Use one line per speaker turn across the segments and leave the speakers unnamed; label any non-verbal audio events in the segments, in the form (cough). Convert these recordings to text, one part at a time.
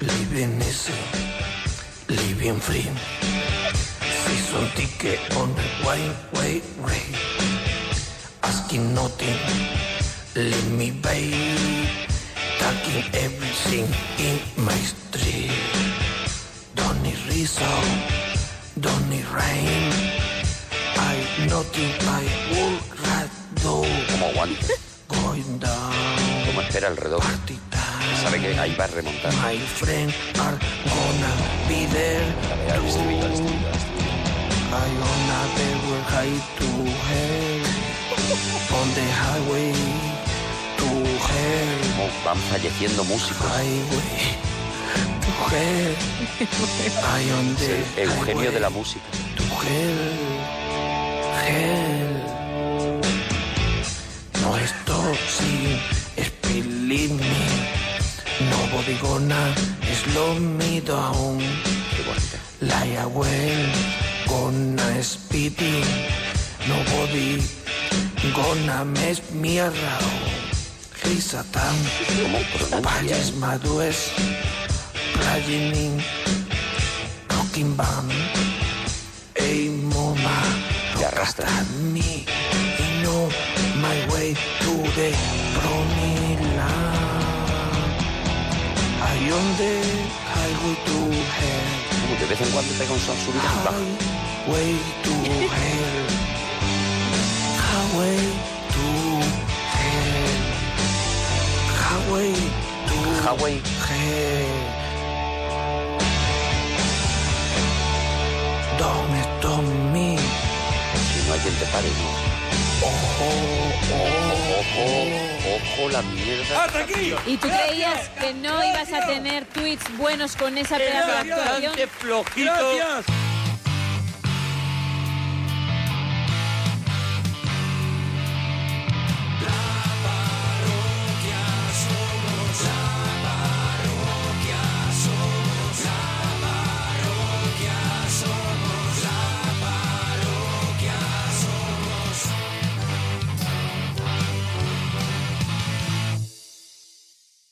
viven easy, living free. Season ticket on the wine way way. Asking nothing, let me buy. Taking everything in my street. Don't need reason, don't need rain. I nothing I would rather
Como aguante,
going down.
como espera el redoble.
Party time.
Sabe que ahí va a remontar.
My friend are gonna be there
Dale, al estribillo, al
too.
estribillo, al estribillo.
I gonna be where high to hell.
(laughs)
On the highway to hell.
Cómo van falleciendo músicos.
Highway to hell.
(laughs)
I on
Es
the
el Eugenio de la música.
highway to hell. Hell. No stop sin believe me. Nobody gonna slow me down.
Qué bonita.
Lie away, gonna speed it. Nobody gonna mess me around. Hey Satan,
Cómo pronuncia.
Paris Madues, playing in rocking band. Hey mama,
Te arrastra.
look at me. You know my way to the promised land. I on the highway to hell.
Uh, de vez en cuando pega un son subido y bajo.
Highway to hell. Highway to hell. Highway to
Highway.
hell. Don't stop me.
Si no hay quien te pare, no.
Ojo, ojo.
Ojo, ojo, la mierda.
Y tú creías que no ibas a tener tweets buenos con esa pedazo de actuación.
Bastante flojito.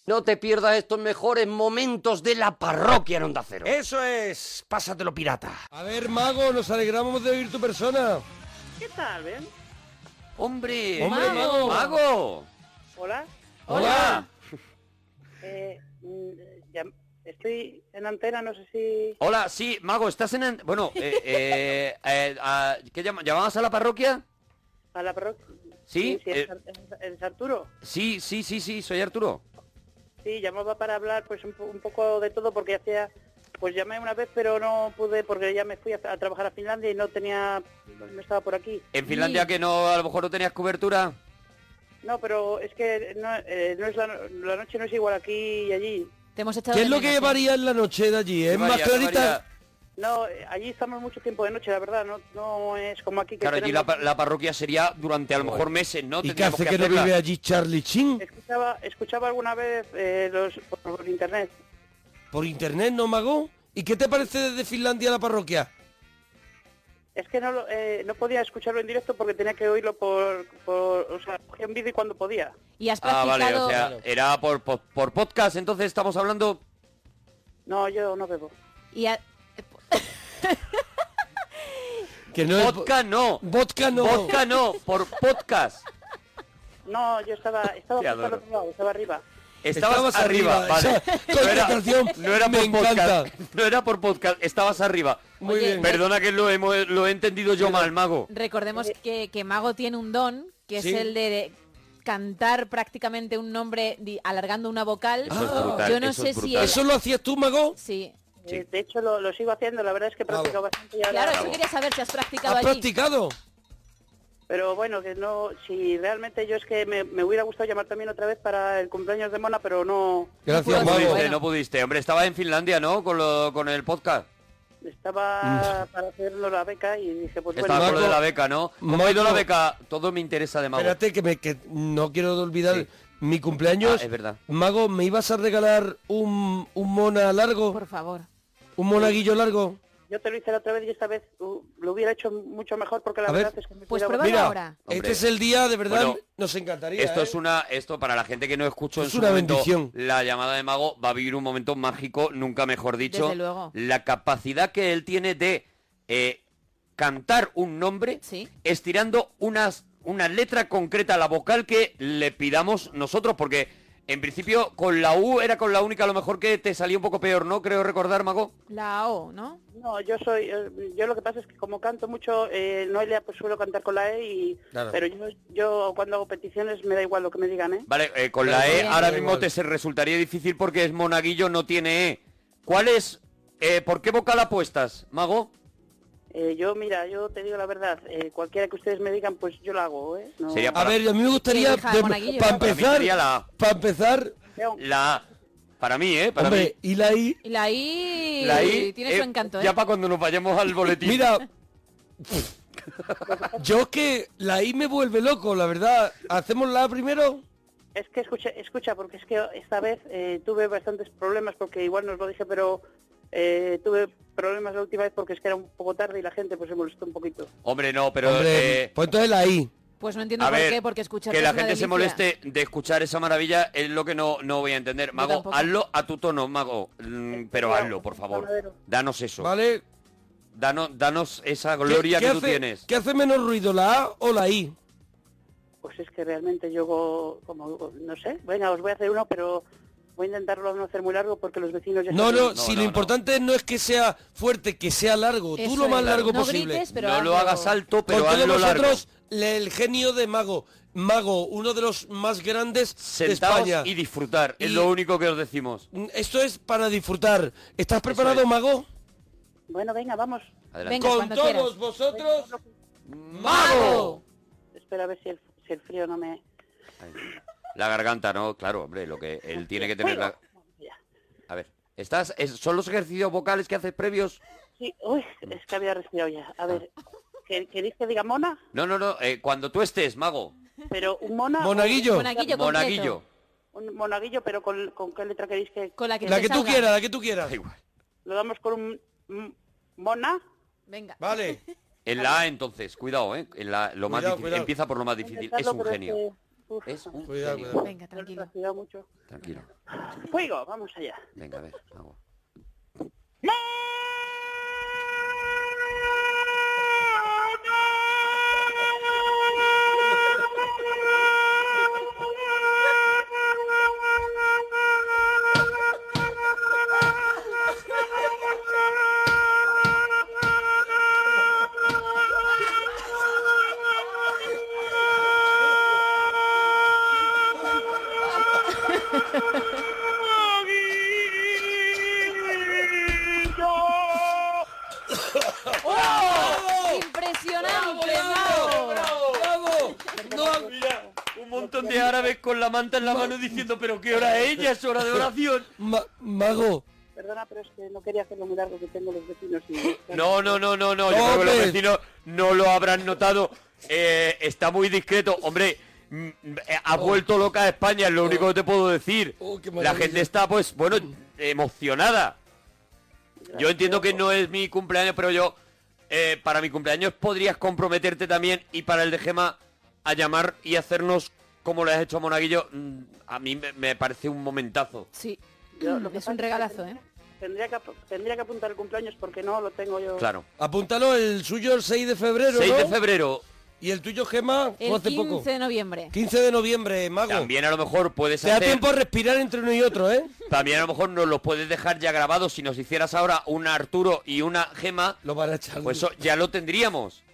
No te pierdas estos mejores momentos de la parroquia en Onda Cero.
Eso es. Pásatelo pirata.
A ver, mago, nos alegramos de oír tu persona.
¿Qué tal, Ben?
Hombre,
Hombre, mago.
mago.
Hola.
Hola.
Eh, mm, ya- estoy en antena, no sé si...
Hola, sí, mago, estás en... an- Bueno, eh, eh, eh, a- ¿qué llama- llamabas a la parroquia?
¿A la parroquia?
Sí, eh.
es, Ar- es- es Arturo.
Sí, sí, sí, sí, soy Arturo.
Sí, llamaba para hablar pues un, po- un poco de todo porque hacía... Pues llamé una vez, pero no pude porque ya me fui a, a trabajar a Finlandia y no tenía... No estaba por aquí.
En Finlandia
Sí.
que no, a lo mejor no tenías cobertura.
No, pero es que no, eh, no es la, no- la noche no es igual aquí y allí.
Te hemos echado
¿Qué
de
es lo que
menos, ¿eh?
varía en la noche de allí?
¿Qué
¿Es más
varía, qué
clarita?
varía?
No, eh, allí estamos mucho tiempo de noche, la verdad. No, no es como aquí que
Claro, allí la,
tenemos-
pa- la parroquia sería durante a lo mejor meses, ¿no?
¿Y qué
Tendríamos
hace que no
hacerla.
vive allí Charlie Chin?
Escuchaba, escuchaba alguna vez eh, los por, por internet.
¿Por internet, no, mago? ¿Y qué te parece desde Finlandia la parroquia?
Es que no, lo- eh, no podía escucharlo en directo porque tenía que oírlo por, por o sea, cogía un vídeo cuando podía.
Y has
Ah, vale,
practicado...
o sea, era por, por, por podcast, entonces estamos hablando...
No, yo no bebo.
y ha-
Que no es...
Podcast no.
Vodka no.
Vodka no, por podcast.
No, yo estaba estaba
Te
justo al
adoro.
otro lado, estaba arriba. Eh,
Estabas, arriba, vale.
Esa- con esta canción
no era
me
por podcast.
encanta.
No era por podcast, estabas arriba.
Muy
Oye,
bien.
Perdona que lo, hemos- lo he entendido yo mal, mago.
recordemos que, que Mago tiene un don, que
Sí.
es el de cantar prácticamente un nombre di- alargando una vocal.
Eso es brutal,
Yo no
eso
sé
es
si
brutal.
él-
¿Eso lo hacías tú, mago?
Sí.
Sí.
Eh, de hecho, lo, lo sigo haciendo, la verdad es que he
Bravo.
practicado bastante ya. la-
Claro, eso quería saber si has practicado
¿Has
allí.
practicado?
Pero bueno, que no, si realmente yo es que me, me hubiera gustado llamar también otra vez para el cumpleaños de Mona, pero no,
Gracias,
No
Bueno,
pudiste,
mago.
bueno.
no pudiste. Hombre, estaba en Finlandia, ¿no? Con, lo- con el podcast. Mm.
estaba para hacerlo la beca y dije, pues
Estaba con
bueno,
lo de la beca, ¿no? ¿Cómo
Mago.
ha ido la beca? Todo me interesa de mago.
Espérate, que, me, que no quiero olvidar
Sí.
mi cumpleaños.
Ah, es verdad.
Mago, ¿me ibas a regalar un, un mona largo?
Por favor.
¿Un monaguillo largo?
yo te lo hice la otra vez y esta vez uh, lo hubiera hecho mucho mejor porque la
A ver.
verdad es que me
Pues
hubiera
pruébalo
Mira,
ahora.
Hombre.
este es el día, de verdad,
Bueno,
nos encantaría.
Esto
¿eh?
es una, esto para la gente que no escuchó
Es
en su
una
momento
bendición.
la llamada de mago va a vivir un momento mágico, nunca mejor dicho.
Desde luego.
La capacidad que él tiene de eh, cantar un nombre
Sí.
estirando unas, una letra concreta, la vocal que le pidamos nosotros, porque en principio con la U era con la única a lo mejor que te salía un poco peor, ¿no? Creo recordar, mago.
La O, ¿no?
No, yo soy, eh, yo lo que pasa es que como canto mucho, eh, Noelia pues suelo cantar con la E y,
Claro.
pero yo, yo cuando hago peticiones me da igual lo que me digan, ¿eh?
Vale, eh, con
Da
la E
igual,
ahora
da
mismo
igual.
te se resultaría difícil porque es monaguillo, no tiene E. ¿Cuál es? eh, ¿Por qué vocal apuestas, mago?
Eh, yo, mira, yo te digo la verdad, eh, cualquiera que ustedes me digan, pues yo lo hago, ¿eh? No.
Sería
A ver, a mí me gustaría, pues,
Sí, hija de monaguillo.
para
Para mí
empezar,
sería la A.
para empezar,
León,
La A. Para mí, ¿eh? Para
hombre, y la I,
Y la I,
mí. La I.
tiene su encanto, ¿eh?
Ya para cuando nos vayamos al boletín. (laughs)
mira, yo es que la I me vuelve loco, la verdad. ¿Hacemos la A primero?
es que escucha, escucha, porque es que esta vez eh, tuve bastantes problemas, porque igual no os lo dije, pero eh, tuve problemas la última vez porque es que era un poco tarde y la gente pues se molestó un poquito.
Hombre, no, pero.
Hombre,
eh,
pues entonces la I.
Pues no entiendo
a
por
ver,
qué, porque escuchar
que la
es una
gente se
delicia.
moleste de escuchar esa maravilla es lo que no, no voy a entender. Mago,
tampoco.
hazlo a tu tono, Mago. Mm, Pero hazlo, por favor. Danos eso.
¿Vale?
Danos, danos esa gloria
¿Qué-
que
qué
tú
hace-
tienes.
¿Qué hace menos ruido, la A o
(laughs)
la I?
Pues es que realmente yo, go- como, no sé, venga, os voy a hacer uno, pero voy a intentarlo no hacer muy largo porque los vecinos ya
No,
están-
no,
No,
si
no,
lo
no.
importante no es que sea fuerte, que sea largo.
Eso
Tú lo más
es.
largo
no
posible.
Grites, pero
no lo
hazlo.
hagas alto, pero
Por todos
hazlo largo.
vosotros, le- el genio de Mago. Mago, uno de los más grandes
Sentaos
de España.
y disfrutar. Es
Y-
lo único que os decimos.
Mm, Esto es para disfrutar. ¿Estás preparado,
es.
Mago?
Bueno, venga, vamos.
Adelante.
Venga,
Con
cuando
todos
quieras.
vosotros,
¡Mago!
Espera a ver si el, si el frío no me...
La garganta, ¿no? Claro, hombre, lo que él tiene que tener la...
Ya.
A ver, estás, es- son los ejercicios vocales que haces previos.
Sí, uy, es que había respirado ya. A ver,
Ah.
¿que- ¿queréis que diga mona?
No, no, no. eh, cuando tú estés, mago,
Pero un mona...
Monaguillo.
Monaguillo,
monaguillo,
completo.
Un monaguillo, pero con, con qué letra queréis que...
Con la que,
La
te
que tú
salga.
quieras, la que tú quieras.
da igual.
Lo damos con un... un mona.
Venga.
Vale.
En la A, entonces, cuidado, ¿eh? En la, lo más
Cuidado,
difícil-
cuidado.
Empieza por lo más difícil. Es
Intentarlo,
un
pero
genio.
que- uf,
Es un
Cuidado,
genio.
cuidado.
Venga,
yo lo he
tranquilo.
respirado mucho.
Tranquilo.
Fuego, vamos allá.
Venga, a ver, mago.
Impresionante, Mago.
¡Bravo! No,
Mira, un montón de árabes con la manta en la mano diciendo, pero ¿qué hora es ella? Es hora de oración.
(laughs) Ma- Mago,
Perdona, pero es que no quería hacerlo muy largo que tengo los vecinos y...
No, no, no, no, no. Yo creo que los
Hombre.
vecinos no lo habrán notado. Eh, está muy discreto. Hombre, mm, eh, ha vuelto loca a España, es lo único que te puedo decir.
Oh, qué
La
maravilla.
gente está, pues, bueno, emocionada. Yo entiendo que no es mi cumpleaños, pero yo, eh, para mi cumpleaños podrías comprometerte también y para el de Gema a llamar y hacernos como le has hecho a Monaguillo. Mm, A mí me, me parece un momentazo.
Sí.
Yo lo que
Mm, Es un
pasa
regalazo, ¿eh?
Tendría que, ap- tendría que apuntar el cumpleaños porque no lo tengo yo.
Claro.
apúntalo el suyo el 6 de febrero,
6 de
¿no?
febrero,
Y el tuyo, Gema, fue
El
hace
15
poco.
de noviembre.
15 de noviembre, Mago.
también a lo mejor puedes
Te da
hacer...
tiempo a respirar entre uno y otro, ¿eh?
También a lo mejor nos los puedes dejar ya grabados. Si nos hicieras ahora un Arturo y una Gema,
Lo van a echar.
pues eso ya lo tendríamos.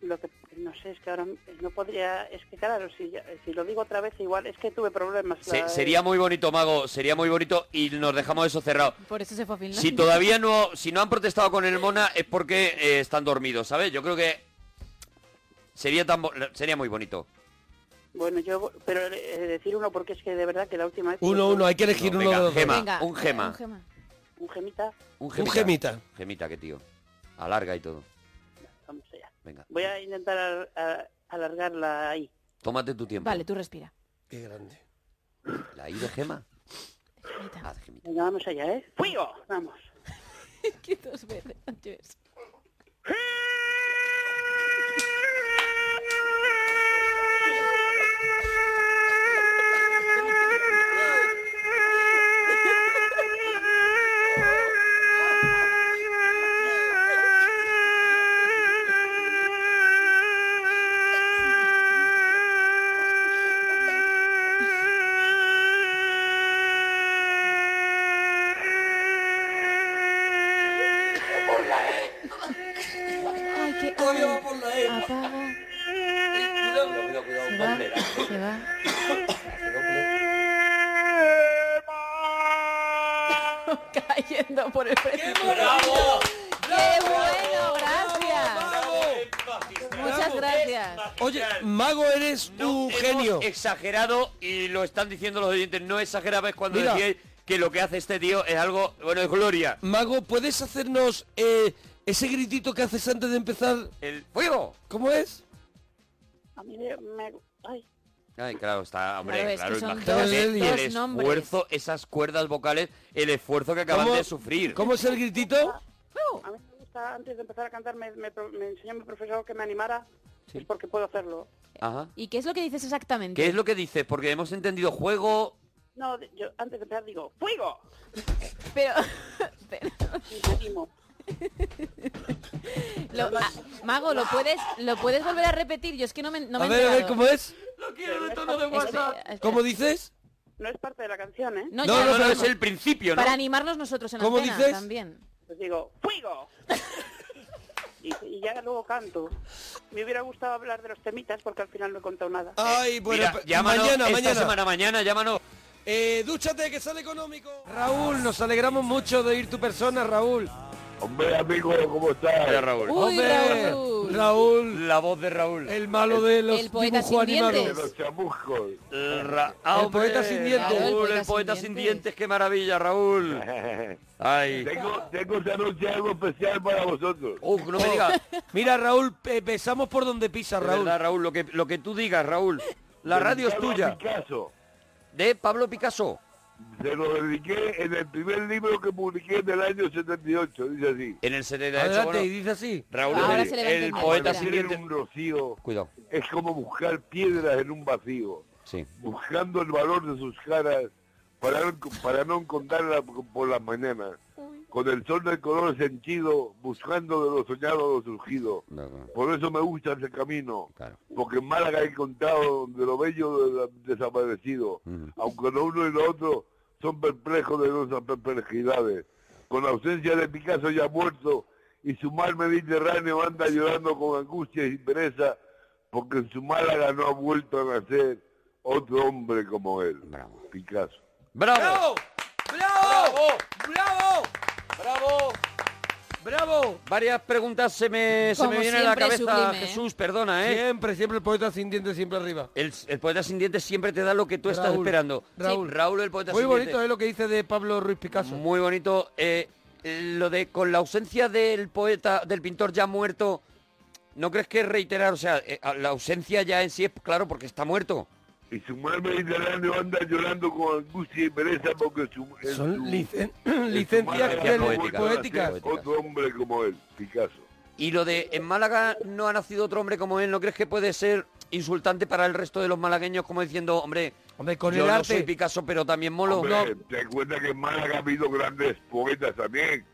Lo que no sé es que ahora no podría. Es que claro, si, ya- si lo digo otra vez igual es que tuve problemas.
Se-
la-
sería muy bonito, Mago, sería muy bonito y nos dejamos eso
(laughs)
cerrado.
Por eso se fue a Finlandia.
Si todavía no, si no han protestado con el Mona es porque eh, están dormidos, ¿sabes? Yo creo que sería tan bo- sería muy bonito.
Bueno, yo pero eh, decir uno porque es que de verdad que la última vez.
Uno, uno, hay que
No,
elegir uno
venga,
de los dos.
Gema,
Venga,
un gema.
Un gema.
Un gemita.
Un
gemita.
Gemita, qué tío. Alarga y todo.
Vamos allá.
Venga.
Voy a intentar ar- a- alargarla ahí.
Tómate tu tiempo.
Vale, tú respira.
Qué grande.
La I de Gema.
Gemita.
Haz Ah, gemita.
Venga, vamos allá, ¿eh? ¡Fuego! Vamos.
(laughs) que dos veces, no llores. Ay, qué... ay, apaga. Se va, se va. (laughs) Cayendo por el frente. ¡Qué
¡Bravo!
bueno! ¡Gracias! Muchas gracias.
Oye, Mago, eres un
hemos
genio.
exagerado y lo están diciendo los oyentes. No exagerabais cuando
Mira.
decíais que lo que hace este tío es algo, bueno, es gloria.
Mago, ¿puedes hacernos eh, ese gritito que haces antes de empezar?
El fuego.
¿Cómo es?
A mí me... me- ay.
Ay, claro, está, hombre, claro,
Claro, es que son
imagínate
dos-
el
dos nombres.
esfuerzo, esas cuerdas vocales, el esfuerzo que acaban
¿Cómo-
de sufrir.
¿Cómo es el gritito?
A mí me gusta, antes de empezar a cantar, me, me, pro- me enseñó mi profesor que me animara, es porque puedo hacerlo.
Ajá.
¿Y qué es lo que dices exactamente?
¿Qué es lo que dices? Porque hemos entendido juego.
No, de- yo antes de empezar digo, ¡fuego! (laughs)
Pero, pero
Y me animo.
lo- ah, Mago, ¿lo puedes, ¿lo puedes volver a repetir? Yo es que no me, no me
A
he
ver, a ver,
enterado.
¿cómo es?
Espera, espera.
¿Cómo dices?
No es parte de la canción, ¿eh?
No,
No,
No,
ya,
no,
pero-
es el principio, ¿no?
Para animarnos nosotros en
¿Cómo
antena
dices?
también.
Pues digo, ¡fuego! (laughs) y, y ya luego canto. Me hubiera gustado hablar de los temitas porque al final no he contado nada.
Ah,
Ay, bueno,
Mira,
pa-
llámanos
mañana,
esta
mañana.
semana, mañana, llámanos.
Eh, dúchate, que sale económico. Raúl, nos alegramos mucho de oír tu persona, Raúl.
Hombre, amigo, ¿cómo
Mira,
estás?
Raúl.
Uy,
Hombre,
Raúl.
Raúl,
La voz de Raúl.
el malo de los
el poeta
dibujos
sin
animados.
De los chamuscos.
El, Ra- Ah,
El poeta
hombre,
sin dientes.
Raúl,
Claro,
el poeta sin dientes, qué maravilla, Raúl. Ay.
tengo, tengo esta noche algo especial para vosotros.
Uf, no me digas.
Oh. (laughs) Mira, Raúl, pe- pesamos por donde pisa,
De
Raúl.
verdad, Raúl, lo que, lo que tú digas, Raúl. La radio es
Dedicado a
tuya.
Picasso.
De Pablo Picasso.
Se lo dediqué en el primer libro que publiqué en el año 78, dice así.
En el 78,
Adelante, y
bueno,
dice así.
Raúl,
Ahora
el,
se le va a
el
entender,
poeta
espera.
sin
Tiene
dientes.
un rocío
Cuidado.
es como buscar piedras en un vacío,
Sí.
buscando el valor de sus caras para, para no encontrarla por las mañanas, con el sol del color sentido, buscando de lo soñado lo surgido.
No, no,
Por eso me gusta ese camino,
claro.
porque en Málaga he encontrado de lo bello de la- desaparecido,
Ujú.
aunque lo uno y lo otro son perplejos de nuestras perplejidades. Con la ausencia de Picasso ya muerto y su mar mediterráneo anda llorando con angustia y pereza, porque en su Málaga no ha vuelto a nacer otro hombre como él,
Bravo.
Picasso.
¡Bravo!
¡Bravo! ¡Bravo! ¡Bravo! ¡Bravo!
Varias preguntas se me, se
Como
me vienen a la
siempre,
cabeza,
sublime, ¿eh?
Jesús, perdona, ¿eh?
Siempre, siempre el poeta sin dientes, siempre arriba.
El, el poeta sin dientes siempre te da lo que tú estás
Raúl,
esperando.
Raúl.
Raúl, el poeta
Muy
sin
bonito
dientes.
es lo que dice de Pablo Ruiz Picasso.
Muy bonito. Eh, lo de con la ausencia del poeta, del pintor ya muerto, ¿no crees que es reiterar? O sea, eh, la ausencia ya en sí es claro porque está muerto.
Y su mar mediterráneo anda llorando con angustia y pereza porque su, en su-
Son licen-
en su
licencias
Málaga
que
no ha
le-
vuelto a
poéticas.
nacer Otro hombre como él, Picasso.
Y lo de en Málaga no ha nacido otro hombre como él, ¿no crees que puede ser insultante para el resto de los malagueños como diciendo, hombre,
Hombre, con
yo
el
no
arte.
soy Picasso, pero también molo?
Hombre, Te cuenta que en Málaga ha habido grandes poetas también.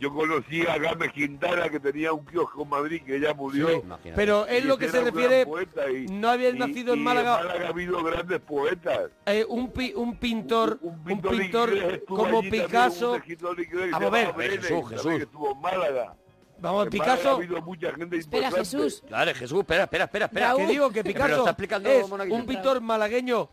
Yo conocí a Gámez Quintana que tenía un kiosco en Madrid que ya murió.
Sí,
Imagínate.
pero es
Y
lo que
ese
se
era un gran
refiere.
poeta y-
No había
y-
nacido en
y
Málaga,
En Málaga ha habido grandes poetas.
eh, un, pi- un pintor,
Un- un
un
pintor
pintor
inglés estuvo
como
allí también,
Picasso.
un escritor inglés que
Vamos
se
a ver.
llamaba Brenes,
Jesús,
también
Jesús.
que estuvo en Málaga.
Vamos,
En Málaga ha
Picasso.
habido mucha gente
Espera,
importante.
Jesús.
Dale, Jesús, espera, espera, espera, espera.
Raúl.
eh, Que digo (laughs) que
Pero lo
Picasso
está explicando
es
Monaguillo.
un pintor malagueño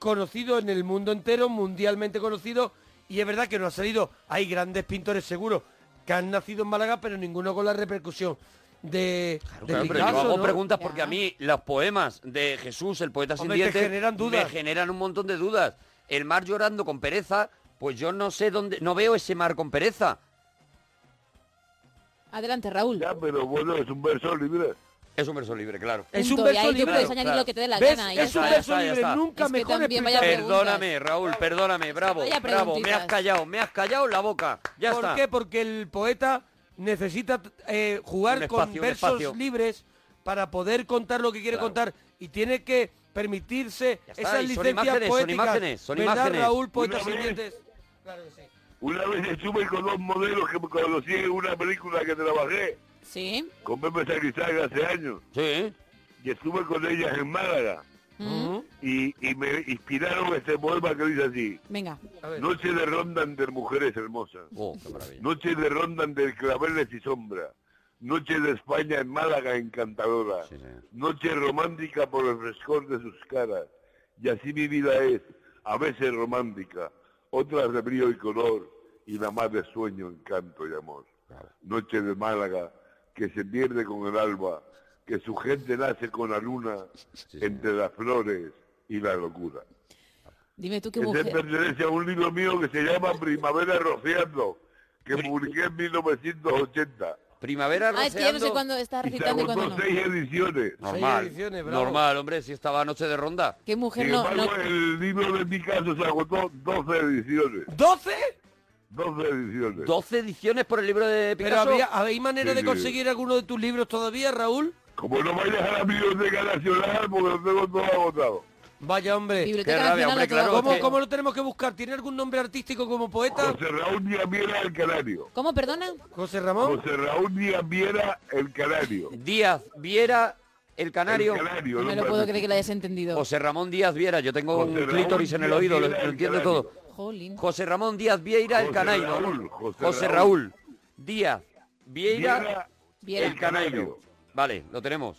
conocido en el mundo entero, mundialmente conocido, y es verdad que no ha salido. Hay grandes pintores seguros que han nacido en Málaga, pero ninguno con la repercusión de, de
Claro, pero
Picasso,
yo hago
¿no?
preguntas porque
Ya.
a mí los poemas de Jesús, el poeta sin
Hombre, te
dientes,
generan dudas.
me generan un montón de dudas. El mar llorando con pereza, pues yo no sé dónde, no veo ese mar con pereza.
Adelante, Raúl.
Ya, pero bueno, es un verso libre.
Es un verso libre, claro.
Es un verso libre. ¿Ves? Es un verso libre, nunca mejor explicado.
Perdóname, Raúl, perdóname, bravo,
Vaya
bravo, me has
preguntitas.
callado, me has callado la boca. Ya
¿Por
está.
qué? Porque el poeta necesita eh, jugar
Un
con
espacio, un
versos
espacio.
libres para poder contar lo que quiere contar y tiene que permitirse
está,
esas
y son
licencias
imágenes, son
poéticas.
imágenes, son
¿Verdad,
imágenes.
Raúl, poetas
Una vez-
oyentes?
Una vez estuve con dos modelos que me conocí en una película que trabajé
Sí.
con Pepe Sacristán hace años.
Sí.
Y estuve con ellas en Málaga.
Mm.
Y, y me inspiraron este poema que dice así.
Venga.
Noche de ronda entre mujeres hermosas. Noche de ronda entre claveles y sombra. Noche de España en Málaga encantadora. Noche romántica por el frescor de sus caras. Y así mi vida es, a veces romántica, otras de brío y color, y la más de sueño, encanto y amor. Noche de Málaga, que se pierde con el alba, que su gente nace con la luna, entre las flores y la locura.
Dime tú qué
Ese
mujer.
pertenece a un libro mío que se llama Primavera Rociando, que publiqué en 1980.
Primavera
Ah, es que yo no sé cuándo está
Y se
recitando y cuándo
agotó
no.
seis ediciones.
Normal, normal, hombre, si estaba noche de ronda.
Qué mujer
Sin
no,
embargo,
no-
el libro de mi caso se agotó 12 ediciones.
¿12?
12 ediciones.
12 ediciones por el libro de
¿Pero
Picasso.
había, ¿habéis manera
Sí,
de
sí.
conseguir alguno de tus libros todavía, Raúl?
Como no vayas a la Biblioteca Nacional, porque lo tengo todo agotado.
Vaya, hombre.
Biblioteca Qué rabia, Nacional hombre, lo claro, tengo.
¿Cómo,
es que-
cómo lo tenemos que buscar? ¿Tiene algún nombre artístico como poeta?
José Raúl Díaz Viera, el canario.
¿Cómo, perdona?
José Ramón.
José Raúl Díaz Viera, el canario.
Díaz Viera, el canario.
El canario,
No me lo puedo creer que lo hayas entendido.
José Ramón Díaz Viera, yo tengo
José
un
Ramón
clítoris en el
Díaz
oído, lo,
Viera,
lo
el
entiendo
canario.
todo.
Jolín.
José Ramón Díaz Viera, el
José
canario. ¿no?
Raúl, José
José
Raúl.
Raúl. Díaz Vieira,
Viera,
Viera.
el canario. Vale, lo tenemos.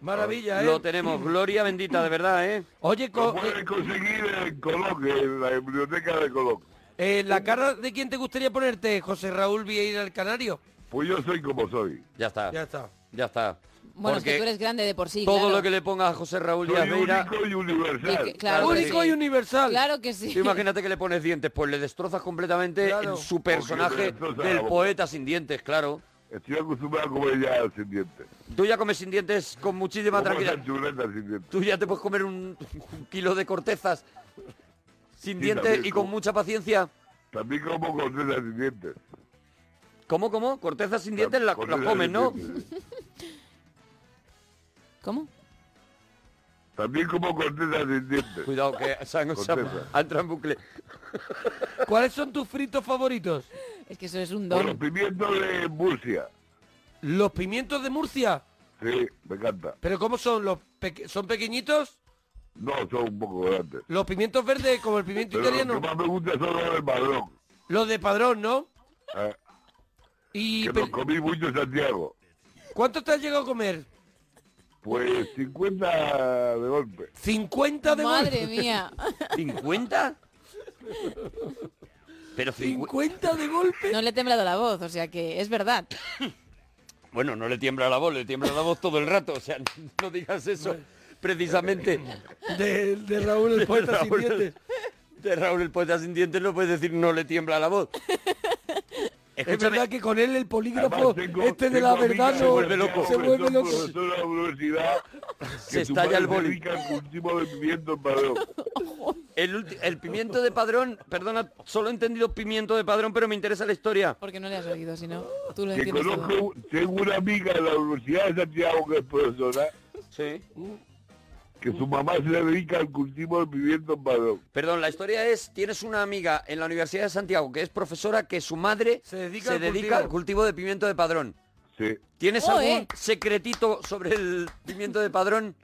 Maravilla, ¿eh?
Lo tenemos. Gloria bendita, de verdad, ¿eh?
Oye,
Lo
co-
pueden conseguir en Colón, en la biblioteca de Colón.
eh, ¿la cara de quién te gustaría ponerte? ¿José Raúl Vieira el Canario?
Pues yo soy como soy.
Ya está,
Ya está.
ya está.
Bueno, es
Porque
que tú eres grande de por sí.
todo
claro.
lo que le pongas a José Raúl Díaz
Soy
Vieira...
único y
Y
universal.
que- claro que
Único
sí.
y universal.
Claro que sí.
Tú imagínate que le pones dientes, pues le destrozas completamente
Claro.
en su personaje
Porque me destroza la
del
boca.
poeta sin dientes, claro.
Estoy acostumbrado a comer ya sin dientes.
Tú ya comes sin dientes con muchísima
Como
tranquilidad.
chuleta sin dientes.
Tú ya te puedes comer un, (laughs) un kilo de cortezas sin
Sí,
dientes
también,
y con
como-
mucha paciencia.
También como corteza sin dientes.
¿Cómo, cómo? Cortezas sin dientes las
Corteza
las
sin
comes, ¿no?
dientes.
¿Cómo?
También como corteza sin dientes.
Cuidado, que se han- se han-
Corteza.
ha entrado en bucle.
¿Cuáles son tus fritos favoritos?
Es que eso es un
Con los
don.
pimientos de Murcia.
¿Los pimientos de Murcia?
Sí, me encanta.
¿Pero cómo son? ¿Los peque- ¿Son pequeñitos?
No, son un poco grandes.
¿Los pimientos verdes como el pimiento
Pero lo que
italiano?
más me gusta son los del padrón.
Los de Padrón, ¿no?
eh,
¿Y
que
pe-
los comí mucho en Santiago.
cuánto te has llegado a comer?
Pues 50 de golpe.
¿50 de
Madre
golpe?
mía.
¿50? Pero cincu-
¿50 de golpe?
No le he temblado la voz, o sea que es verdad.
Bueno, no le tiembla la voz, le tiembla la voz todo el rato. O sea, (laughs) no digas eso precisamente.
De, de Raúl el poeta
Raúl,
sin dientes.
de Raúl el poeta sin dientes no puedes decir no le tiembla la voz.
Es
Escúchame,
verdad que con él el polígrafo
Además, tengo-
este de
tengo
la
amigas
verdad
que
no,
se vuelve loco.
Se vuelve loco.
Son profesores de la universidad
Se
que su
estalla
madre
el boli.
se dedica al cultivo de pimiento en padrón.
(laughs) el, ulti- el pimiento de padrón, perdona, solo he entendido pimiento de padrón, pero me interesa la historia.
Porque no le has oído, si no, tú lo
Que
entiendes todo.
conozco, tengo una amiga de la Universidad de Santiago que es profesora,
Sí.
que su mamá se dedica al cultivo de pimiento en padrón.
Perdón, la historia es, tienes una amiga en la Universidad de Santiago que es profesora que su madre
Se dedica al
dedica
cultivo.
al cultivo de pimiento de padrón.
Sí.
¿Tienes
Oh,
algún
eh.
secretito sobre el pimiento de padrón?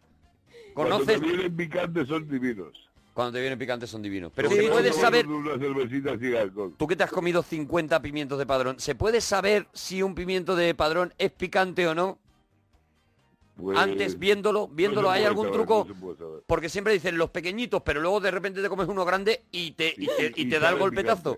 Cuando te
¿Conoces?
vienen picantes son divinos.
Cuando te vienen picantes son divinos. Pero
Porque
¿se
no
puedes
toman
saber,
Una cervecita sin alcohol.
tú que te has comido 50 pimientos de padrón, ¿se puede saber si un pimiento de padrón es picante o no?
Pues,
Antes viéndolo, viéndolo,
no se
¿hay
puede
algún
saber,
truco?
no se puede saber.
Porque siempre dicen los pequeñitos, pero luego de repente te comes uno grande y te, y
Sí,
te,
sí,
y
sí,
te da el
sabe
golpetazo.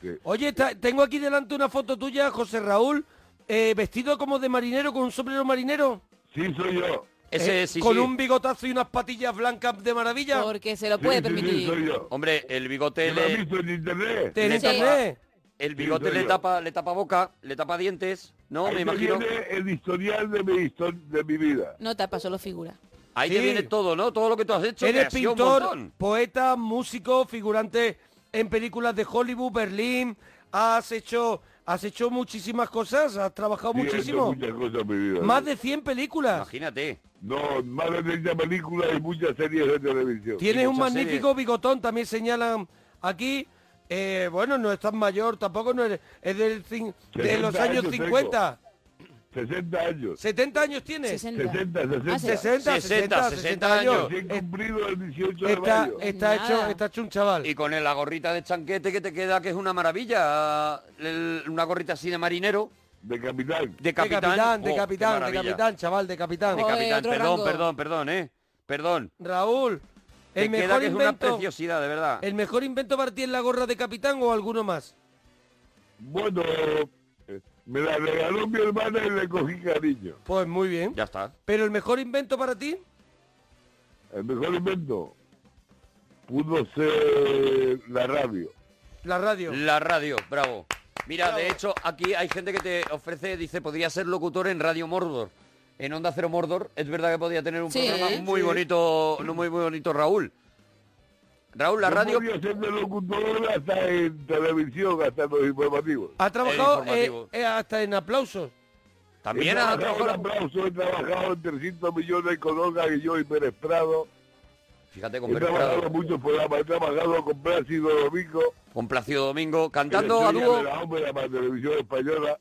Sí.
Oye, está- tengo aquí delante una foto tuya, José Raúl, eh, vestido como de marinero, con un sombrero marinero.
Sí, soy yo.
Ese
Eh,
sí,
con
sí.
un bigotazo y unas patillas blancas de maravilla.
Porque se lo
Sí,
puede
sí, sí, soy
permitir.
yo.
Hombre, el bigote
¿Me lo has
le...
visto en internet?
Te- en
Sí.
internet.
El
Sí,
bigote
soy
le
yo.
tapa, le tapa boca, le tapa dientes, ¿no?
Ahí
me
te
imagino.
viene el historial de mi, histo- de mi vida.
No tapa, solo figura.
Ahí te
Sí.
viene todo, ¿no? Todo lo que tú has hecho. que
Eres
ha sido un
pintor,
montón.
poeta, músico, figurante en películas de Hollywood, Berlín. Has hecho, has hecho muchísimas cosas, has trabajado
Sí, he hecho
muchísimo.
Muchas cosas en mi vida.
Más de 100 películas.
Imagínate.
No, más de 30 películas y muchas series de televisión.
Tienes un
muchas
magnífico bigotón, también señalan aquí. Eh, bueno, no es tan mayor, tampoco no eres, es del cin- de
60
los años
años tengo.
50.
60 años.
70 años tienes.
60.
60, 60.
Ah,
60, 60, 60,
60
años.
Recién cumplido el 18 de
(laughs) Está,
mayo.
está hecho,
Nada.
está hecho un chaval.
Y con el- la gorrita de chanquete que te queda, que es una maravilla. el- una gorrita así de marinero,
De capitán.
de
de
capitán.
capitán,
Oh,
de
qué
capitán, de
maravilla.
capitán, chaval, de capitán.
De
Joder,
capitán,
otro
perdón,
Oh, rango.
perdón, perdón, ¿eh? Perdón.
Raúl,
Te
el
queda
mejor
que es una
invento,
preciosidad, de verdad.
el mejor invento para ti es la gorra de capitán o alguno más.
Bueno, eh, me la regaló mi hermana y le cogí cariño.
Pues muy bien.
Ya está.
Pero el mejor invento para ti,
El mejor invento pudo ser la radio.
la radio.
La radio, bravo. Mira, de hecho, aquí hay gente que te ofrece, dice, podría ser locutor en Radio Mordor. En Onda Cero Mordor, es verdad que podía tener un
Sí.
programa muy bonito, no muy bonito Raúl. Raúl, la
Yo
radio...
podía ser de locutor hasta en televisión, hasta en los informativos.
Ha trabajado eh,
informativo.
eh, hasta en aplausos.
También
he
ha
trabajado en
trabajado...
aplauso, he trabajado en 300 millones con Olga y yo y Pérez Prado.
Fíjate, con
He
Pérez
trabajado en
Prado,
muchos programas, he trabajado con Plácido Domingo.
con Plácido Domingo,
en
cantando a
Estrella
dúo,
de la ópera para televisión española.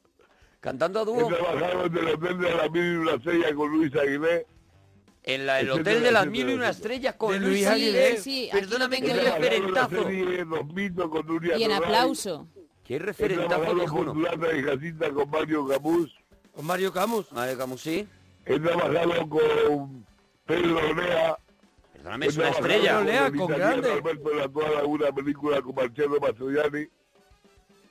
cantando a
He
dúo
trabajado en el hotel de la mil y una estrella con Luis Aguilé.
en la- el
Etcétera,
Hotel de las
etcétera,
Mil y Una
etcétera.
Estrellas con
De
Luis
Luis
Aguilé.
Aguilé.
Sí, aquí
Perdóname,
no
qué
tengo
He
yo.
trabajado en la
referentazo.
serie Los mitos con Nuria
Y en
Torral.
aplauso.
Qué
He
referentazo
trabajado con
viejuno.
Durata y Jacinta con Mario Camus.
Con Mario Camus.
Madre Camusí.
He trabajado con Pedro Olea.
Perdóname, es una estrella.
Olea,
Con
con
Luis
grande.
Ariel Alberto de la Toada, una película con Marcelo Mastroianni.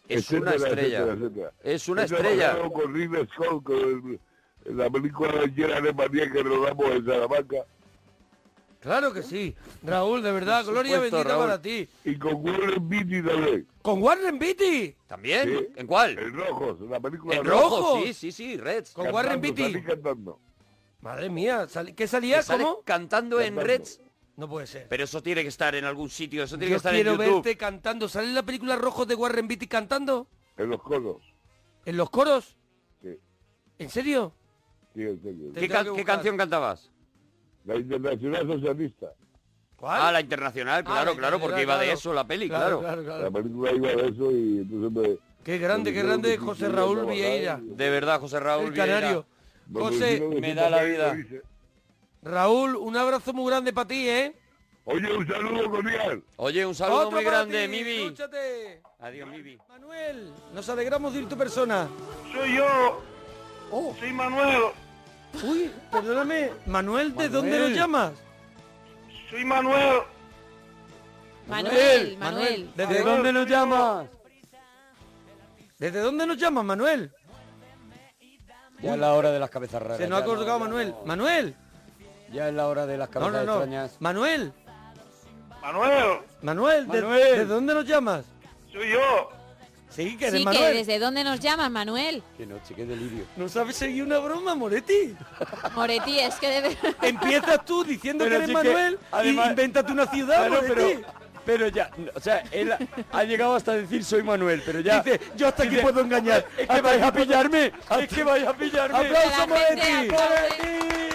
Es una
etcétera,
estrella.
etcétera, etcétera.
Es una
He
estrella.
trabajado con Ridley Scott, con el- en la película de Gerard Manía que rodamos en Salamanca.
Claro que sí. Raúl, de verdad,
Por
gloria
supuesto,
bendita
Raúl.
para ti.
Y con Warren Beatty también.
Con Warren Beatty.
¿También?
Sí.
¿En cuál?
En Rojos, la película
En
de
rojo,
Rojo.
sí, sí, sí, Reds.
Con Warren
Cantando,
Beatty.
salí cantando.
Madre mía, sal- ¿qué
Que
salía?
sale
¿Cómo?
Cantando en
Cantando.
Reds.
No puede ser.
Pero eso tiene que estar en algún sitio, eso tiene que
Yo
estar
quiero
en YouTube.
verte cantando. ¿Sale en la película Rojos de Warren Beatty cantando?
En los conos.
¿En los coros?
Sí,
¿En serio?
sí, en serio.
Te-
¿Qué,
Tendrá que
can- qué
buscar.
canción cantabas?
La Internacional Socialista.
¿Cuál?
Ah, la internacional,
Ah,
claro,
la
claro, porque iba de
Internacional,
eso la peli, claro.
claro.
La película iba de eso y entonces me...
Qué grande, qué grande José Raúl Vieira,
De verdad, José Raúl
el
Vieira.
canario.
Me pusieron
José,
de
me da la vida.
dice,
Raúl, un abrazo muy grande para ti, ¿eh?
Oye, un saludo cordial.
Oye, un saludo
Otro
muy
para
grande,
ti,
Mibi.
escúchate.
Adiós, Mibi.
Manuel, nos alegramos de ir tu persona.
Soy yo,
Oh,
soy Manuel,
uy, perdóname. Manuel, ¿de dónde nos llamas?
soy Manuel,
Manuel, Manuel.
¿Desde dónde nos llamas? ¿Desde dónde nos llamas, Manuel?
Ya es la hora de las cabezas raras.
Se nos ha colgado Manuel. Manuel.
Ya es la hora de las
No, no, no. Manuel.
Manuel,
Manuel, ¿de-
Manuel.
¿desde dónde nos llamas?
soy yo.
Sí, que eres
Sí, que
Manuel.
desde dónde nos llamas, Manuel.
Qué noche, qué delirio.
¿No sabes seguir una broma, Moretti?
Moretti, es que debe...
(laughs) Empiezas tú diciendo
Pero
que eres
sí que,
Manuel
además-
y invéntate una ciudad,
Claro,
Moretti.
pero, pero ya, o sea, él ha, ha llegado hasta decir soy Manuel, pero ya...
Dice, yo hasta aquí
Dice,
puedo engañar.
Es que vais a pillarme, es que vais a pillarme.
¡Aplauso,
La gente
Moretti!
aplaude.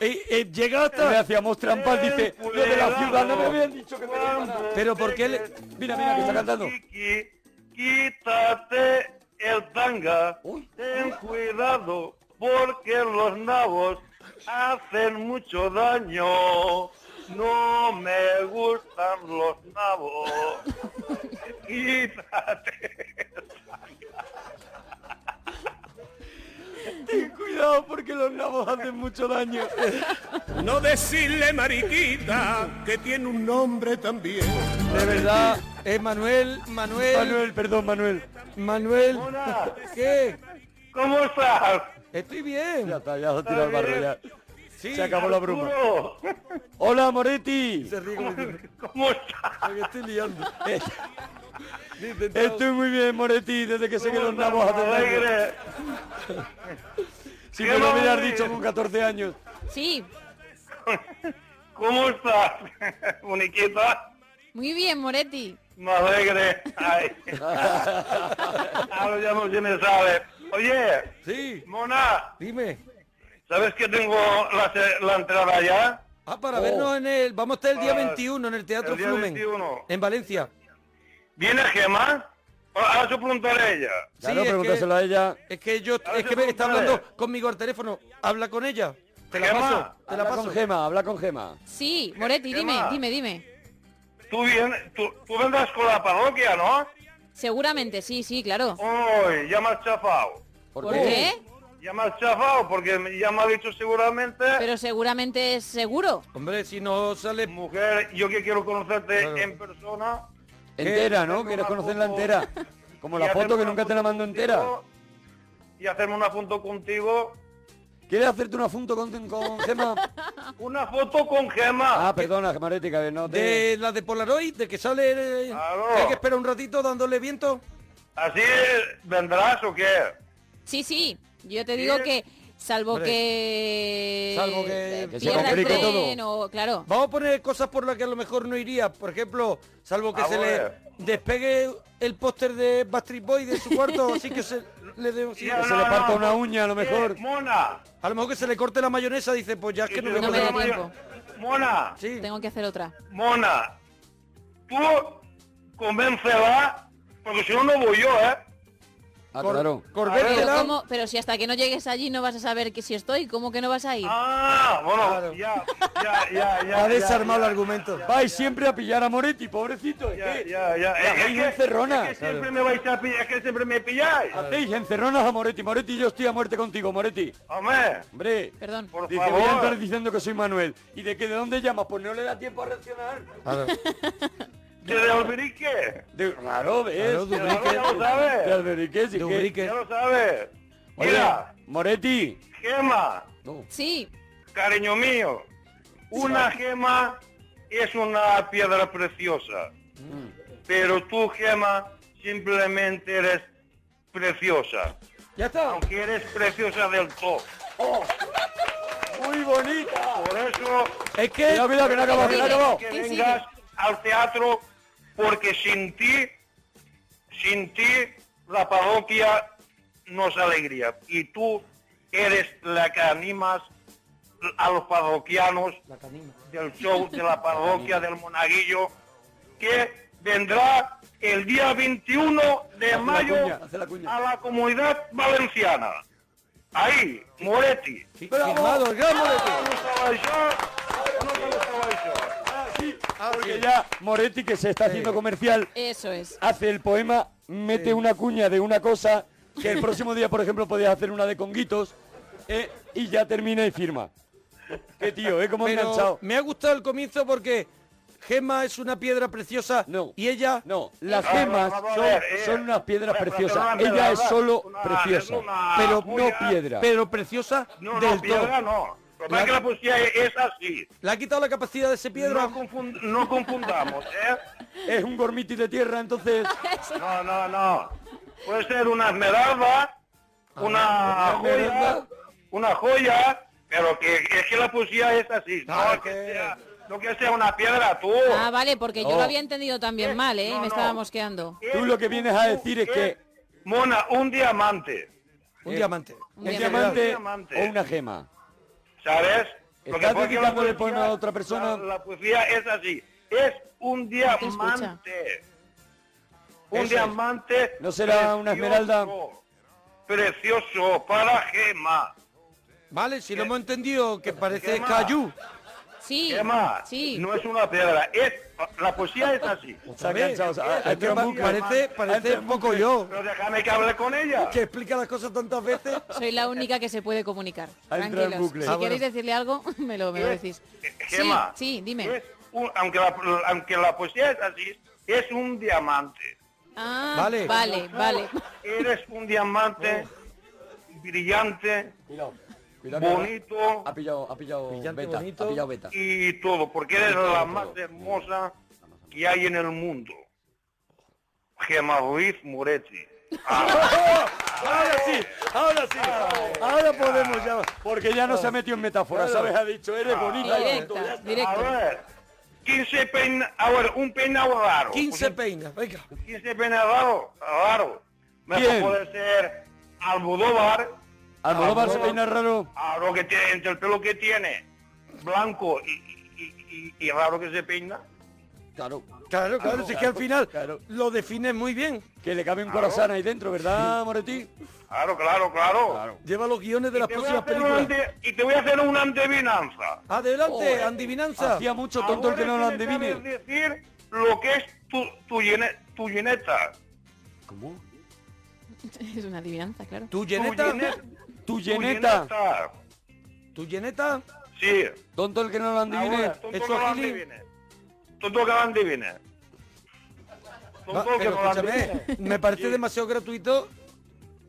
Eh, eh, llega
Le
hasta... Eh,
hacíamos trampas, dice, lo de la ciudad, no me habían dicho que tenía
Cuando
nada.
Pero ¿por qué le...?
Mira, mira, que está cantando.
chiqui, Quítate el tanga,
Uy.
ten cuidado, porque los nabos hacen mucho daño. No me gustan los nabos. Quítate.
Ten cuidado porque los nabos hacen mucho daño.
(laughs) No decirle mariquita que tiene un nombre también.
De verdad, eh, Manuel, Manuel...
Manuel, perdón, Manuel.
Manuel,
Hola.
¿qué?
¿Cómo estás?
Estoy bien.
Ya está, ya se ha tirado al barro ya.
se acabó la broma. Hola, Moretti. Se ríe como
¿Cómo estás?
Me estoy liando. Estoy muy bien, Moretti, desde que sé que los nabos atendemos.
Alegre. (laughs)
Si
Qué
me lo hubieras
alegre.
dicho con 14 años.
Sí,
¿Cómo (laughs) estás, muñequita?
muy bien, Moretti.
Me alegre.
(laughs)
Ay. Ahora ya no se me sabe. Oye,
Sí,
Mona,
dime.
¿sabes que tengo la, se- la entrada ya?
Ah, para vernos en el... Vamos a estar el día
Para-
21 en el Teatro
el día
Flumen.
21.
En Valencia.
¿Viene Gemma? Ahora se preguntaré a ella. Ah,
Claro, pregúntaselo
a ella.
Es que yo...
A ver,
Es que me está
pregúntale.
hablando conmigo al teléfono. Habla con ella. Te la
Gemma,
paso. Te la
habla
paso.
con Gema, habla con Gema.
Sí, Moretti,
¿Qué
dime,
más?
dime, dime.
Tú, vienes, tú, tú vendrás con la parroquia, ¿no?
Seguramente, sí, sí, claro.
Uy, ya me has chafado.
¿Por
¿Por qué?
Oh.
Ya me has chafado porque me- ya me ha dicho seguramente...
Pero seguramente es seguro.
Hombre, si no sale...
Mujer, yo que quiero conocerte
Claro.
en persona.
Entera, ¿no?
Tengo
Quieres
una
conocerla
foto.
entera. Como
y
la
hacerme
foto que
una
nunca te
foto
la mando entera.
contigo, Y hacerme una foto contigo.
¿Quieres hacerte una foto con, con Gema?
(laughs) Una foto con Gema.
Ah, perdona, Gemaretti, que no te...
De la de Polaroid, de que sale... eh,
Claro.
Hay que esperar un ratito dándole viento.
¿Así vendrás o qué?
Sí, sí. Yo te digo que salvo
Hombre.
que
Salvo que-
Que se
pierda el
complique
tren o claro.
Vamos a poner cosas por las que a lo mejor no iría. Por ejemplo, salvo que
A
se
ver.
le despegue el póster de Backstreet Boy de su cuarto,
(laughs)
así que se le dé sí,
Ya,
que se
no,
le parta
no.
una uña a lo
Eh,
mejor.
Mona.
A lo mejor que se le corte la mayonesa, dice, pues ya es que no,
Eh,
voy a
No me
poder-
da tiempo.
Mona,
Sí.
Tengo que hacer otra.
Mona. Tú convéncela, porque si no, no voy yo, ¿eh?
Ah,
Cor-
claro.
Pero,
corvétela.
¿cómo? pero si hasta que no llegues allí no vas a saber que si estoy, ¿cómo que no vas a ir?
Ah, bueno,
Claro.
ya, ya, ya, ya.
Ha
ya,
desarmado
ya,
el argumento.
ya,
Vais siempre a pillar a Moretti, pobrecito. es
Ya,
que
ya, ya.
La
Eh,
veis
es que-
encerrona.
es que siempre me vais a pillar, es que siempre me pilláis.
Hacéis encerronas a Moretti. Moretti, yo estoy a muerte contigo, Moretti.
Hombre,
Hombre,
Perdón.
por
dice, voy a
favor.
estar diciendo que soy Manuel. ¿Y de qué? ¿De dónde llamas? Pues no le da tiempo a reaccionar.
(laughs)
Desde Alberique.
De, claro, ¿ves?
Claro,
de
Dubrique.
Ya lo sabes.
de Alberique, sí que-
Dubrique.
Ya lo sabes.
Oye,
Mira,
Moretti.
gema,
Sí,
cariño mío. Una gema es una piedra preciosa. Pero tú, gema, simplemente eres preciosa.
Ya está.
Aunque eres preciosa del todo.
Muy bonita.
Por eso
Es que
Cuidado, cuidado, que no ha acabado, que no ha acabado.
que
¿Qué sigue?
vengas al teatro porque sin ti, sin ti, la parroquia no es alegría. Y tú eres la que animas a los parroquianos del show
(laughs)
de la parroquia del Monaguillo, que vendrá el día 21 de
la
mayo
cuña, hace la cuña.
a la comunidad valenciana. Ahí, Moretti.
Fi- firmado el gran Moretti.
¿Te gustaba eso o no te gustaba eso?
Ah,
Porque ya Moretti, que se está haciendo comercial,
eso es.
hace el poema, mete una cuña de una cosa, que el próximo día, por ejemplo, podías hacer una de conguitos, eh, y ya termina y firma. Qué tío, ¿eh? Cómo ha enganchado.
Pero me ha gustado el comienzo porque Gemma es una piedra preciosa
No.
y ella
No, las
Ah,
gemas
vamos a
son,
ver, eh.
son unas piedras
Oye, pero
preciosas.
perdóname, de
Ella es
verdad,
solo
una-
preciosa,
es una
pero no
joya.
piedra.
pero preciosa
No,
del
no, piedra
todo.
no. Lo que pasa es que la poesía es- es así.
Le ha quitado la capacidad de ese piedra.
No, confund- no confundamos, ¿eh?
Es un gormiti de tierra, entonces...
(laughs) No, no, no. Puede ser una esmeralda,
Ah,
¿una
una
esmeralda?
joya, una joya, pero que es que la poesía es así. No,
es
que
que-
sea, no que sea una piedra, tú.
Ah, vale, porque yo
No.
lo había entendido también mal, ¿eh?
Oh. No,
Me
no.
estaba mosqueando.
Tú lo que vienes a decir es que-
Mona, un diamante,
Un diamante.
Un
¿Un
diamante.
diamante
Diamante.
o una gema?
¿sabes? Lo que
¿Estás
pasa es que la
dedicándole
poesía-
poema a otra persona?
La, la poesía es así. Es un
te escucha.
diamante. Un diamante.
¿No será una esmeralda?
Precioso para Gema.
Vale, si lo hemos entendido, que parece
Gemma.
Cayú.
Sí,
Gema,
sí.
no es una piedra. Es, la poesía
(laughs)
es así.
Se ha enganchado, se ha- ha
Es que
entrado
pa-
en bucle.
parece,
Ha
parece
entrado
un poco yo,
Pero déjame que hable con ella.
que explica las cosas tantas veces.
Soy la única que se puede comunicar.
Ha entrado en
Tranquilos.
bucle.
Si
Ah,
queréis decirle algo, (laughs) me lo, me
Eh,
lo decís. Sí,
Gema.
sí, dime.
es un- aunque, la, aunque la poesía es así, es un diamante.
Ah,
Vale.
vale, vale,
(laughs)
Eres un diamante brillante, bonito
Ha pillado, ha pillado
Brillante,
beta.
bonito.
Ha pillado beta.
y todo, porque eres la más hermosa que hay en el mundo. Gemma Ruiz Moretti.
Ahora sí, ahora sí. Ahora podemos ya. Porque ya no se ha metido en metáfora,
Claro.
¿sabes? Ha dicho, eres
Ah.
bonita. y
Directa,
punto, ya está.
directa. A ver. 15 peinas, a ver, un peinado raro.
15 peinas, venga.
15 peinas raro, raro. Mejor
Bien.
puede ser Almodóvar.
Almodóvar se peina raro.
A lo que tiene, entre el pelo que tiene, blanco y, y- y- y raro que se peina.
Claro.
Claro, claro, si es que al final lo define muy bien.
Que le cabe un
Claro.
corazón ahí dentro, ¿verdad, Moretti?
Claro, claro, claro.
Lleva los guiones de las
Te voy
próximas
a hacer una
películas.
ande- y te voy a hacer una adivinanza.
Adelante, adivinanza.
Hacía mucho tonto el que no lo
Ahora tienes
adivine.
que saber decir lo que es tu, tu, llene- tu lleneta.
¿Cómo?
(laughs) Es una adivinanza, claro.
¿Tu lleneta?
¿Tu
lleneta?
lleneta.
¿Tu lleneta?
Sí.
Tonto el que no lo
Ahora,
adivine.
tonto que lo adivine. Tonto que lo adivine. Tonto que
pero
no lo
escúchame,
adivine.
me parece demasiado gratuito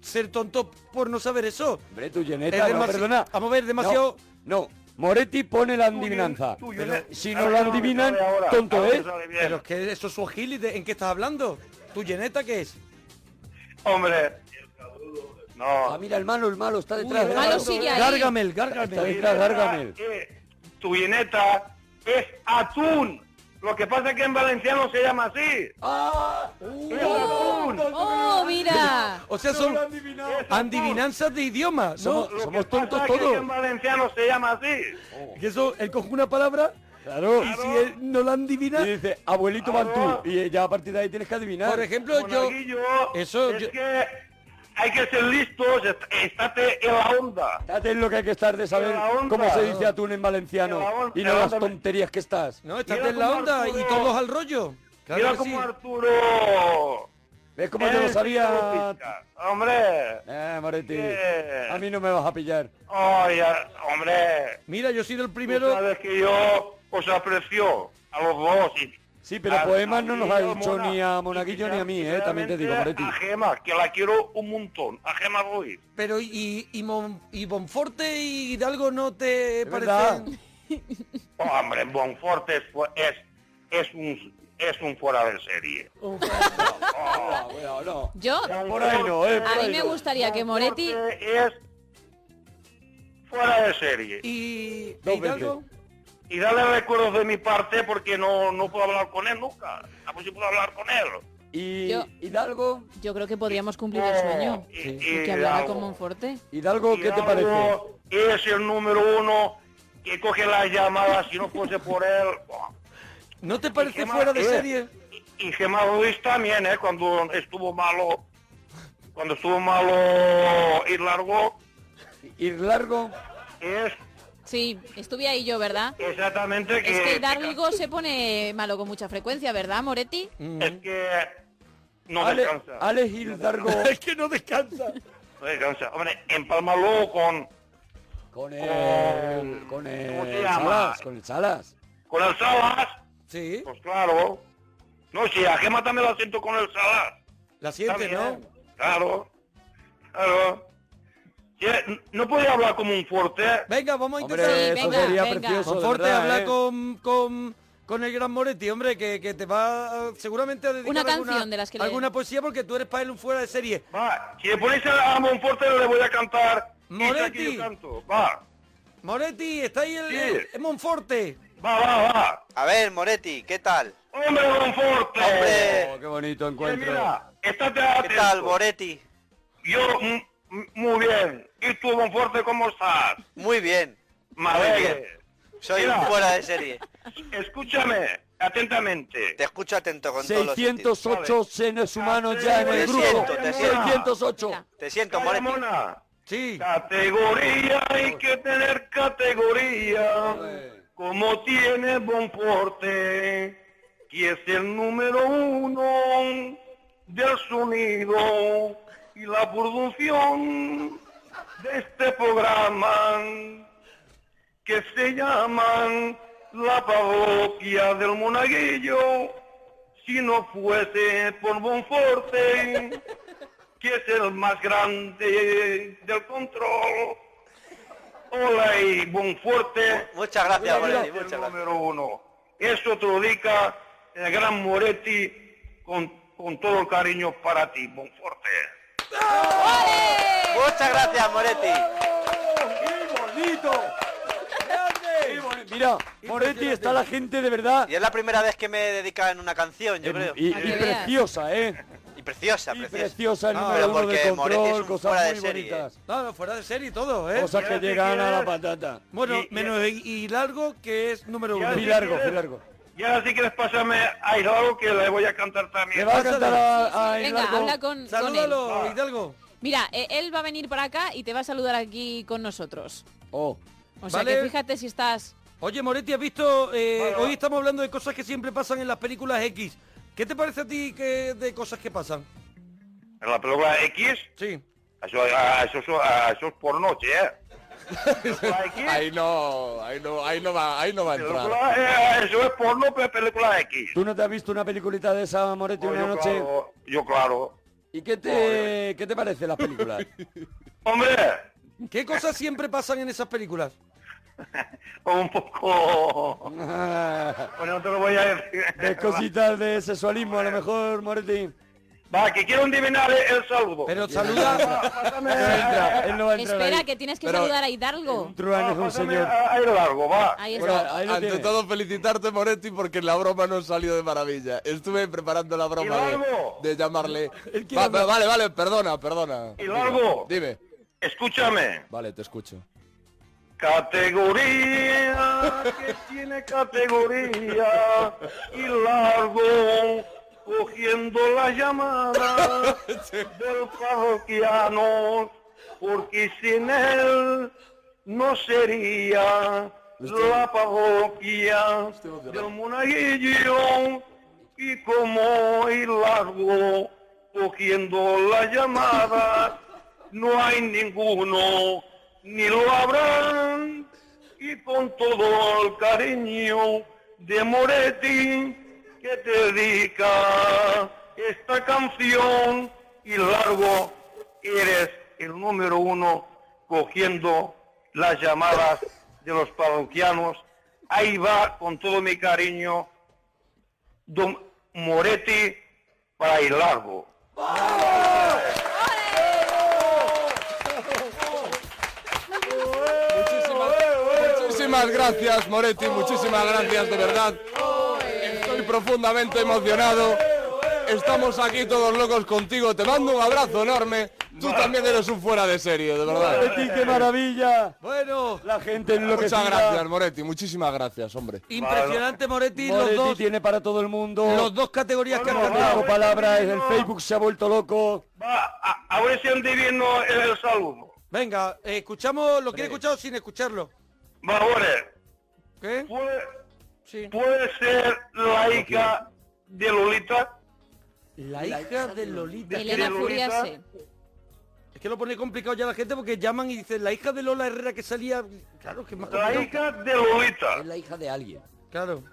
ser tonto por no saber eso.
Hombre, tu lleneta,
Es
no,
demasi-
perdona.
Vamos a ver, demasiado...
No, Moretti pone la adivinanza.
Tú,
Pero
Yone-
si
a
no
ver,
lo
a ver,
adivinan,
a ver ahora, a
tonto,
ver
¿eh?
si sale bien. Pero es que eso es su agilidad. ¿En qué estás hablando? ¿Tu lleneta qué es?
Hombre. No.
Ah, mira, el malo, el malo está
Uy,
detrás.
el malo sigue ahí. Gargamel, Gargamel.
Está detrás, Gargamel.
Eh, tu lleneta es atún. Lo que pasa es que en valenciano se llama así.
Ah,
Es
uh.
atún.
¡Oh, mira!
O sea, son adivinanzas de idiomas.
Somos-
Somos,
somos
tontos
pasa es que
todos. Oh.
en valenciano se llama así.
Que eso, él coge una palabra y si él no la adivina...
Y dice, abuelito Bantú. Y ya a partir de ahí tienes que adivinar.
Por ejemplo, yo...
Monaguillo,
Eso
es
yo-
que hay que ser listos, est- estate en la onda.
Date en lo que hay que estar de saber
la onda.
cómo se dice atún en valenciano.
En la onda,
Y
en
no
la
las
onda.
tonterías que estás.
No,
estás
estate en la onda y todos al rollo. Claro
Mira
que
como
sí.
Arturo.
¿Ves cómo yo lo
Eres
sabía?
pizca. Hombre.
Eh, Moretti.
Eh.
A mí no me vas a pillar.
Ay, ah, hombre.
Mira, yo he sido el
Tú sabes que yo os aprecio a los dos. y-
Sí, pero
a-
poemas
a
no
mí
nos
y
ha
a
dicho
Mona.
ni a Monaguillo ni a mí, eh. También te digo,
Realmente
Moretti.
A Gema, que la quiero un montón. A Gema Ruiz.
Pero y, y, Mon- y Bonforte y Hidalgo no te
verdad.
parecen...
oh, Hombre, Bonforte es, fu- es, es un, es un fuera de serie.
No, bueno, no.
Yo,
Por ahí no, eh.
a mí me gustaría que Moretti...
Es fuera de serie.
Y,
Dos
e Hidalgo...
Y dale recuerdos de mi parte porque no, no puedo hablar con él nunca. A ver si puedo hablar con él.
Y
Yo-
Hidalgo,
Yo creo que podríamos cumplir
Eh,
el sueño.
Sí.
Y que hablara
Hidalgo.
con Monforte.
Hidalgo, ¿qué te parece?
Hidalgo Es el número uno que coge las llamadas. Si no fuese por él... buah.
¿No te
Y
parece
Gemma-
fuera de
eh,
serie?
Y Gemma Ruiz también, ¿eh? Cuando estuvo malo... Cuando estuvo malo ir largo,
Ir largo.
es
Sí, estuve ahí yo, ¿verdad?
exactamente que...
Es que Hidalgo se pone malo con mucha frecuencia, ¿verdad, Moretti?
Es que no
Ale,
descansa.
Alex
(laughs)
Hildargo
Es que (laughs) no descansa.
No descansa. Hombre, empálmalo con,
con
Eh,
el, con
¿Cómo se
el
llama?
Salas, con el Salas.
con el Salas.
Sí,
Pues claro. No, si a Gema también la siento con el Salas.
la siente, ¿no?
También. Claro. Claro. Sí, no podía hablar como un fuerte.
Venga, vamos a intentar.
Hombre,
Sí,
eso
venga,
sería
venga.
precioso, de
Conforte,
verdad,
habla
¿eh?
con, con, con el gran Moretti, hombre, que, que te va eh, seguramente a dedicar
Una
alguna,
canción de las que le-
alguna poesía porque tú eres para él un fuera de serie.
Va, si le ponéis a Monforte le voy a cantar. esta que
Moretti.
yo canto. Va,
Moretti, está ahí el,
Sí.
el- el Monforte.
va, va, va.
A ver, Moretti, ¿qué tal?
Hombre, Monforte.
Hombre.
Oh, qué bonito
Sí,
encuentro.
mira, estate
¿Qué tal,
atento.
Moretti?
Yo, mm, mm, muy bien. ¿Y tú, Monforte, cómo estás?
Muy bien.
Madre.
Soy
Mira.
un fuera de serie.
Escúchame, atentamente.
Te escucho atento con todos los sentidos.
608 senes humanos ya en el
Te
grupo.
siento, te siento.
608.
Te siento,
Calla,
Moretti.
mona.
Sí.
Categoría, hay que tener categoría. Como tiene Bonforte, que es el número uno del sonido y la producción de este programa, que se llaman La Parroquia del Monaguillo. Si no fuese por Bonforte, que es el más grande del control. hola y buen fuerte.
Muchas gracias, Moretti,
El número uno. Eso te lo dedica el gran Moretti con, con todo el cariño para ti, buen fuerte.
Muchas gracias, Moretti.
bonito! ¡Grande! Mira, Moretti, está la gente de verdad.
Y es la primera vez que me dedican una canción, yo creo.
Y, y preciosa, ¿eh?
Y preciosa, preciosa.
Preciosa el
No,
número
pero
uno de
porque Moretti es
control,
un fuera
cosas
de
muy
serie,
bonitas.
No, no, fuera de serie y todo, ¿eh?
Cosas que llegan a la patata.
Bueno,
Y-
menos y, y largo, que es número
Y
uno.
ahora sí Bilargo, quieres- Bilargo.
Y ahora si quieres pasarme a Hidalgo que le voy a cantar también.
Le va a cantar a- Ah. a
Venga, habla con, con él.
Salúdalo, Hidalgo.
Mira, eh, él va a venir para acá y te va a saludar aquí con nosotros.
Oh.
O sea
Vale.
que fíjate si estás...
Oye, Moretti, ¿has visto? eh, hoy estamos hablando de cosas que siempre pasan en las películas X. ¿Qué te parece a ti que, de cosas que pasan?
En la película X.
Sí.
Eso, a- eso, a- eso es por noche, ¿eh?
(laughs) Ahí no, ahí no, ahí no va, ahí no va a entrar.
Película, eh, eso es porno, pero película X.
¿Tú no te has visto una peliculita de esa, Moretti, una
yo,
noche?
claro, yo claro.
¿Y qué
Eh,
te, qué te parece las películas?
(laughs) Hombre,
¿Qué cosas siempre pasan en esas películas?
(laughs) un poco...
Ah.
bueno, te lo voy a decir.
Es cositas de sexualismo, a lo mejor, Moretti.
Va, que quiero adivinar el, saludo.
Pero saluda.
(laughs) Pásame
él no va a entrar
Espera,
ahí.
que tienes que
Pero-
saludar a Hidalgo.
Ah,
Truán es un señor.
largo, va.
Ahí
Bueno,
está.
ahí lo
ante
tienes.
todo, felicitarte, Moretti, porque la broma no salió de maravilla. Estuve preparando la broma de,
Hidalgo.
de
(laughs)
llamarle.
quiere
Va-
hablar.
vale, vale, perdona, perdona.
Hidalgo.
Dime.
Escúchame.
Vale, te escucho.
Categoría, que tiene categoría. Y largo, cogiendo la llamada del parroquiano, porque sin él no sería la parroquia del monaguillo. Y como y largo, cogiendo la llamada, no hay ninguno, ni lo habrán. Y con todo el cariño de Moretti, que te dedica esta canción. Y largo, eres el número uno, cogiendo las llamadas de los parroquianos. Ahí va con todo mi cariño, don Moretti para ir largo.
Muchísimas gracias, Moretti, muchísimas gracias, de verdad. Estoy profundamente emocionado. Estamos aquí todos locos contigo. Te mando un abrazo enorme. Tú también eres un fuera de serie, de verdad.
Moretti, qué maravilla.
Bueno,
la gente enloquecida.
Muchas gracias, Moretti. Muchísimas gracias, hombre.
Impresionante, Moretti,
Moretti
los dos.
tiene para todo el mundo.
Los dos categorías que han ganado.
Cinco palabras, el Facebook se ha vuelto loco.
A ver si adivino el saludo.
Venga, eh, escuchamos lo que he escuchado sin escucharlo.
Valores.
¿Qué?
¿Puede, puede ser la hija de Lolita?
La hija de Lolita.
Elena Furiase.
Es que lo pone complicado ya la gente porque llaman y dicen la hija de Lola Herrera que salía. Claro, que es más
La hija de Lolita.
Es la hija de alguien. Claro.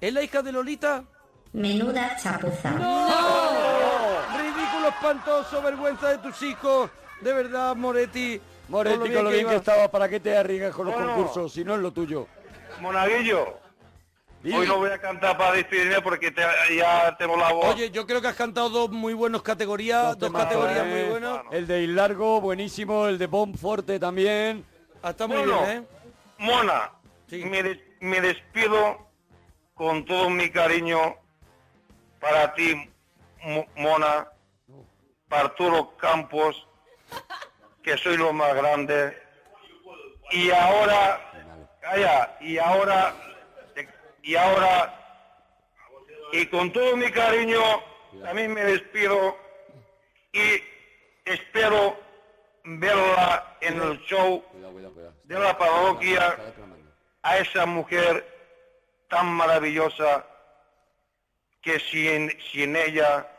¿Es la hija de Lolita?
Menuda chapuza.
¡No! Ridículo, espantoso, vergüenza de tus hijos. De verdad, Moretti.
Moretti, con lo bien que,
iba.
estaba, ¿para qué te arriesgas con los
Bueno.
concursos? Si no es lo tuyo.
Monaguillo. Hoy no voy a cantar para despedirme porque te- ya tengo la voz.
Oye, yo creo que has cantado dos muy buenos categorías, dos categorías
Eh,
muy buenas.
El de Hilargo, buenísimo. El de Bomforte también.
Ah, Está ¿eh?
muy
Bueno,
bien, ¿eh?
Mona, me, des- me despido con todo mi cariño para ti, Mo- Mona, para Arturo Campos, que soy lo más grande. Y ahora, calla, y ahora, y ahora, y con todo mi cariño, también me despido y espero verla en el show de la parroquia a esa mujer tan maravillosa que sin, sin ella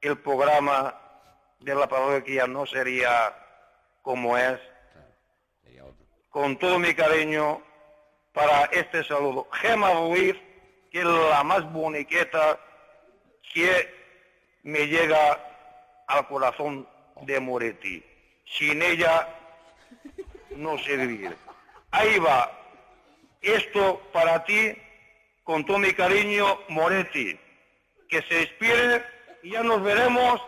el programa de la parroquia no sería como es. Con todo mi cariño para este saludo. Gema Ruiz, que es la más boniqueta que me llega al corazón de Moretti. Sin ella no servir. Ahí va. Esto para ti, con todo mi cariño, Moretti. Que se inspire y ya nos veremos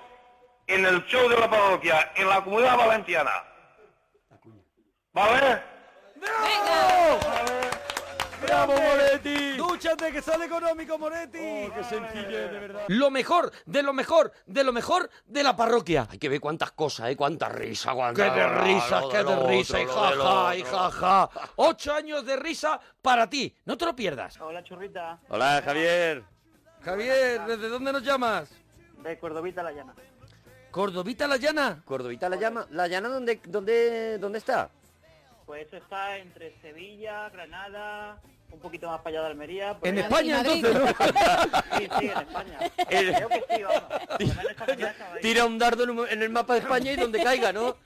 en el show de la parroquia, en la comunidad valenciana. ¿Vale?
¡Bravo, Moretti! Oh,
¡Dúchate, que sale económico, Moretti!
¡Qué sencillez, de verdad!
Lo mejor, de lo mejor, de lo mejor de la parroquia. Hay que ver cuántas cosas, ¿eh? Cuánta risa,
¡Qué
cuánta...
de risas, qué de risas! ¡Y jaja, y jaja!
Ocho años de risa para ti. No te lo pierdas.
Hola, churrita.
Hola, Javier.
Javier, ¿desde dónde nos llamas?
De Cordovita La Llana.
¿Cordovita La Llana?
¿Cordovita la llama? ¿La llana dónde, dónde, dónde está?
Pues eso está entre Sevilla, Granada, un poquito más para allá de Almería. por
En
ahí.
España, entonces, ¿no?
Sí, sí, en España.
Eh,
Creo que sí,
Tira un dardo en un- en el mapa de España y donde caiga, ¿no?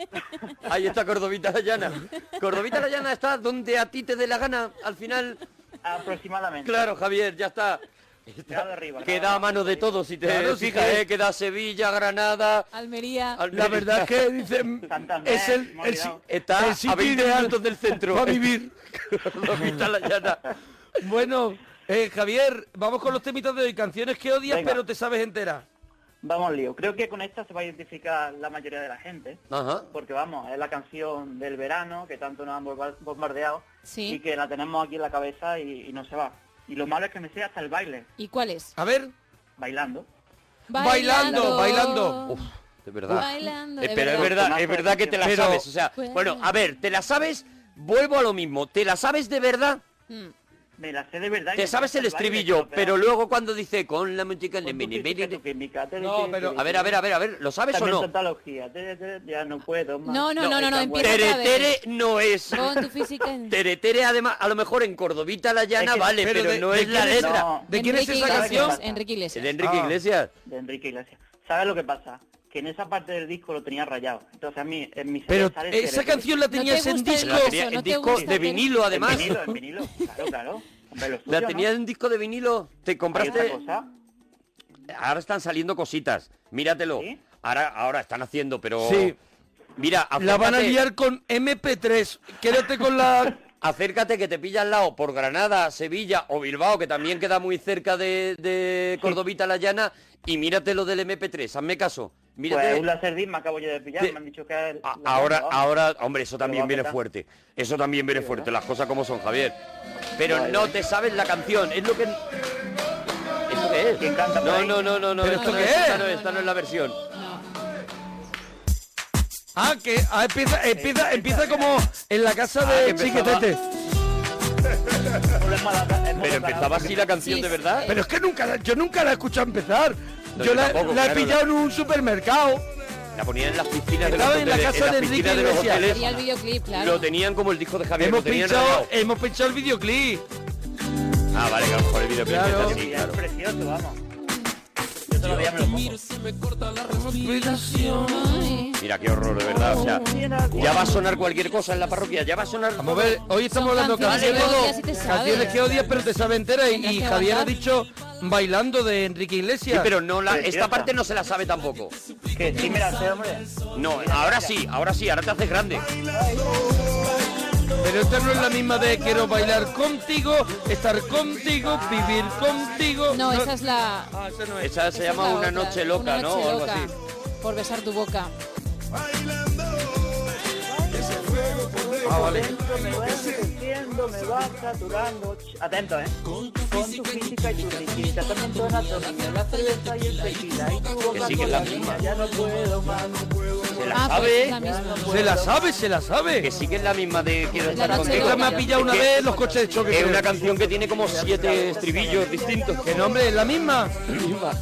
Ahí está Cordovita la llana. Cordovita la llana está donde a ti te dé la gana, al final...
Aproximadamente.
Claro, Javier, ya está.
Está de arriba.
Queda a mano de todos, si te
Claro, sí
fijas,
que-
¿eh? Queda Sevilla, Granada...
Almería.
La verdad es que dice,
¿eh?
es el, el si-
Está
el
a
sitio
20
ideal
minutos del centro.
para (laughs) vivir.
Cordovita la llana.
Bueno, eh, Javier, vamos con los temitas de hoy. Canciones que odias,
Venga.
pero te sabes entera.
Vamos al lío. Creo que con esta se va a identificar la mayoría de la gente.
Ajá.
Porque vamos, es la canción del verano que tanto nos han bomba- bombardeado
Sí.
y que la tenemos aquí en la cabeza y, y no se va. Y lo malo es que me sé hasta el baile,
¿Y cuál es?
A ver.
bailando.
Bailando, bailando.
Uf, de verdad.
Bailando,
Eh,
de
pero es
verdad.
verdad, es verdad que te la
Pero-
sabes. O sea, bueno, a ver, te la sabes, vuelvo a lo mismo. ¿Te la sabes de verdad?
Mm.
Me la sé de verdad. y
Te
me
sabes
sé
el
hasta baile,
estribillo,
pero-
pero luego cuando dice con la música en el mini, mini-
No, pero-
A ver, a ver, a ver, a ver, ¿lo sabes o
También
no?
tautología. Tere, tere, Ya no puedo más.
No, no, no, no, no,
está
empieza
bueno.
Tere, tere no es.
Con
(laughs)
tu física. en-
Tere, tere, además, a lo mejor en Cordovita la llana
Es que-
vale,
pero
pero,
de-
no
¿de
es la
quién es?
letra.
No.
¿De quién es
Enrique
esa
Iglesias,
canción?
Enrique Iglesias.
¿De Enrique
Ah.
Iglesias?
De Enrique Iglesias. ¿Sabes lo que pasa? Que en esa parte del disco lo tenía rayado. Entonces a mí, en mi
Pero
cerebro sale tere,
esa
tere.
canción la
No te
tenías en
gusta el
disco.
La tenía
Eso,
en
no te
disco
gusta,
de
pero-
vinilo, además.
En vinilo, en vinilo. Claro, claro. Hombre, lo
La
suyo,
tenías
¿no?
en disco de vinilo, te
Hay otra
compraste...
cosa.
Ahora están saliendo cositas, míratelo.
¿Sí?
Ahora, ahora están haciendo, pero...
Sí.
Mira, acércate,
La van a liar con MP3. Quédate con la...
acércate que te pilla al lado por Granada, Sevilla o Bilbao, que también queda muy cerca de, de Cordovita la Llana, y mírate lo del MP3, hazme caso. Mírate...
Pues un laser me acabo yo de pillar.
Te-
Me han dicho que... es la-
A- ahora,
la-
ahora, hombre, eso
va
también
a
viene
petar.
fuerte. Eso también viene fuerte, las cosas como son, Javier. Pero
Vale.
no te sabes la canción, es lo que... ¿Esto qué es?
Que canta por
No,
ahí.
no, no, no, no.
¿Pero
esta
esto
no
qué es?
Esta no, esta no es la versión.
Ah, que ah, empieza, empieza, empieza como en la casa
Ah, que
de
empezaba-
Chiquetete.
El problema es la- es
Pero
la-
empezaba así la canción
Sí,
de
sí.
verdad.
Pero es que nunca, la- yo nunca la he escuchado empezar.
No,
yo
yo
la,
tampoco,
la he
claro,
pillado en un supermercado.
La ponían en las piscinas de los
Estaba en la
hoteles,
casa de
las
Enrique
piscinas de los
Iglesias.
hoteles.
Sería el videoclip, claro.
Lo tenían como el disco de Javier.
hemos,
lo tenían
pinchado,
rayado.
hemos pinchado el videoclip.
Ah, vale, claro, por el videoclip.
Claro.
está así,
Sí, es
claro.
precioso, vamos. Yo todos los días me lo pongo.
Mira qué horror, de verdad. O sea, ya va a sonar cualquier cosa en la parroquia. Ya va a sonar.
Vamos a ver, hoy estamos
Son
hablando de
canciones
canciones,
que odias y te sabes.
canciones que odias pero te sabe entera. Y,
Tendrás
y
que
Javier ha
aguantar.
dicho bailando de Enrique
Sí,
Iglesias.
pero no la, esta
Preciosa.
parte no se la sabe tampoco.
Que sí me la sé, hombre.
No, ahora sí, ahora sí, ahora te haces grande.
Pero esta no es la misma de quiero bailar contigo, estar contigo, vivir contigo.
No, esa es la.
Ah, esa no es.
Esa
esa
se
es
llama
la
Una
otra,
Noche Loca,
Una
¿no?
noche
O algo
loca,
así.
Por besar tu boca.
Ah, vale.
Me voy sintiendo, me va saturando. Ch- Atento, ¿eh? Con tu física y tu risita, también tu anatomía, la cerveza y el tequila, y tu boca
sí que
con
es la
la
misma.
mía, ya no puedo más.
Se la
Ah, pues
sabe.
es la misma.
Se la sabe, se la sabe.
Que sí que es la misma de Quiero
La
estar
noche
contigo.
Esta me ha pillado una
Es que
vez los coches de choque.
Es
creo.
una canción que tiene como siete estribillos distintos.
Que no, hombre, es la misma.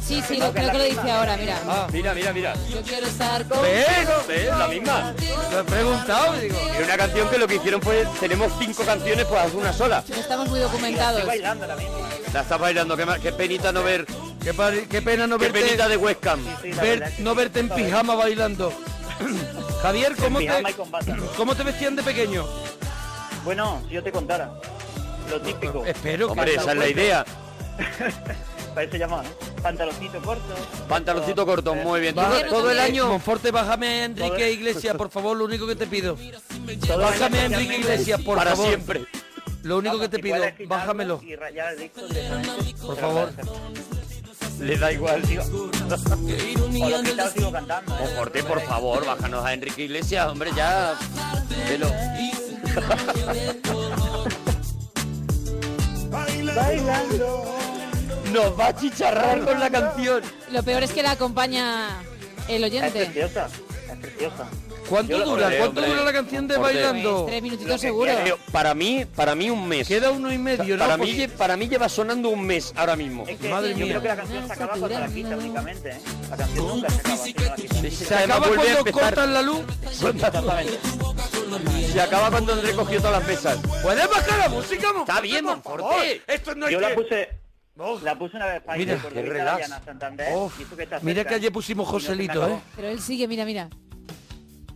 Sí, sí, lo, creo que lo dice ahora, mira.
Ah. Mira, mira, mira.
Yo quiero estar con.
¿Ves?
¿Ves? La misma.
Lo he preguntado, digo.
Es una canción que lo que hicieron fue, tenemos cinco canciones, pues haz una sola.
Estamos muy documentados.
Bailando la misma.
La estás bailando, qué, ma- qué penita no ver,
Qué, pari- qué pena no
qué
verte,
penita de webcam.
Sí, la
ver-
verdad es que
no verte en pijama bailando. (clears throat) Javier, ¿cómo te,
pijama y con bata.
¿cómo te vestían de pequeño?
Bueno, si yo te contara, lo típico,
Espero que...
Hombre, esa es la idea.
para eso llamaba, ¿eh? pantaloncito corto.
Pantaloncito corto,
Eh,
muy bien.
Baja-
Todo, todo el año.
Monforte, bájame a Enrique
Todo-
Iglesias, por favor, lo único que te pido.
Todo el año
Bájame a Enrique
especialmente.
Iglesias, por
Para
favor.
siempre.
Lo único que te
Si
pido,
puedes quitarlo
bájamelo.
Y rayar el disco directamente.
Por favor.
Le da igual, tío.
O lo quitas, sigo cantando.
Monforte, por favor, bájanos a Enrique Iglesias, hombre, ya. (laughs) Velo.
Bailando.
Nos va a chicharrar con la canción.
Lo peor es que la acompaña el
Es
oyente.
preciosa, es preciosa.
¿Cuánto
Yo lo-
dura?
Hombre,
¿Cuánto
hombre.
dura la canción de
Por Dios.
bailando?
Pues, tres minutitos seguro.
Creo- Para mí, para mí un mes.
Queda uno y medio, ¿no?
Para mí,
Porque-
lle- para mí lleva sonando un mes ahora mismo.
Es que
Madre
yo
mía.
creo que la canción se acaba cuando la quita únicamente, ¿eh? La canción nunca se acaba. sino la quita.
Se
¿Se acaba cuando cortan la luz?
Exactamente.
Se acaba cuando han recogido todas las mesas.
¿Puedes bajar la música, Monforte?
Está bien,
por favor?
Monforte.
¡Eh! Esto no hay
Yo
que-
la puse, la puse una vez para ir
Mira,
de Cordovita
qué
a
relax.
Diana Santander.
Uf,
y eso que está
mira
cerca.
que ayer pusimos
Y no se me
Joselito,
acabó.
¿eh?
Pero él sigue, mira, mira.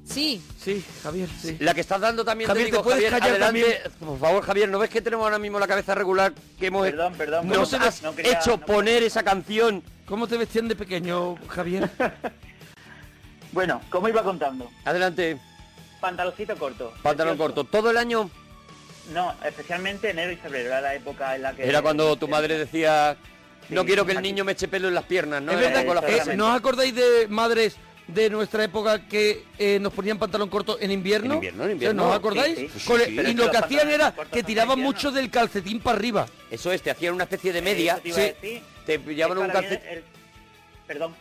Sí.
Sí, Javier, sí.
La que estás dando también
Javier,
te digo,
¿te puedes
Javier,
callar
adelante. Por favor, Javier, ¿no ves que tenemos ahora mismo la cabeza regular que hemos
Perdón, perdón.
nos
perdón,
has
no quería-
hecho
no-
poner esa canción?
¿Cómo te vestían de pequeño, Javier?
(laughs) Bueno, como iba contando,
Adelante,
pantaloncito corto.
pantalón
precioso.
corto. Todo el año
No, especialmente enero y febrero, era la época en la que...
era cuando tu madre decía, no
Sí,
quiero que el
aquí.
niño me eche pelo en las piernas, ¿no?
es
Era
verdad,
un poco la
eh,
frase.
exactamente.
¿no os acordáis de madres de nuestra época que eh, nos ponían pantalón corto en invierno?
En invierno, en invierno.
¿No os acordáis?
Sí, sí, sí,
Con-
sí, sí. Pero
Y
es
lo
que
que
los
hacían era
pantalones cortos
que
son
tiraban
invierno.
mucho del calcetín para arriba.
Eso es, te hacían una especie de media,
Eso te iba a
sí,
decir.
te pillaban
Eso
un
ahora viene
calcetín,
el- Perdón.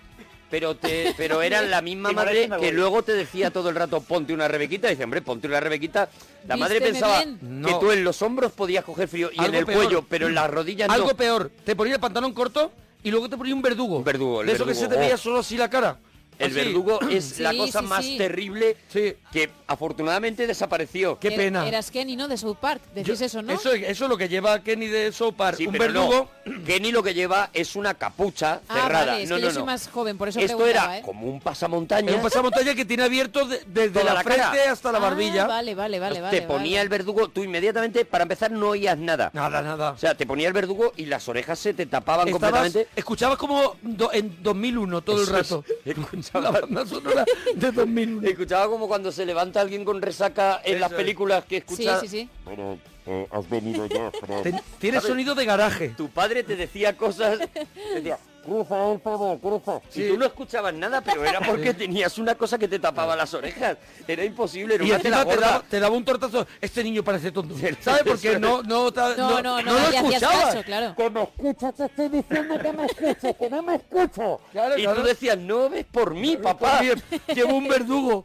pero te, pero
(laughs)
eran la misma
Sí, por
madre
eso me
que
voy.
luego te decía todo el rato ponte una rebequita, y dice, hombre, ponte una rebequita. La madre
Vísteme
pensaba
bien.
que
No.
tú en los hombros podías coger frío y en
Algo
el
peor.
cuello, pero en las rodillas
Algo
no.
peor, te ponía el pantalón corto y luego te ponía un verdugo.
Un verdugo, el
De eso que se
verdugo,
te veía
oh.
solo así la cara.
El
Así.
verdugo es la
Sí,
cosa
sí,
más
sí.
terrible
Sí.
que afortunadamente desapareció.
Qué
Era-
pena.
Eras Kenny, Er, ¿no? De South Park.
Yo-
Decís eso, ¿no?
Eso, es- eso es lo que lleva a Kenny de Sopar.
Sí,
un
pero
verdugo.
no. Kenny lo que lleva es una capucha
Ah,
cerrada.
vale, es
no,
que
no,
yo soy
no.
más joven, por eso
Esto
preguntaba,
era
¿eh?
como un pasamontañas.
Es un pasamontaña que tiene abierto de- desde
Toda
la,
la
frente
cara.
hasta la
Ah,
barbilla.
vale, vale, vale, vale.
te ponía
vale.
el verdugo, tú inmediatamente, para empezar, no oías nada.
Nada, nada.
O sea, te ponía el verdugo y las orejas se te tapaban
Estabas-
completamente.
Escuchabas como do- en 2001 todo el
Eso
rato.
es,
La
(laughs) Escuchaba,
banda sonora de 2001.
escuchaba como cuando se levanta alguien con resaca en
Eso
las
es.
películas que escucha.
Sí, sí, sí.
Bueno, eh, has venido ya, pero...
Ten- tiene
¿Sabes?
sonido de garaje.
Tu padre te decía cosas, te
(laughs)
decía,
Cruza, el favor, cruza.
Y tú no escuchabas nada, pero era porque tenías una cosa que te tapaba las orejas. Era imposible, era
Y
una tela
encima te daba,
gorda.
te daba un tortazo. Este niño parece tonto. ¿Sabes? Porque no, no, ta-
No, no, no,
lo
le hacías
escuchabas.
caso, claro.
Que me escuchas, te estoy diciendo que me escuches, que no me escucho.
Claro,
Y
claro.
tú decías, no ves por mí, papá.
Bien, Llevo un verdugo.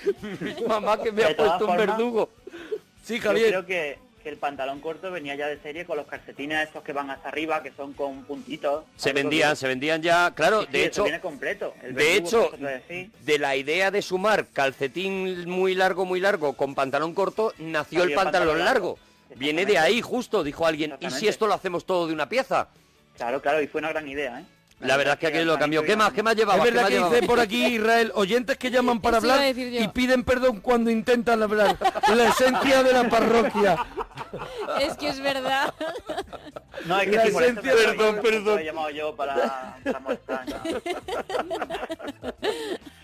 (laughs) Mamá, que me
De
ha
todas
puesto un
formas,
verdugo.
Sí,
Yo
Javier.
creo que, que el pantalón corto venía ya de serie con los calcetines estos que van hasta arriba, que son con puntitos.
Se
Algo
vendían,
que-
se vendían ya, claro,
Sí, sí,
de
eso
hecho,
viene completo. El
de
verdugo,
hecho,
que se puede decir.
de la idea de sumar calcetín muy largo, muy largo con pantalón corto, nació el pantalón largo. Viene de ahí justo, dijo alguien. ¿Y si
Exactamente.
esto lo hacemos todo de una pieza?
Claro, claro, y fue una gran idea, ¿eh?
La verdad es que aquello lo cambió. ¿Qué más? ¿Qué más llevaba?
Es
¿Qué
verdad
más
que
llevaba?
dice por aquí Israel, oyentes que llaman para
Eso iba a
hablar
decir yo.
y piden perdón cuando intentan hablar. La esencia de la parroquia.
Es que
(laughs)
es verdad.
No, es que
La
sí, por eso
esencia-
me-
Perdón,
me-
perdón.
me he llamado yo para, para mostrar.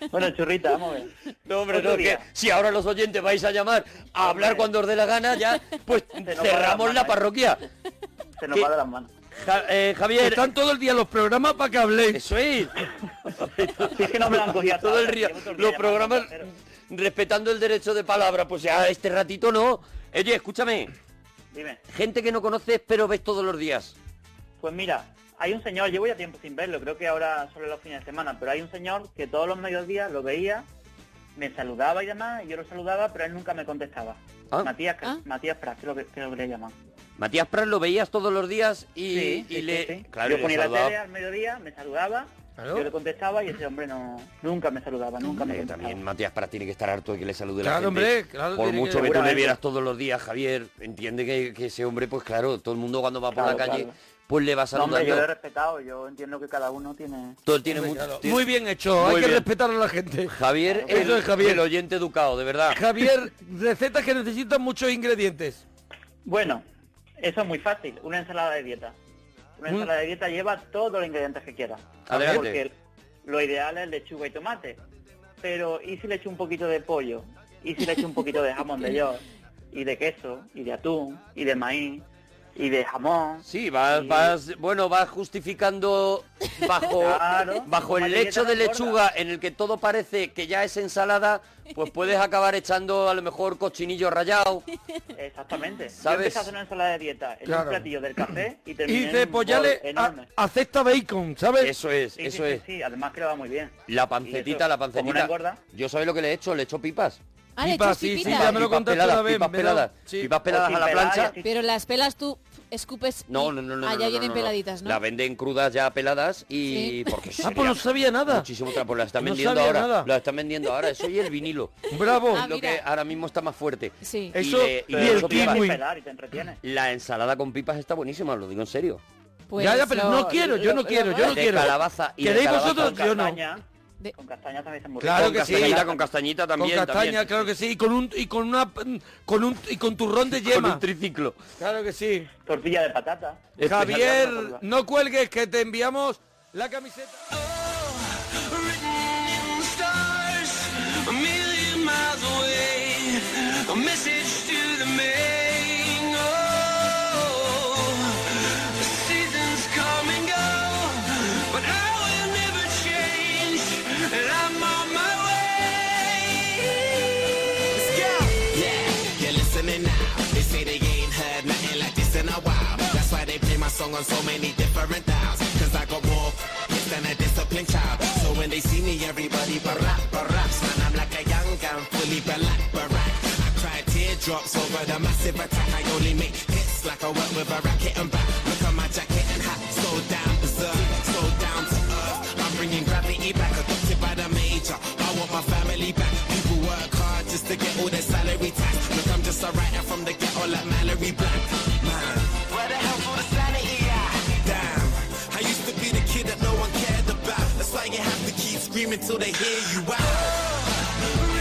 bueno, churrita, vamos a ver.
No, hombre,
Otro
no, que
día.
si ahora los oyentes vais a llamar a hablar cuando os dé la gana,
(laughs)
ya, pues
nos va
cerramos
la
la
mano,
parroquia.
Se nos
¿Qué?
va de las manos.
Ja- eh, Javier,
Están todo el día los programas para que habléis.
eso (laughs) es.
Si es que no me la han cogido hasta
Todo el
ahora,
día,
llevo todo el día
los
llamando,
programas
pero-
respetando el derecho de palabra, pues ya este ratito no. Oye, escúchame,
Dime.
gente que no conoces pero ves todos los días.
Pues mira, hay un señor, llevo ya tiempo sin verlo, creo que ahora solo los fines de semana, pero hay un señor que todos los mediodías lo veía, me saludaba y demás, y yo lo saludaba, pero él nunca me contestaba.
Ah.
Matías,
Ah.
Matías Prat, creo que, creo que le llaman.
Matías Pras lo veías todos los días y,
Sí,
y
sí,
le...
sí, sí.
Claro, y
yo
le
ponía la
saludaba.
tele al mediodía, me saludaba,
Claro.
yo le contestaba y ese hombre no nunca me saludaba, nunca me
Hombre,
contestaba.
también Matías Pras tiene que estar harto de que le salude la gente.
Claro, hombre, claro,
Por
tiene que-
mucho que, tú le
Seguramente.
vieras todos los días, Javier, entiende que, que ese hombre, pues claro, todo el mundo cuando va por
Claro,
la calle,
claro.
pues le va
No, hombre,
saludando.
yo lo he respetado, yo entiendo que cada uno tiene...
Todo tiene mucho... tiene-
Muy bien hecho,
Muy
hay que
bien.
respetar a la gente.
Javier,
Eso
el,
es Javier.
el oyente educado, de verdad.
Javier, recetas que necesitan muchos ingredientes.
Bueno, eso es muy fácil, una ensalada de dieta. Nuestra dieta lleva todos los ingredientes que quiera.
Adelante.
Porque lo ideal es lechuga y tomate. Pero, ¿y si le echo un poquito de pollo? ¿Y si le echo un poquito de jamón
(laughs)
de york? Y de queso, y de atún, y de maíz, y de jamón.
Sí, vas, vas, bueno, vas justificando bajo,
(laughs) Claro.
bajo el
Como
lecho de
dieta no
lechuga en el que todo parece que ya es ensalada, pues puedes acabar echando a lo mejor cochinillo rayado.
Exactamente. Yo
¿Sabes?
empecé a hacer una ensalada de dieta en
Claro.
un platillo del café y
Y
terminé en
de
un bol
pollale
enorme.
acepta bacon, ¿sabes?
Eso es,
Sí, sí,
ah, eso
sí,
es.
sí, además que le va muy bien.
La pancetita, la
como una
pancetita.
engorda.
Yo sabes lo que le he hecho, le he hecho pipas.
Ah, le Pipas, echas sí, sí, pipitas. ya me lo
Pipas
contaste
peladas,
una vez,
Pipas
me da-
peladas,
sí.
pipas peladas a la plancha.
Pero las pelas tú escupes.
No, no, no, no.
Allá
no, no,
Ah, vienen
no, no.
peladitas, ¿no?
La venden crudas ya peladas y
Sí.
porque
Ah, pues no sabía nada.
Muchísimo trapo, la están
No
vendiendo
sabía
ahora.
nada.
La están vendiendo ahora, eso y el vinilo.
(laughs) Bravo.
Es
Ah,
lo
mira.
que ahora mismo está más fuerte.
Sí.
Y
Eso
le- y
y
le
el
echo pipas.
kiwi.
La ensalada con pipas está buenísima, lo digo en serio.
Pues
ya, ya, pero no quiero, yo no quiero, yo no
De
quiero.
calabaza y de
¿Queréis
calabaza.
vosotros? Yo no.
Con castaña también está muy
Claro
con
que sí.
castañita, con castañita también.
con castaña,
también.
claro que sí, y con un y con una con un y con
(laughs)
turrón de yema.
un triciclo.
Claro que sí.
Tortilla de patata.
Javier, no cuelgues que te enviamos la camiseta.
stars a million miles away. A message to the main. Oh, the seasons come and go, but I will never change, and I'm on my way. Let's go.
Yeah, you're listening now. They say they ain't heard nothing like this in a while. That's why they play my song on so many different dials. Cause I got more f- than a disciplined child. So when they see me, everybody barack, baracks. Man, I'm like a young gun, fully black, barack. I cry teardrops over the massive attack. I only make hits like I work with a racket and back. Look at my jacket and hat, so down berserk, so down to earth. I'm bringing gravity back, adopted by the major. I want my family back. People work hard just to get all their salary tax. Look, I'm just a writer from the ghetto like Mallory Black. Man, where the hell all the sanity at? Damn, I used to be the kid that no one cared about. That's why you have to keep screaming till they hear you out.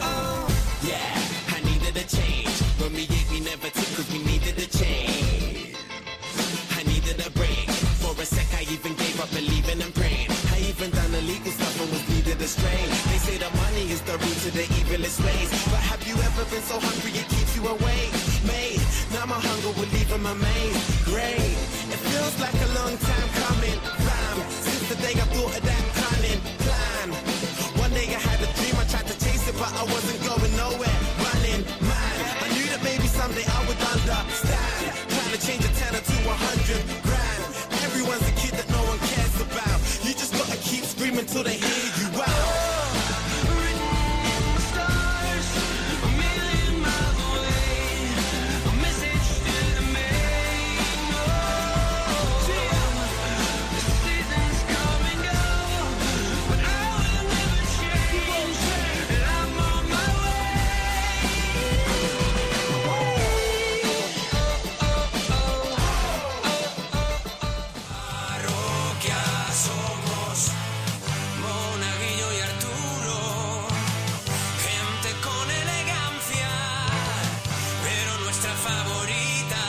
Yeah, I needed a change. When we ate, we never took 'cause we needed a change. I needed a break. For a sec, I even gave up believing and praying. I even done illegal stuff and was needed a strain. They say the money is the root to the evilest ways. But have you ever been so hungry it keeps you awake? Mate, now my hunger will leave in my maze. Great, it feels like a long time coming. Rhyme, since the day I thought of that cunning plan. One day I had a dream, I tried to chase it, but I wasn't going nowhere. Running mad, I knew that maybe someday I would understand. Trying to change a tenner to a hundred grand. Everyone's a kid that no one cares about. You just gotta keep screaming till they hear you out.
Parroquia somos Monaguillo y Arturo, gente con elegancia, pero nuestra favorita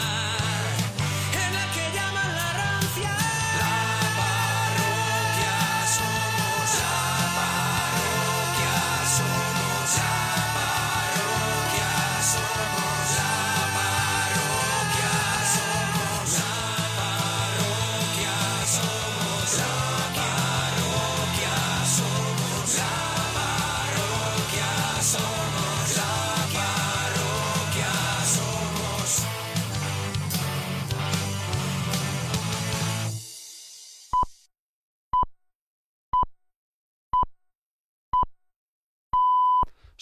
es la que llaman la rancia. La parroquia somos, la parroquia somos, la parroquia somos, la parroquia somos, la parroquia somos, la parroquia somos, la parroquia somos, la parroquia somos.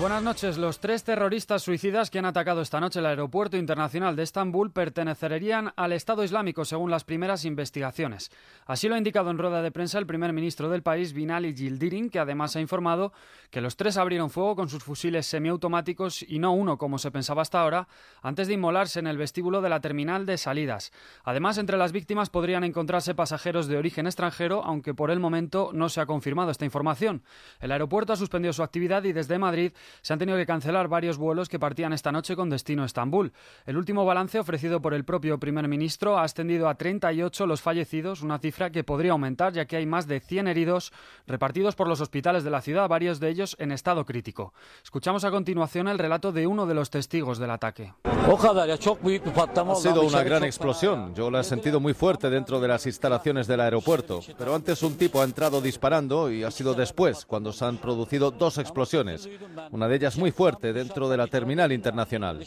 Buenas noches. Los tres terroristas suicidas que han atacado esta noche el aeropuerto internacional de Estambul pertenecerían al Estado Islámico, según las primeras investigaciones. Así lo ha indicado en rueda de prensa el primer ministro del país, Binali Yildirim, que además ha informado que los tres abrieron fuego con sus fusiles semiautomáticos y no uno, como se pensaba hasta ahora, antes de inmolarse en el vestíbulo de la terminal de salidas. Además, entre las víctimas podrían encontrarse pasajeros de origen extranjero, aunque por el momento no se ha confirmado esta información. El aeropuerto ha suspendido su actividad y desde Madrid se han tenido que cancelar varios vuelos que partían esta noche con destino a Estambul. El último balance ofrecido por el propio primer ministro ha ascendido a 38 los fallecidos, una cifra que podría aumentar ya que hay más de 100 heridos repartidos por los hospitales de la ciudad, varios de ellos en estado crítico. Escuchamos a continuación el relato de uno de los testigos del ataque.
Ha sido una gran explosión. Yo la he sentido muy fuerte dentro de las instalaciones del aeropuerto. Pero antes un tipo ha entrado disparando y ha sido después cuando se han producido dos explosiones. Una de ellas muy fuerte dentro de la terminal internacional.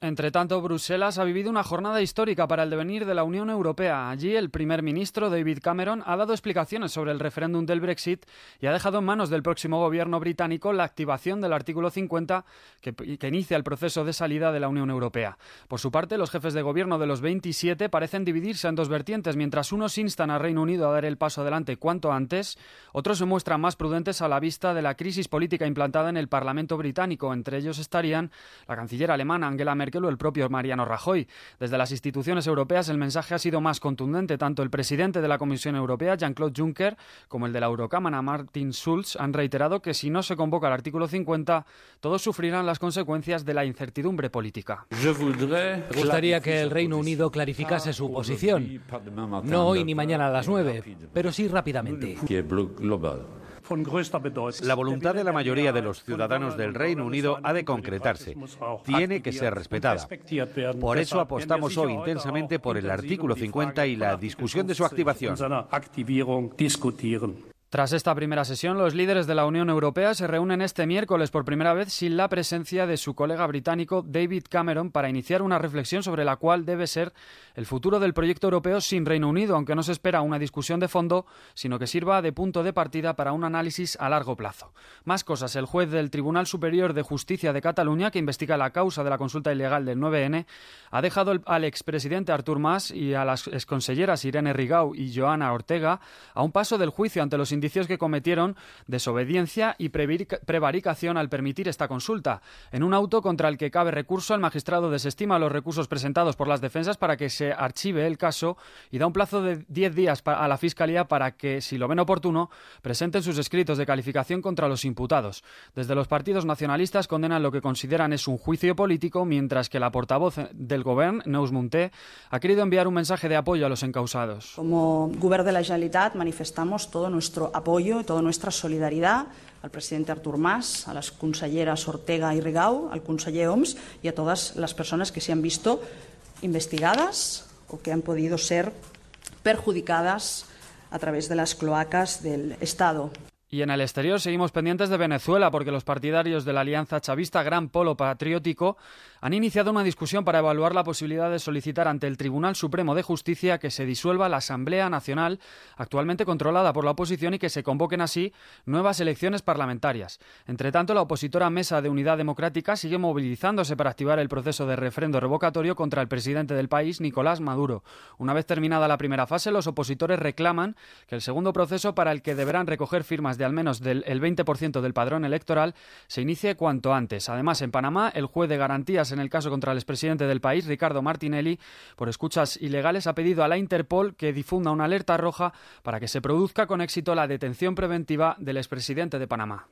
Entre tanto, Bruselas ha vivido una jornada histórica para el devenir de la Unión Europea. Allí, el primer ministro David Cameron ha dado explicaciones sobre el referéndum del Brexit y ha dejado en manos del próximo gobierno británico la activación del artículo 50 que, que inicia el proceso de salida de la Unión Europea. Por su parte, los jefes de gobierno de los 27 parecen dividirse en dos vertientes. Mientras unos instan a Reino Unido a dar el paso adelante cuanto antes, otros se muestran más prudentes a la vista de la crisis política implantada en el Parlamento británico. Entre ellos estarían la canciller alemana Angela Merkel o el propio Mariano Rajoy. Desde las instituciones europeas el mensaje ha sido más contundente. Tanto el presidente de la Comisión Europea, Jean-Claude Juncker, como el de la Eurocámara, Martin Schulz, han reiterado que si no se convoca el artículo 50, todos sufrirán las consecuencias de la incertidumbre política.
Me gustaría que el Reino Unido clarificase su posición, no hoy ni mañana a las 9, pero sí rápidamente.
La voluntad de la mayoría de los ciudadanos del Reino Unido ha de concretarse. Tiene que ser respetada. Por eso apostamos hoy
¿eh?
intensamente por el artículo 50 y la discusión de su activación.
Tras esta primera sesión, los líderes de la Unión Europea se reúnen este miércoles por primera vez sin la presencia de su colega británico David Cameron para iniciar una reflexión sobre la cual debe ser el futuro del proyecto europeo sin Reino Unido, aunque no se espera una discusión de fondo, sino que sirva de punto de partida para un análisis a largo plazo. Más cosas, el juez del Tribunal Superior de Justicia de Cataluña, que investiga la causa de la consulta ilegal del 9N, ha dejado al expresidente Artur Mas y a las exconselleras Irene Rigau y Joana Ortega a un paso del juicio ante los indicios que cometieron desobediencia y previc- prevaricación al permitir esta consulta. En un auto contra el que cabe recurso, el magistrado desestima los recursos presentados por las defensas para que se archive el caso y da un plazo de 10 días pa- a la Fiscalía para que, si lo ven oportuno, presenten sus escritos de calificación contra los imputados. Desde los partidos nacionalistas condenan lo que consideran es un juicio político, mientras que la portavoz del Govern, Neus Munté, ha querido enviar un mensaje de apoyo a los encausados.
Como Govern de la Generalitat manifestamos todo nuestro apoyo y toda nuestra solidaridad al presidente Artur Mas, a las conselleras Ortega y Rigau, al conseller Oms y a todas las personas que se han visto investigadas o que han podido ser perjudicadas a través de las cloacas del Estado.
Y en el exterior seguimos pendientes de Venezuela porque los partidarios de la Alianza Chavista Gran Polo Patriótico han iniciado una discusión para evaluar la posibilidad de solicitar ante el Tribunal Supremo de Justicia que se disuelva la Asamblea Nacional, actualmente controlada por la oposición, y que se convoquen así nuevas elecciones parlamentarias. Entre tanto, la opositora Mesa de Unidad Democrática sigue movilizándose para activar el proceso de refrendo revocatorio contra el presidente del país, Nicolás Maduro. Una vez terminada la primera fase, los opositores reclaman que el segundo proceso para el que deberán recoger firmas de al menos del el 20% del padrón electoral se inicie cuanto antes. Además, en Panamá, el juez de garantías en el caso contra el expresidente del país, Ricardo Martinelli, por escuchas ilegales, ha pedido a la Interpol que difunda una alerta roja para que se produzca con éxito la detención preventiva del expresidente de Panamá.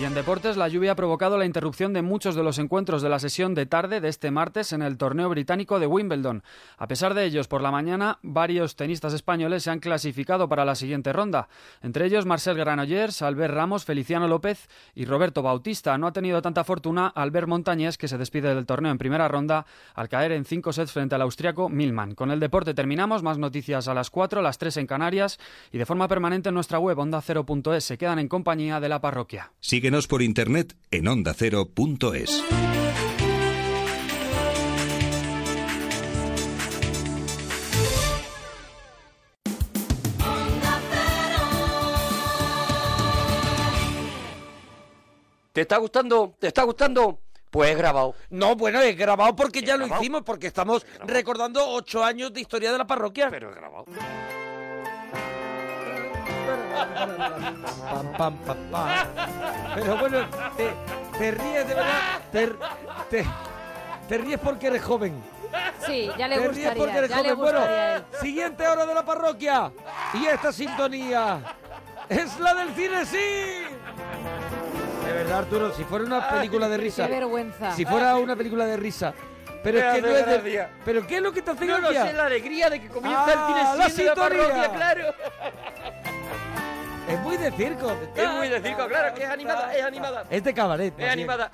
Y en deportes, la lluvia ha provocado la interrupción de muchos de los encuentros de la sesión de tarde de este martes en el torneo británico de Wimbledon. A pesar de ellos, por la mañana, varios tenistas españoles se han clasificado para la siguiente ronda. Entre ellos, Marcel Granollers, Albert Ramos, Feliciano López y Roberto Bautista. No ha tenido tanta fortuna Albert Montañés, que se despide del torneo en primera ronda al caer en cinco sets frente al austriaco Milman. Con el deporte terminamos. Más noticias a las 4, a las 3 en Canarias y de forma permanente en nuestra web onda0.es. Se quedan en compañía de la parroquia.
Síguenos por internet en ondacero.es.
¿Te está gustando? ¿Te está gustando? Pues es grabado.
No, bueno, es grabado porque ya lo hicimos, porque estamos recordando ocho años de historia de la parroquia. Pero
es grabado.
Pam, pam, pam, pam.
(laughs)
Pero
嗯
bueno, te, te ríes de verdad. Te, te- te ríes porque eres joven.
Sí, ya le
te ríes porque
gustaría,
eres
ya le
joven. Bueno,
gustaría. a él.
siguiente hora de la parroquia. Y esta sintonía es la del cine, sí. De verdad, Arturo, si fuera una película de risa.
Ah, Qué vergüenza.
Si fuera una película de risa. Pero
Me
es que
hace
no es de-
gracia.
¿Pero qué es lo que te hace
No, no
gracia?
sé, la alegría de que comienza
Ah,
el cine de la
sintonía.
parroquia, claro.
Es muy de circo.
Es muy de circo, claro, que es animada, es animada.
Es de cabaret.
Es
también.
animada.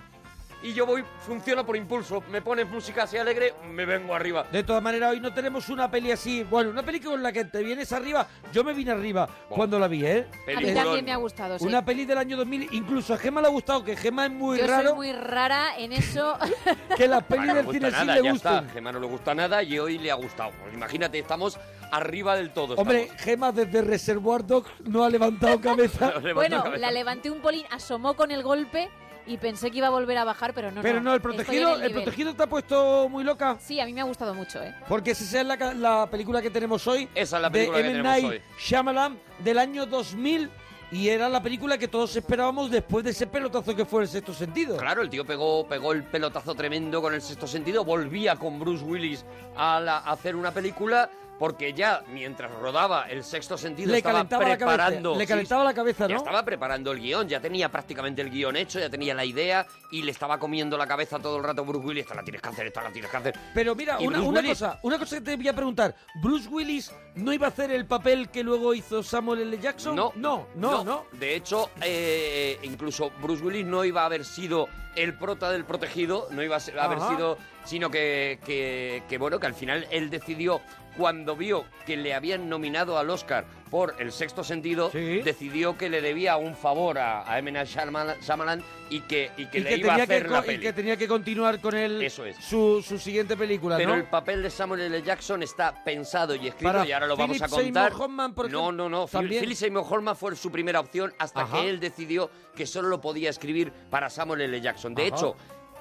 Y yo voy, funciona por impulso. Me pones música así alegre, me vengo arriba.
De todas maneras, hoy no tenemos una peli así. Bueno, una peli con la que te vienes arriba. Yo me vine arriba cuando la vi, ¿eh?
A mí también me ha gustado, sí.
Una peli del año 2000. Incluso a Gema le ha gustado, que Gema es muy
Yo
raro
soy muy rara en eso.
(laughs) que las
Ah,
pelis
no le
del
gusta
cine sí
nada,
le
ya
gusten.
está. Gemma no le gusta nada y hoy le ha gustado. Pues imagínate, estamos arriba del todo.
Hombre, Gema desde Reservoir Dogs no
(laughs)
ha levantado cabeza.
bueno, la levanté un polín, asomó con el golpe y pensé que iba a volver a bajar, pero no.
Pero no, el
estoy en
protegido, el,
nivel.
protegido te ha puesto muy loca.
Sí, a mí me ha gustado mucho, ¿eh?
Porque si esa es la, ca- la película que tenemos hoy.
Esa es la
de
película que
M.
tenemos
Night
hoy.
Shyamalan del año 2000 y era la película que todos esperábamos después de ese pelotazo que fue el sexto sentido.
Claro, el tío pegó, pegó el pelotazo tremendo con el sexto sentido, volvía con Bruce Willis a, la- a hacer una película porque ya mientras rodaba el sexto sentido
Le
estaba
calentaba, la
preparando,
cabeza, le
sí,
calentaba la cabeza,
Ya
¿no?
estaba preparando el guión, ya tenía prácticamente el guión hecho, ya tenía la idea y le estaba comiendo la cabeza todo el rato a Bruce Willis. Esta la tienes que hacer, esta la tienes que hacer.
Pero mira,
Y
una,
Bruce
una
Willis-
cosa, una cosa que te voy a preguntar. ¿Bruce Willis no iba a hacer el papel que luego hizo Samuel L. Jackson?
No,
no, no. no.
De hecho, eh, incluso Bruce Willis no iba a haber sido el prota del protegido, no iba a ser- a haber
Ajá.
sido, sino que, que- que, bueno, que al final él decidió, cuando vio que le habían nominado al Oscar por El Sexto Sentido, decidió que le debía un favor a, a M. Night Shyamalan Shyamalan y que, y que
Y
le
que
iba a
tenía que
hacer la
co- y
peli.
que tenía que continuar con él
Eso es.
Su, su siguiente película,
Pero
¿no?
el papel de Samuel L. Jackson está pensado y escrito
Para
y ahora lo vamos a
Philip
contar.
Seymour Hoffman, por
no,
ejemplo,
no, no. Phil-
también.
Philip Seymour Hoffman fue su primera opción hasta
Ajá.
que él decidió que solo lo podía escribir para Samuel L. Jackson. De
Ajá.
hecho,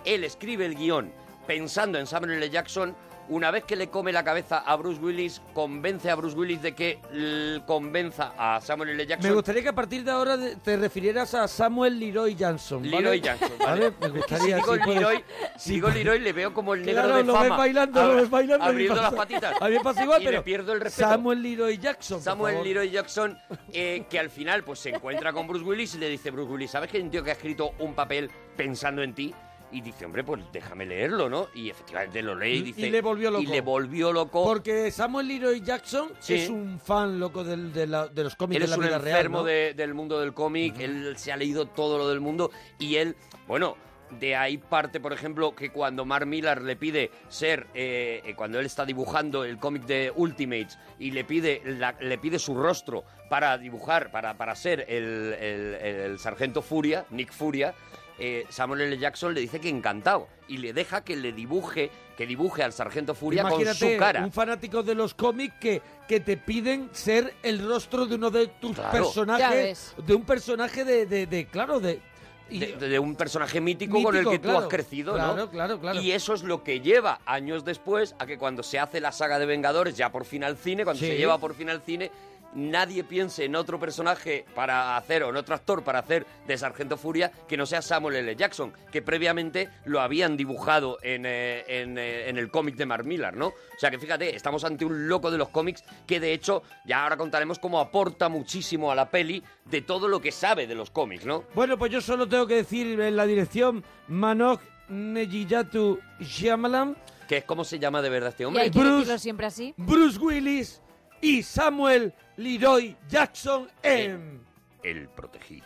él escribe el guión pensando en Samuel L. Jackson. Una vez que le come la cabeza a Bruce Willis, convence a Bruce Willis de que l- convenza a Samuel L. Jackson.
Me gustaría que a partir de ahora de- te refirieras a Samuel Leroy Johnson. ¿vale?
Leroy Jackson, vale.
Me
si (laughs)
gustaría
digo
si puedes.
Leroy, si digo Leroy, le veo como el negro
Claro,
de
lo
fama.
ves bailando, lo
Abra-
ves bailando. y
Abriendo las
(laughs) pasa-
patitas.
A mí me pasa igual,
y
pero
le pierdo el respeto.
Samuel Leroy Jackson. por
Samuel
favor.
Leroy Jackson, eh, que al final pues se encuentra con Bruce Willis y le dice, Bruce Willis, ¿sabes que hay un tío que ha escrito un papel pensando en ti? Y dice, hombre, pues déjame leerlo, ¿no? Y efectivamente lo lee y dice...
y le volvió loco.
Y le volvió loco.
Porque Samuel Leroy Jackson
Sí.
es un fan loco del- de, la- de los cómics
Él
de
es
la
un
vida
enfermo
real. ¿no?
de- del mundo del cómic, él se ha leído todo lo del mundo y él, bueno, de ahí parte, por ejemplo, que cuando Mark Millar le pide ser, eh, eh, cuando él está dibujando el cómic de Ultimates y le pide, la- le pide su rostro para dibujar, para, para ser el, el- el sargento Furia, Nick Furia, eh, Samuel L. Jackson le dice que encantado y le deja que le dibuje, que dibuje al sargento Furia con
Imagínate
su cara.
un fanático de los cómics que, que te piden ser el rostro de uno de tus
Claro. Ya
personajes,
ves.
de un personaje de, de, de, claro, de... y-
de, de un personaje mítico, con el
Mítico,
que tú
claro.
has crecido,
Claro,
¿no?
claro, claro.
Y eso es lo que lleva años después a que cuando se hace la saga de Vengadores, ya por fin al cine, cuando
Sí.
se lleva por fin al cine, nadie piense en otro personaje para hacer, o en otro actor para hacer de Sargento Furia que no sea Samuel L. Jackson, que previamente lo habían dibujado en, eh, en, eh, en el cómic de Mark Millar, ¿no? O sea que fíjate, estamos ante un loco de los cómics que de hecho ya ahora contaremos cómo aporta muchísimo a la peli de todo lo que sabe de los cómics, ¿no?
Bueno, pues yo solo tengo que decir en la dirección Manoj Nejiyatu Shyamalan,
que es como se llama de verdad este
y hay
hombre.
que
Bruce-
decirlo siempre así.
Bruce Willis y Samuel Leroy Jackson en...
El protegido.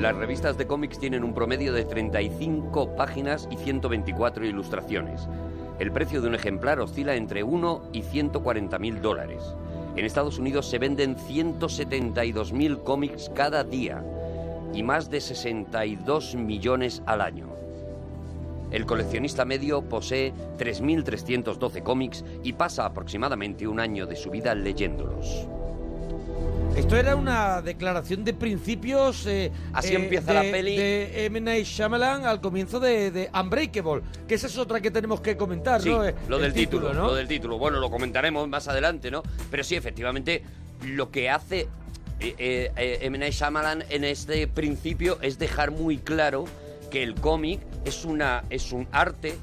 Las revistas de cómics tienen un promedio de 35 páginas y 124 ilustraciones. El precio de un ejemplar oscila entre 1 y 140 mil dólares. En Estados Unidos se venden 172.000 cómics cada día y más de 62 millones al año. El coleccionista medio posee 3.312 cómics y pasa aproximadamente un año de su vida leyéndolos.
Esto era una declaración de principios. eh,
Así
eh,
empieza
de-
la peli.
De M. Night Shyamalan al comienzo de, de Unbreakable, que esa es otra que tenemos que comentar,
Sí,
¿no? Eh,
lo
el
del título,
¿no?
lo del título. Bueno, lo comentaremos más adelante, ¿no? Pero sí, efectivamente, lo que hace eh, eh, eh, M. Night Shyamalan en este principio es dejar muy claro que el cómic es, una, es un arte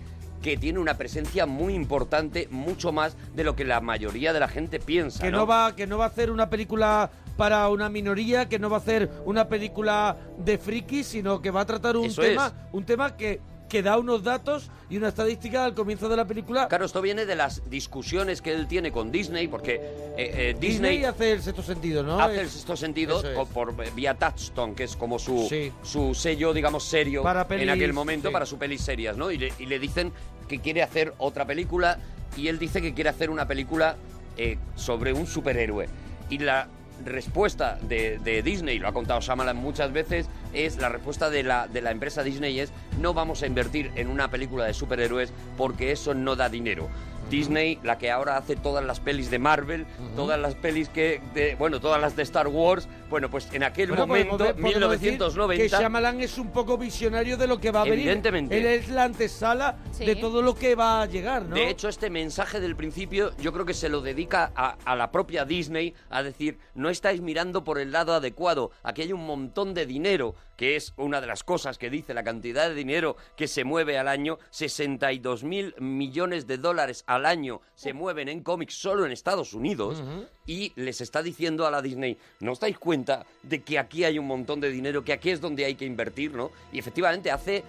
que tiene una presencia muy importante, mucho más de lo que la mayoría de la gente piensa,
que
¿no?
no va que no va a hacer una película para una minoría que no va a hacer una película de frikis sino que va a tratar un
Eso
tema
es.
un tema que que da unos datos y una estadística al comienzo de la película
Claro, esto viene de las discusiones que él tiene con Disney, porque eh, eh,
Disney,
Disney
hace el sexto sentido no
hace el
Es-
sexto sentido
eso es.
co- por eh, vía Touchstone, que es como su,
Sí.
su sello, digamos, serio
Para
en
pelis,
aquel momento
sí.
para sus pelis serias, ¿no? Y le, y le dicen que quiere hacer otra película y él dice que quiere hacer una película eh, sobre un superhéroe. Y la respuesta de, de Disney, lo ha contado Shyamalan muchas veces, es la respuesta de la, de la empresa Disney es no vamos a invertir en una película de superhéroes porque eso no da dinero. Disney, la que ahora hace todas las pelis de Marvel, todas las pelis que, de, bueno, todas las de Star Wars, bueno, pues en aquel
Bueno,
momento,
podemos- podemos decir
1990,
que Shyamalan es un poco visionario de lo que va a venir
Evidentemente.
él es la antesala
Sí.
de todo lo que va a llegar no
De hecho, este mensaje del principio yo creo que se lo dedica a, a la propia Disney a decir, no estáis mirando por el lado adecuado, aquí hay un montón de dinero, que es una de las cosas que dice la cantidad de dinero que se mueve al año, 62 mil millones de dólares al año
Oh.
se mueven en cómics solo en Estados Unidos.
Mm.
Ujú.
Y les está diciendo a la Disney, ¿no os dais cuenta de que aquí hay un montón de dinero, que aquí es donde hay que invertir, ¿no? Y efectivamente hace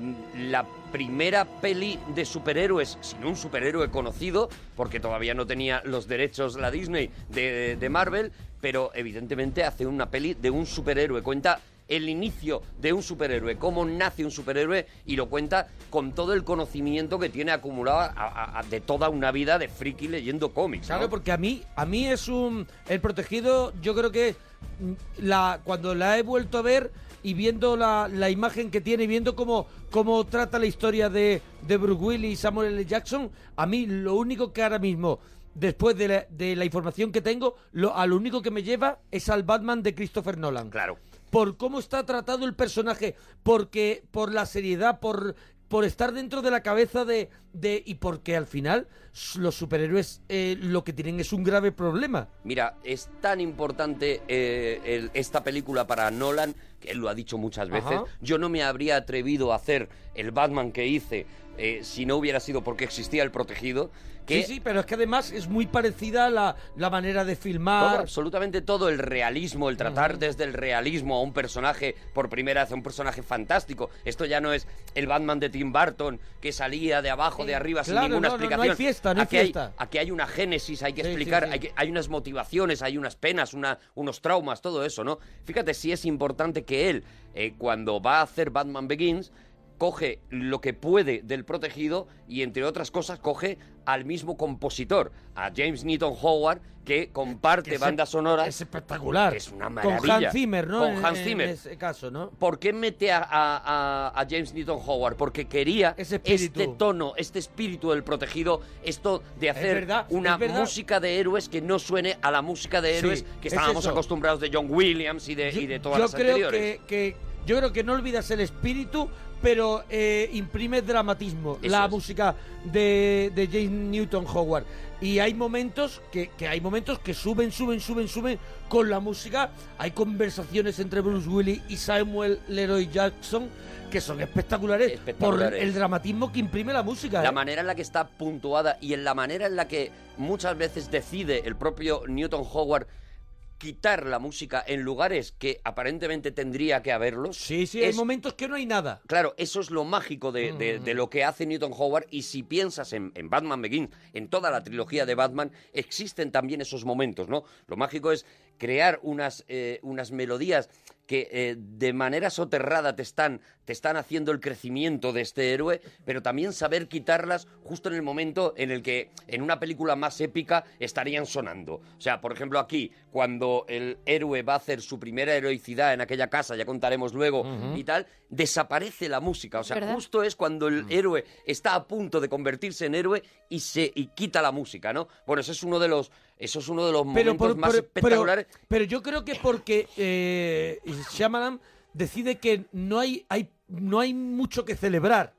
mm, la primera peli de superhéroes, sin un superhéroe conocido, porque todavía no tenía los derechos la Disney de, de Marvel, pero evidentemente hace una peli de un superhéroe, cuenta el inicio de un superhéroe, cómo nace un superhéroe y lo cuenta con todo el conocimiento que tiene acumulado a- a- a- de toda una vida de friki leyendo cómics. ¿no?
Claro, porque a mí, a mí es un. El protegido, yo creo que mm, la, cuando la he vuelto a ver y viendo la, la imagen que tiene y viendo cómo, cómo trata la historia de, de Bruce Willis y Samuel L. Jackson, a mí lo único que ahora mismo, después de la, de la información que tengo, lo, a lo único que me lleva es al Batman de Christopher Nolan.
Claro.
Por cómo está tratado el personaje, porque, por la seriedad, por por estar dentro de la cabeza de, de y porque al final s- los superhéroes eh, lo que tienen es un grave problema.
Mira, es tan importante eh, el- esta película para Nolan, que él lo ha dicho muchas veces.
Ajá.
Yo no me habría atrevido a hacer el Batman que hice eh, si no hubiera sido porque existía el protegido. Que
Sí, sí, pero es que además es muy parecida a la, la manera de filmar.
todo, absolutamente todo el realismo, el tratar desde el realismo a un personaje por primera vez, a un personaje fantástico. Esto ya no es el Batman de Tim Burton que salía de abajo, de arriba sin
Eh, Claro,
ninguna
no, no, no hay
explicación.
fiesta, no hay
aquí
fiesta.
Hay, aquí hay una génesis, hay que
Sí, sí,
explicar,
sí.
Hay, que- hay unas motivaciones, hay unas penas, una- unos traumas, todo eso, ¿no? Fíjate si es importante que él, eh, cuando va a hacer Batman Begins, coge lo que puede del protegido y entre otras cosas coge al mismo compositor, a James Newton Howard, que comparte
Que es
banda sonora. Es
espectacular.
Es una
Con
maravilla.
Hans Zimmer, ¿no?
Con
En-
Hans
en
Zimmer.
ese caso, ¿no?
¿Por qué mete a, a- a- a James Newton Howard? Porque quería
espíritu.
este tono, este espíritu del protegido, esto de
Es
hacer
verdad,
una
es verdad.
música de héroes que no suene a la música de héroes
Sí,
que
es
estábamos
eso.
acostumbrados de John Williams y de, y de todas
yo
las
creo
anteriores.
que, que- yo creo que no olvidas el espíritu, pero eh, imprime dramatismo
Eso
la
es.
música de, de James Newton Howard. Y hay momentos que, que hay momentos que suben, suben, suben, suben con la música. Hay conversaciones entre Bruce Willis y Samuel Leroy Jackson que son espectaculares, por
Espectaculares.
el dramatismo que imprime la música.
La
¿eh?
manera en la que está puntuada y en la manera en la que muchas veces decide el propio Newton Howard quitar la música en lugares que aparentemente tendría que haberlos.
Sí, sí, hay momentos que no hay nada. Mm.
Claro, eso es lo mágico de, de- de lo que hace Newton Howard. Y si piensas en, en Batman Begins, en toda la trilogía de Batman, existen también esos momentos, ¿no? Lo mágico es crear unas, eh, unas melodías que eh, de manera soterrada te están, te están haciendo el crecimiento de este héroe, pero también saber quitarlas justo en el momento en el que en una película más épica estarían sonando. O sea, por ejemplo aquí, cuando el héroe va a hacer su primera heroicidad en aquella casa, ya contaremos luego y tal, desaparece la música. O sea,
¿Verdad?
justo justo es cuando el
Mm.
héroe está a punto de convertirse en héroe y se y quita la música, ¿no? Bueno, eso es uno de los eso es uno de los momentos
por-
más
pero-
espectaculares.
Pero, yo creo que porque eh, Shyamalan decide que no hay, hay, no hay mucho que celebrar.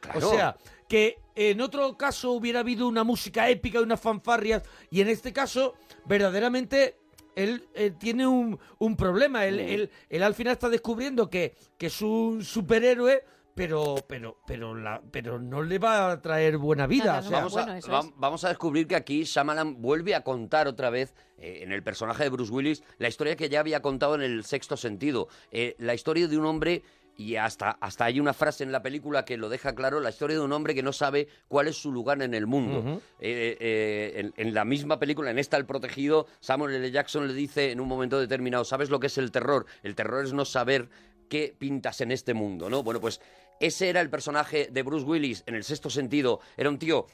Claro.
O sea, que en otro caso hubiera habido una música épica y unas fanfarrias, y en este caso, verdaderamente, él eh, tiene un, un problema. Él,
Mm.
él- él al final está descubriendo que, que es un superhéroe. Pero, pero, pero, la, pero no le va a traer buena vida. o sea,
vamos, a, vam- vamos a descubrir que aquí Shyamalan vuelve a contar otra vez eh, en el personaje de Bruce Willis la historia que ya había contado en el sexto sentido, Eh, la historia de un hombre y hasta, hasta hay una frase en la película que lo deja claro, la historia de un hombre que no sabe cuál es su lugar en el mundo.
Ujú.
Eh, eh, en, en la misma película, en esta El Protegido, Samuel L. Jackson le dice en un momento determinado, ¿sabes lo que es el terror? El terror es no saber qué pintas en este mundo, ¿no? Bueno, pues ese era el personaje de Bruce Willis en el sexto sentido. Era un tío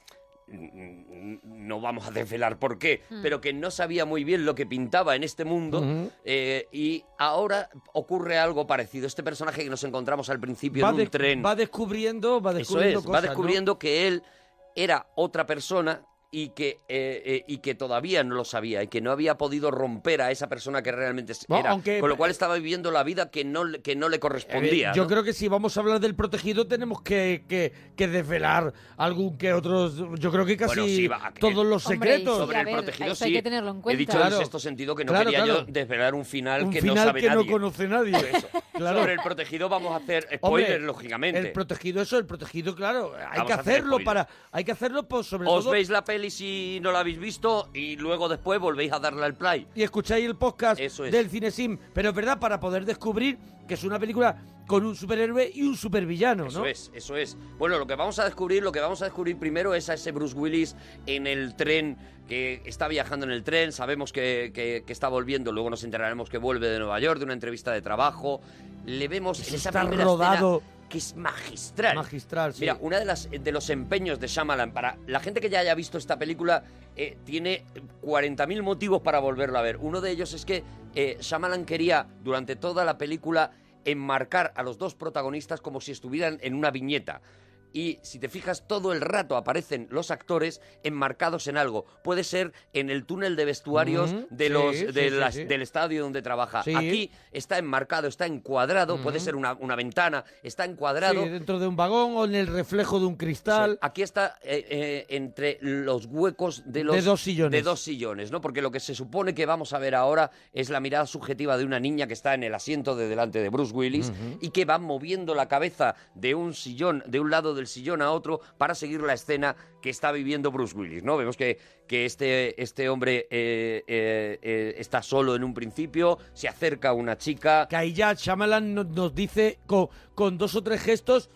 mm, no vamos a desvelar por qué,
Mm.
pero que no sabía muy bien lo que pintaba en este mundo
Ujú.
eh, y ahora ocurre algo parecido. Este personaje que nos encontramos al principio
va,
en un
de-
tren
va descubriendo, va
eso
descubriendo
es, va
cosas, ¿no?
descubriendo que él era otra persona y que, eh, eh, y que todavía no lo sabía y que no había podido romper a esa persona que realmente es-
Bueno,
era.
aunque-
Con lo cual estaba viviendo la vida que no, le- que no le correspondía.
Eh, Yo
¿no?
creo que si vamos a hablar del protegido tenemos que, que- que desvelar algún que otros. Yo creo que casi
Bueno, sí, va, que-
todos los secretos.
Sobre el protegido,
eso hay
sí.
que tenerlo en cuenta.
He dicho
Claro.
en sexto sentido que no
Claro,
quería
claro.
yo desvelar un final
un
que
final
no sabe
que
nadie.
no conoce nadie. Claro.
Sobre el protegido vamos a hacer
Hombre,
spoilers, lógicamente.
El protegido, eso, el protegido, claro. Hay
Vamos
que
a hacer
hacerlo
spoiler.
para. Hay que hacerlo pues, sobre
Os
todo.
veis la peli si no la habéis visto y luego después volvéis a darle al play.
Y escucháis el podcast
es.
del Cinesim. Pero es verdad, para poder descubrir que es una película con un superhéroe y un supervillano,
Eso
¿no?
es, eso es. Bueno, lo que vamos a descubrir, lo que vamos a descubrir primero es a ese Bruce Willis en el tren, que está viajando en el tren, sabemos que, que- que está volviendo, luego nos enteraremos que vuelve de Nueva York, de una entrevista de trabajo. Le vemos en esa
Está
primera
rodado.
escena que es magistral.
Magistral, sí.
Mira, uno de, las- de los empeños de Shyamalan, para la gente que ya haya visto esta película, eh, tiene 40.000 motivos para volverla a ver. Uno de ellos es que eh, Shyamalan quería, durante toda la película, enmarcar a los dos protagonistas como si estuvieran en una viñeta. Y si te fijas, todo el rato aparecen los actores enmarcados en algo. Puede ser en el túnel de vestuarios
Ujú,
de
sí,
los,
sí,
de
sí,
las-
sí.
del estadio donde trabaja.
Sí.
Aquí está enmarcado, está encuadrado, puede
Ujú.
ser una, una ventana, está encuadrado.
Sí, dentro de un vagón o en el reflejo de un cristal.
Aquí está eh, eh, entre los huecos de los
De dos sillones.
de dos sillones, ¿no? Porque lo que se supone que vamos a ver ahora es la mirada subjetiva de una niña que está en el asiento de delante de Bruce Willis
Ujú.
y que va moviendo la cabeza de un sillón, de un lado del sillón a otro para seguir la escena que está viviendo Bruce Willis, ¿no? Vemos que, que este, este hombre eh, eh, eh, está solo en un principio, se acerca a una chica,
que ahí ya Shyamalan no- nos dice co- con, dos o tres gestos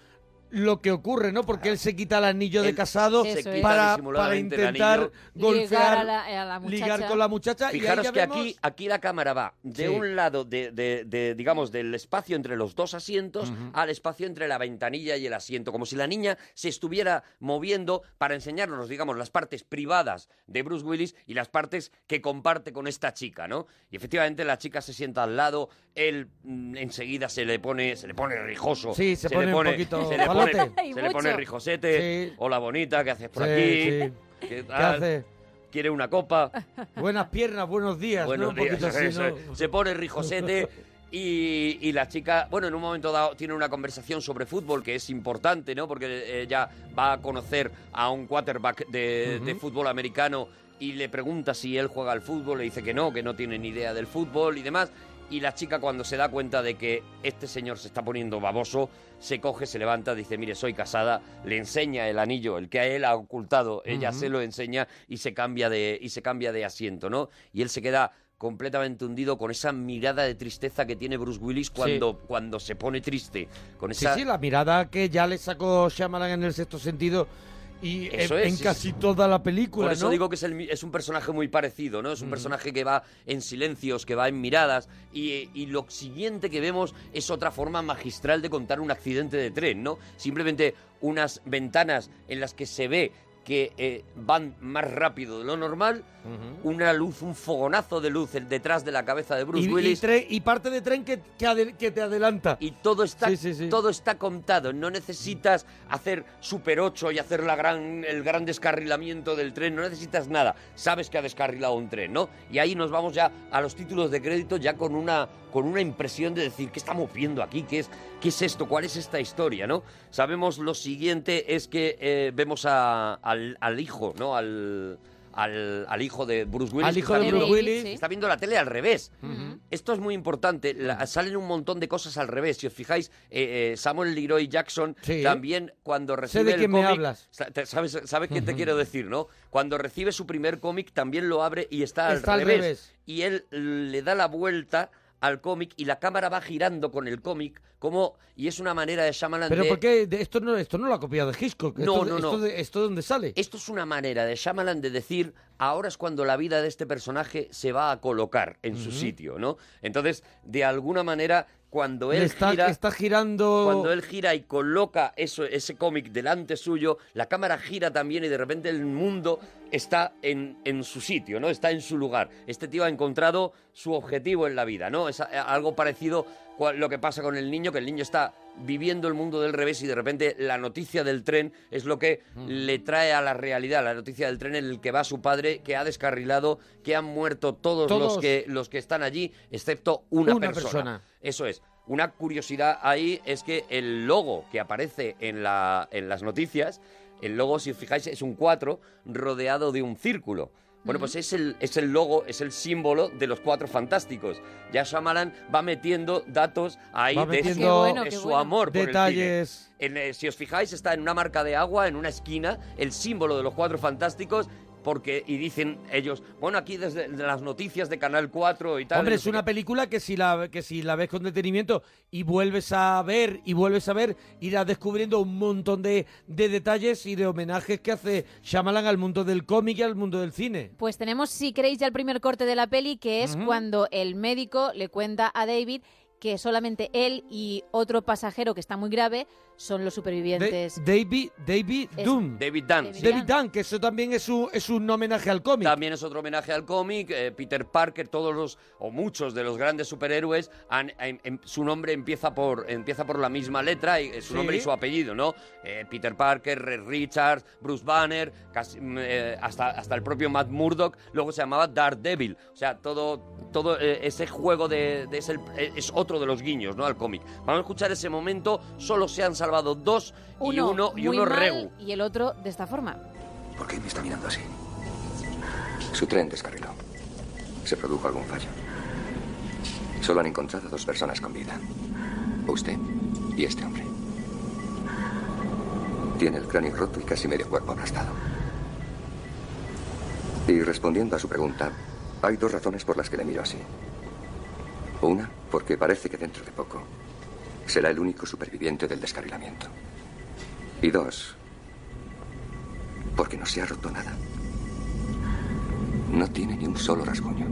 lo que ocurre, ¿no? Porque él se quita el anillo de
Él
casado
se quita
para, para
disimuladamente el
intentar
anillo.
golpear,
Ligar a la- a la muchacha.
ligar con la muchacha.
Fijaros
y ahí ya
que
vemos-
aquí, aquí la cámara va de
Sí.
un lado, de, de- de, digamos, del espacio entre los dos asientos al espacio entre la ventanilla y el asiento, como si la niña se estuviera moviendo para enseñarnos, digamos, las partes privadas de Bruce Willis y las partes que comparte con esta chica, ¿no? Y efectivamente la chica se sienta al lado, él mm, enseguida se le pone, se le pone rijoso,
Sí, se pone
le
un
pone,
poquito
se le pone,
palote.
se le pone
Mucho.
rijosete,
Sí.
hola bonita, ¿qué haces por
Sí,
aquí?
sí.
¿Qué
¿Qué
tal?
hace?
¿Quiere una
(laughs)
copa?
Buenas piernas, buenos días.
Buenos
¿no? Un
días.
poquito así,
eso
¿no?
es. (laughs) Se pone rijosete y, y la chica, bueno, en un momento dado tiene una conversación sobre fútbol que es importante, ¿no? Porque eh, ella va a conocer a un quarterback de, de fútbol americano y le pregunta si él juega al fútbol, le dice que no, que no tiene ni idea del fútbol y demás. Y la chica cuando se da cuenta de que este señor se está poniendo baboso, se coge, se levanta, dice, mire, soy casada, le enseña el anillo, el que a él ha ocultado, ella
Ujú.
se lo enseña y se cambia de, y se cambia de asiento, ¿no? Y él se queda completamente hundido con esa mirada de tristeza que tiene Bruce Willis cuando, cuando se pone triste. Con
Sí,
esa,
sí, la mirada que ya le sacó Shyamalan en el sexto sentido, Y
Eso
en,
es,
en
sí,
casi
sí.
toda la película,
Por eso
¿no?
digo que es, el mi- es un personaje muy parecido, ¿no? Es un
Ujú.
personaje que va en silencios, que va en miradas. Y, eh, y lo siguiente que vemos es otra forma magistral de contar un accidente de tren, ¿no? Simplemente unas ventanas en las que se ve que eh, van más rápido de lo normal, una luz, un fogonazo de luz en- detrás de la cabeza de Bruce
y, y
Willis.
tren- y parte de tren que, que ade- que te adelanta.
Y todo está, todo está contado. No necesitas hacer Super 8 y hacer la gran, el gran descarrilamiento del tren. No necesitas nada. Sabes que ha descarrilado un tren, ¿no? Y ahí nos vamos ya a los títulos de crédito ya con una, con una impresión de decir, ¿qué estamos viendo aquí? ¿Qué es, ¿Qué es esto? ¿Cuál es esta historia, no? Sabemos lo siguiente es que eh, vemos a- al, al hijo, ¿no? Al... Al, al hijo de Bruce Willis.
Al
que
hijo
está
de Bruce
viendo-
Willis. Mm.
Está viendo la tele al revés. Esto es muy importante. la- salen un montón de cosas al revés. Si os fijáis, eh, eh, Samuel Leroy Jackson también cuando recibe
de
el
quién me
cómic-
hablas.
sa- te- Sabes, sabes qué te quiero decir, ¿no? Cuando recibe su primer cómic también lo abre y está,
Está al revés.
Y él le da la vuelta al cómic y la cámara va girando con el cómic como y es una manera de Shyamalan
Pero
de-
¿por qué? De- esto, no, esto no lo ha copiado Hitchcock.
No,
esto,
no, no.
esto de- esto de dónde sale?
Esto es una manera de Shyamalan de decir, ahora es cuando la vida de este personaje se va a colocar en su
Ujú.
sitio, ¿no? Entonces, de alguna manera, cuando él
Le está,
gira...
está girando...
Cuando él gira y coloca eso, ese cómic delante suyo, la cámara gira también y de repente el mundo está en, en su sitio, ¿no? Está en su lugar. Este tío ha encontrado su objetivo en la vida, ¿no? Es a- algo parecido a lo que pasa con el niño, que el niño está viviendo el mundo del revés y de repente la noticia del tren es lo que
Mm.
le trae a la realidad, la noticia del tren en el que va su padre, que ha descarrilado, que han muerto todos, los
Todos.
que los que están allí, excepto una,
Una
persona.
persona.
Eso es. Una curiosidad ahí es que el logo que aparece en, la, en las noticias, el logo, si os fijáis, es un 4 rodeado de un círculo. Bueno, pues es el, es el logo, es el símbolo de los cuatro fantásticos. Ya Shyamalan va metiendo datos ahí
Va
de,
metiendo
su-
Qué bueno,
de
qué
su
bueno.
amor por el
Detalles.
cine. En, eh, si os fijáis, está en una marca de agua, en una esquina, el símbolo de los cuatro fantásticos, porque, y dicen ellos, bueno, aquí desde las noticias de Canal 4 y tal.
Hombre,
no
es
sé
una película que si, la, que si la ves con detenimiento y vuelves a ver y vuelves a ver, irás descubriendo un montón de, de detalles y de homenajes que hace Shyamalan al mundo del cómic y al mundo del cine.
Pues tenemos, si queréis, ya el primer corte de la peli, que es
Ujú.
cuando el médico le cuenta a David que solamente él y otro pasajero que está muy grave son los supervivientes.
David, David
Es-
Dunn.
David Dunn. sí.
David Dunn, que eso también es un, es un homenaje al cómic.
También es otro homenaje al cómic. eh, Peter Parker, todos los o muchos de los grandes superhéroes, han- en- en- su nombre empieza por empieza por la misma letra, y, eh, su
Sí.
nombre y su apellido, ¿no? Eh, Peter Parker, Red Richards, Bruce Banner, casi, mm, eh, hasta, hasta el propio Matt Murdock. Luego se llamaba Daredevil. O sea, todo, todo eh, ese juego de, de ese- eh, es otro de los guiños, ¿no? Al cómic. Vamos a escuchar ese momento. Solo se han salvado dos y uno y
muy
uno
mal
regu.
Y el otro de esta forma.
¿Por qué me está mirando así? Su tren descarriló. Se produjo algún fallo. Solo han encontrado dos personas con vida. Usted y este hombre. Tiene el cráneo roto y casi medio cuerpo aplastado. Y respondiendo a su pregunta, hay dos razones por las que le miro así. Una, porque parece que dentro de poco será el único superviviente del descarrilamiento. Y dos, porque no se ha roto nada. No tiene ni un solo rasguño.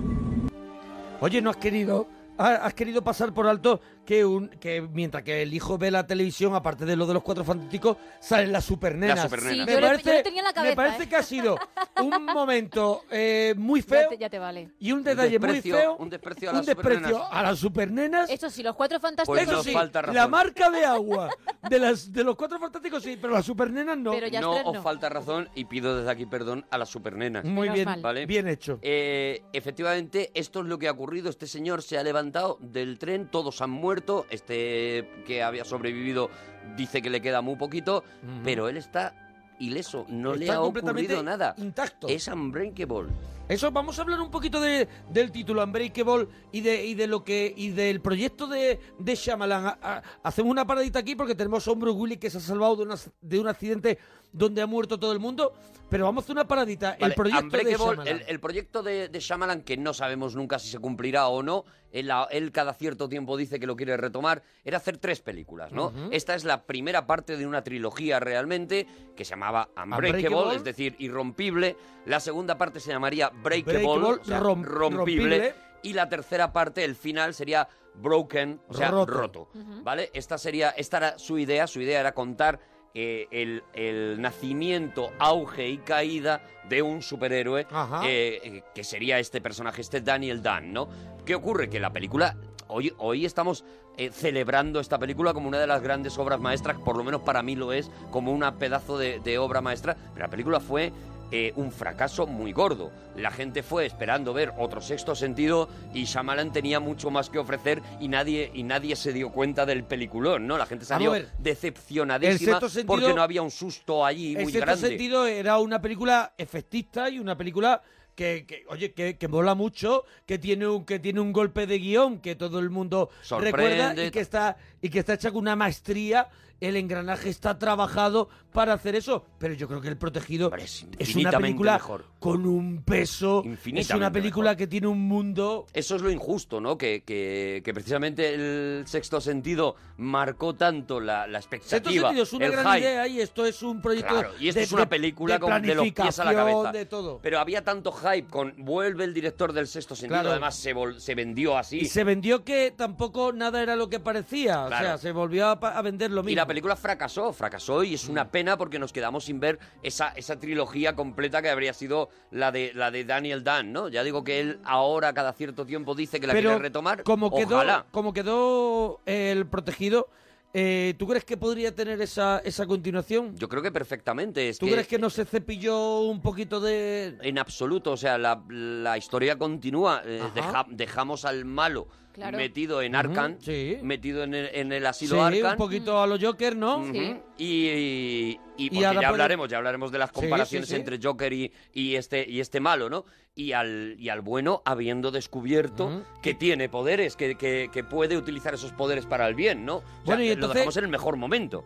Oye, ¿no has querido, ha- has querido pasar por alto que, un, que mientras que el hijo ve la televisión, aparte de lo de los cuatro fantásticos, salen las supernenas?
Las supernenas. Sí,
me
yo lo-
parece,
yo lo tenía en la cabeza,
me parece
¿eh?
que ha sido un momento eh, muy
Ya
feo
te, ya te vale.
y un detalle muy
desprecio-
feo.
un desprecio a
un
las
desprecio
supernenas. Pues
a las supernenas.
Eso sí, los cuatro fantásticos.
Eso sí, la
razón.
marca de agua de, las, de los cuatro fantásticos sí, pero las supernenas no.
no os falta razón y pido desde aquí perdón a las supernenas.
Muy bien, bien hecho.
Eh, efectivamente, esto es lo que ha ocurrido. Este señor se ha levantado del tren, todos han muerto. Este que había sobrevivido dice que le queda muy poquito,
Ujú.
pero él está ileso, no le
Está
ha
completamente
ocurrido nada.
intacto.
Es unbreakable.
Eso, vamos a hablar un poquito de- del título Unbreakable y de, y de lo que y del proyecto de, de Shyamalan. A- a- hacemos una paradita aquí porque tenemos a un Bruce Willis que se ha salvado de, una- de un accidente donde ha muerto todo el mundo. Pero vamos a hacer una paradita. el
Vale,
proyecto de
Unbreakable,
Shyamalan.
el, el proyecto de, de Shyamalan, que no sabemos nunca si se cumplirá o no, él, a- él cada cierto tiempo dice que lo quiere retomar, era hacer tres películas, ¿no?
Ujú.
Esta es la primera parte de una trilogía realmente, que se llamaba Unbreakable,
Unbreakable.
es decir, Irrompible. La segunda parte se llamaría Breakable,
Breakable,
o sea,
rom-
rompible.
rompible.
Y la tercera parte, el final, sería Broken, o sea,
Roto.
roto.
Ujú.
¿Vale? Esta sería, esta era su idea, su idea era contar eh, el, el nacimiento, auge y caída de un superhéroe
Ajá.
eh, eh, que sería este personaje, este Daniel Dunn, ¿no? ¿Qué ocurre? Que la película, hoy, hoy estamos eh, celebrando esta película como una de las grandes obras maestras, por lo menos para mí lo es, como una pedazo de, de obra maestra, pero la película fue... eh, un fracaso muy gordo. La gente fue esperando ver otro sexto sentido y Shyamalan tenía mucho más que ofrecer y nadie, y nadie se dio cuenta del peliculón, ¿no? La gente salió
Vamos a ver. El
decepcionadísima
sexto sentido-
porque no había un susto allí
En
muy
cierto
grande.
sentido, era una película efectista y una película que, que, oye, que, que mola mucho, que tiene, un, que tiene un golpe de guión que todo el mundo recuerda
Sorprende.
y que, está, y que está hecha con una maestría. El engranaje está trabajado para hacer eso, pero yo creo que El Protegido es, una
infinitamente
película
mejor.
con un peso, es una
Infinitamente
película que tiene un mundo
Eso es lo injusto, ¿no? Que, que- que precisamente el sexto sentido marcó tanto la, la
Sexto
expectativa,
sentido es una
el
gran
hype.
idea y esto es un proyecto
Claro, y esto
de-
es una
de-
película
de
con- de los pies a la
planificación,
cabeza.
de todo.
Pero había tanto hype con vuelve el director del sexto sentido,
Claro.
además se, vol- se vendió así.
Y se vendió que tampoco nada era lo que parecía. O
Claro.
sea, se volvió a, pa- a vender lo mismo. Mm.
Y la película fracasó, fracasó y es una pena porque nos quedamos sin ver esa, esa trilogía completa que habría sido la de, la de Daniel Dunn, ¿no? Ya digo que él ahora cada cierto tiempo dice que la
Pero
quiere retomar.
Como quedó,
Ojalá.
como quedó el protegido, eh, ¿tú crees que podría tener esa, esa continuación?
Yo creo que eh, perfectamente. Es
¿Tú crees que no se cepilló un poquito de...?
En absoluto, o sea, la, la historia continúa. eh,
Ajá.
deja- dejamos al malo
Claro.
metido en
Ujú,
Arkham,
sí.
metido en el, en el
Sí,
asilo Arkham.
un poquito a los Joker, ¿no?
Ujú. Y, y-
Y
porque
ahora
ya
puede-
hablaremos, ya hablaremos de las
Sí,
comparaciones
sí, sí.
entre Joker y, y este y este malo, ¿no? Y al, y al bueno habiendo descubierto que tiene poderes, que, que- que puede utilizar esos poderes para el bien, ¿no? O sea,
Bueno, y
que lo
entonces-
dejamos en el mejor momento.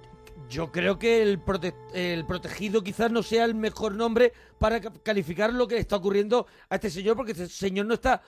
Yo creo que el, prote- el protegido quizás no sea el mejor nombre para ca- calificar lo que le está ocurriendo a este señor, porque este señor no está,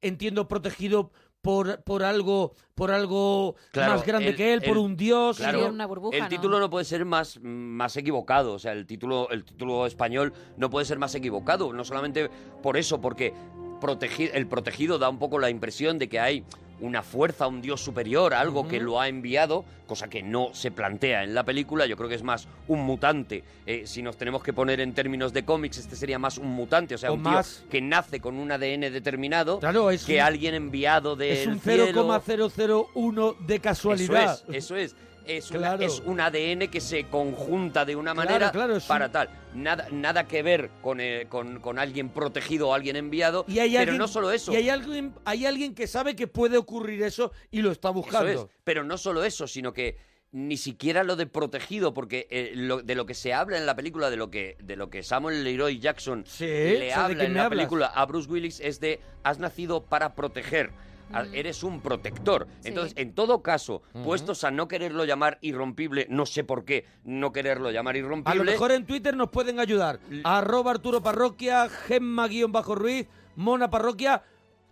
entiendo, protegido por, por algo, por algo
Claro,
más grande
el-
que él, por
el-
un dios.
claro, el título no puede ser más, más equivocado. O sea, el título, el título español no puede ser más equivocado. No solamente por eso, porque protegi- el protegido da un poco la impresión de que hay una fuerza, un dios superior, algo que lo ha enviado, cosa que no se plantea en la película, yo creo que es más un mutante. Eh, si nos tenemos que poner en términos de cómics, este sería más un mutante, o sea,
O
un tío
más-
que nace con un ADN determinado,
Claro, es
que
un-
alguien enviado del
es un
cielo...
0,001 de casualidad.
Eso es, eso es. Es, una-
Claro.
es un ADN que se conjunta de una
Claro,
manera
claro, es un-
para tal. Nada, nada que ver con, eh, con, con alguien protegido o alguien enviado.
Y hay
pero
alguien-
no solo eso.
Y hay alguien, hay alguien que sabe que puede ocurrir eso y lo está
Eso
buscando.
es. Pero no solo eso, sino que ni siquiera lo de protegido, porque eh, lo- de lo que se habla en la película, de lo que, de lo que Samuel Leroy Jackson
o sea, ¿de
le habla
qué
en
me
la
hablas?
película a Bruce Willis es de has nacido para proteger. a-
Mm.
Eres un protector.
Sí.
Entonces, en todo caso,
Ujú.
puestos a no quererlo llamar irrompible, no sé por qué no quererlo llamar irrompible.
A lo mejor en Twitter nos pueden ayudar. Arroba Arturo Parroquia, Gemma-Ruiz, Mona Parroquia.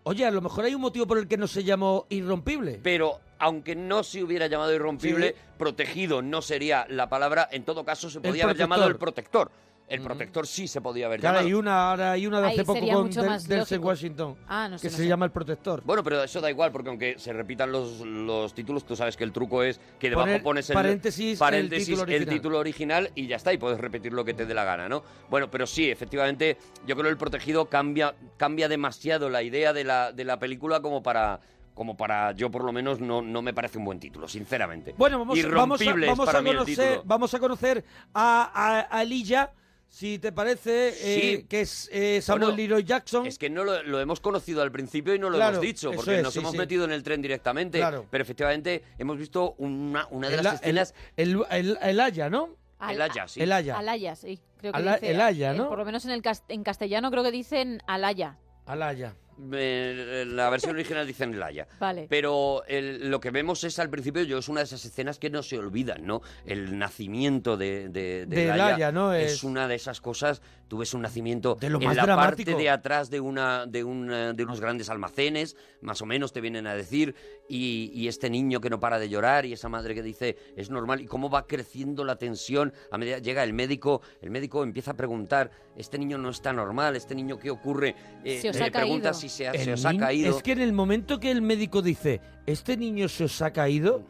Oye, a lo mejor hay un motivo por el que no se llamó Irrompible.
Pero aunque no se hubiera llamado irrompible,
Sí.
protegido no sería la palabra, en todo caso se
El
podía haber
protector.
llamado el protector. El protector sí se podía haber
Claro,
llamado.
hay una, ahora hay una de
Ahí
hace poco
sería
con
mucho
Del-
más
Delsen
lógico.
Washington.
Ah, no sé,
que
no
se
sé.
llama El Protector.
Bueno, pero eso da igual, porque aunque se repitan los, los títulos, tú sabes que el truco es que debajo
Poner
pones el
paréntesis, el
paréntesis,
título original.
título original y ya está, y puedes repetir lo que te dé la gana, ¿no? Bueno, pero sí, efectivamente, yo creo que el protegido cambia, cambia demasiado la idea de la, de la película como para. Como para yo, por lo menos, no, no me parece un buen título, sinceramente.
Bueno, vamos, vamos, a,
Irrompible es
vamos,
para
a
mí el
conocer,
título.
vamos a conocer a, a, a Elijah, si te parece, eh,
Sí.
que es eh, Samuel
Bueno,
Leroy Jackson.
Es que no lo, lo hemos conocido al principio y no lo
Claro,
hemos dicho,
eso
porque
es,
nos
sí,
hemos
sí.
metido en el tren directamente.
Claro.
Pero efectivamente hemos visto una, una de
El-
las
el-
escenas.
El, el, el Aya, ¿no?
El Aya, sí.
El Aya.
Alaya, sí. creo que
Ala-
dice.
el haya,
eh,
¿no?
por lo menos en, el cas- en castellano creo que dicen alaya.
Alaya.
Eh, la versión original dicen el Haya.
Vale.
Pero el- lo que vemos es al principio, yo es una de esas escenas que no se olvidan, ¿no? El nacimiento de, de, de
Del
Laia
Haya, ¿no?
Es...
Es-
una de esas cosas. Tú ves un nacimiento
lo
en
más
la
dramático.
parte de atrás de, una, de, una- de unos grandes almacenes, más o menos te vienen a decir, y, y este niño que no para de llorar, y esa madre que dice, es normal, y cómo va creciendo la tensión a medida llega el médico, el médico empieza a preguntar, este niño no está normal, este niño qué ocurre, eh,
Se os
le
ha
pregunta
caído.
si se, ha-
El
se os ha
niño-
caído.
Es que en el momento que el médico dice, este niño se os ha caído,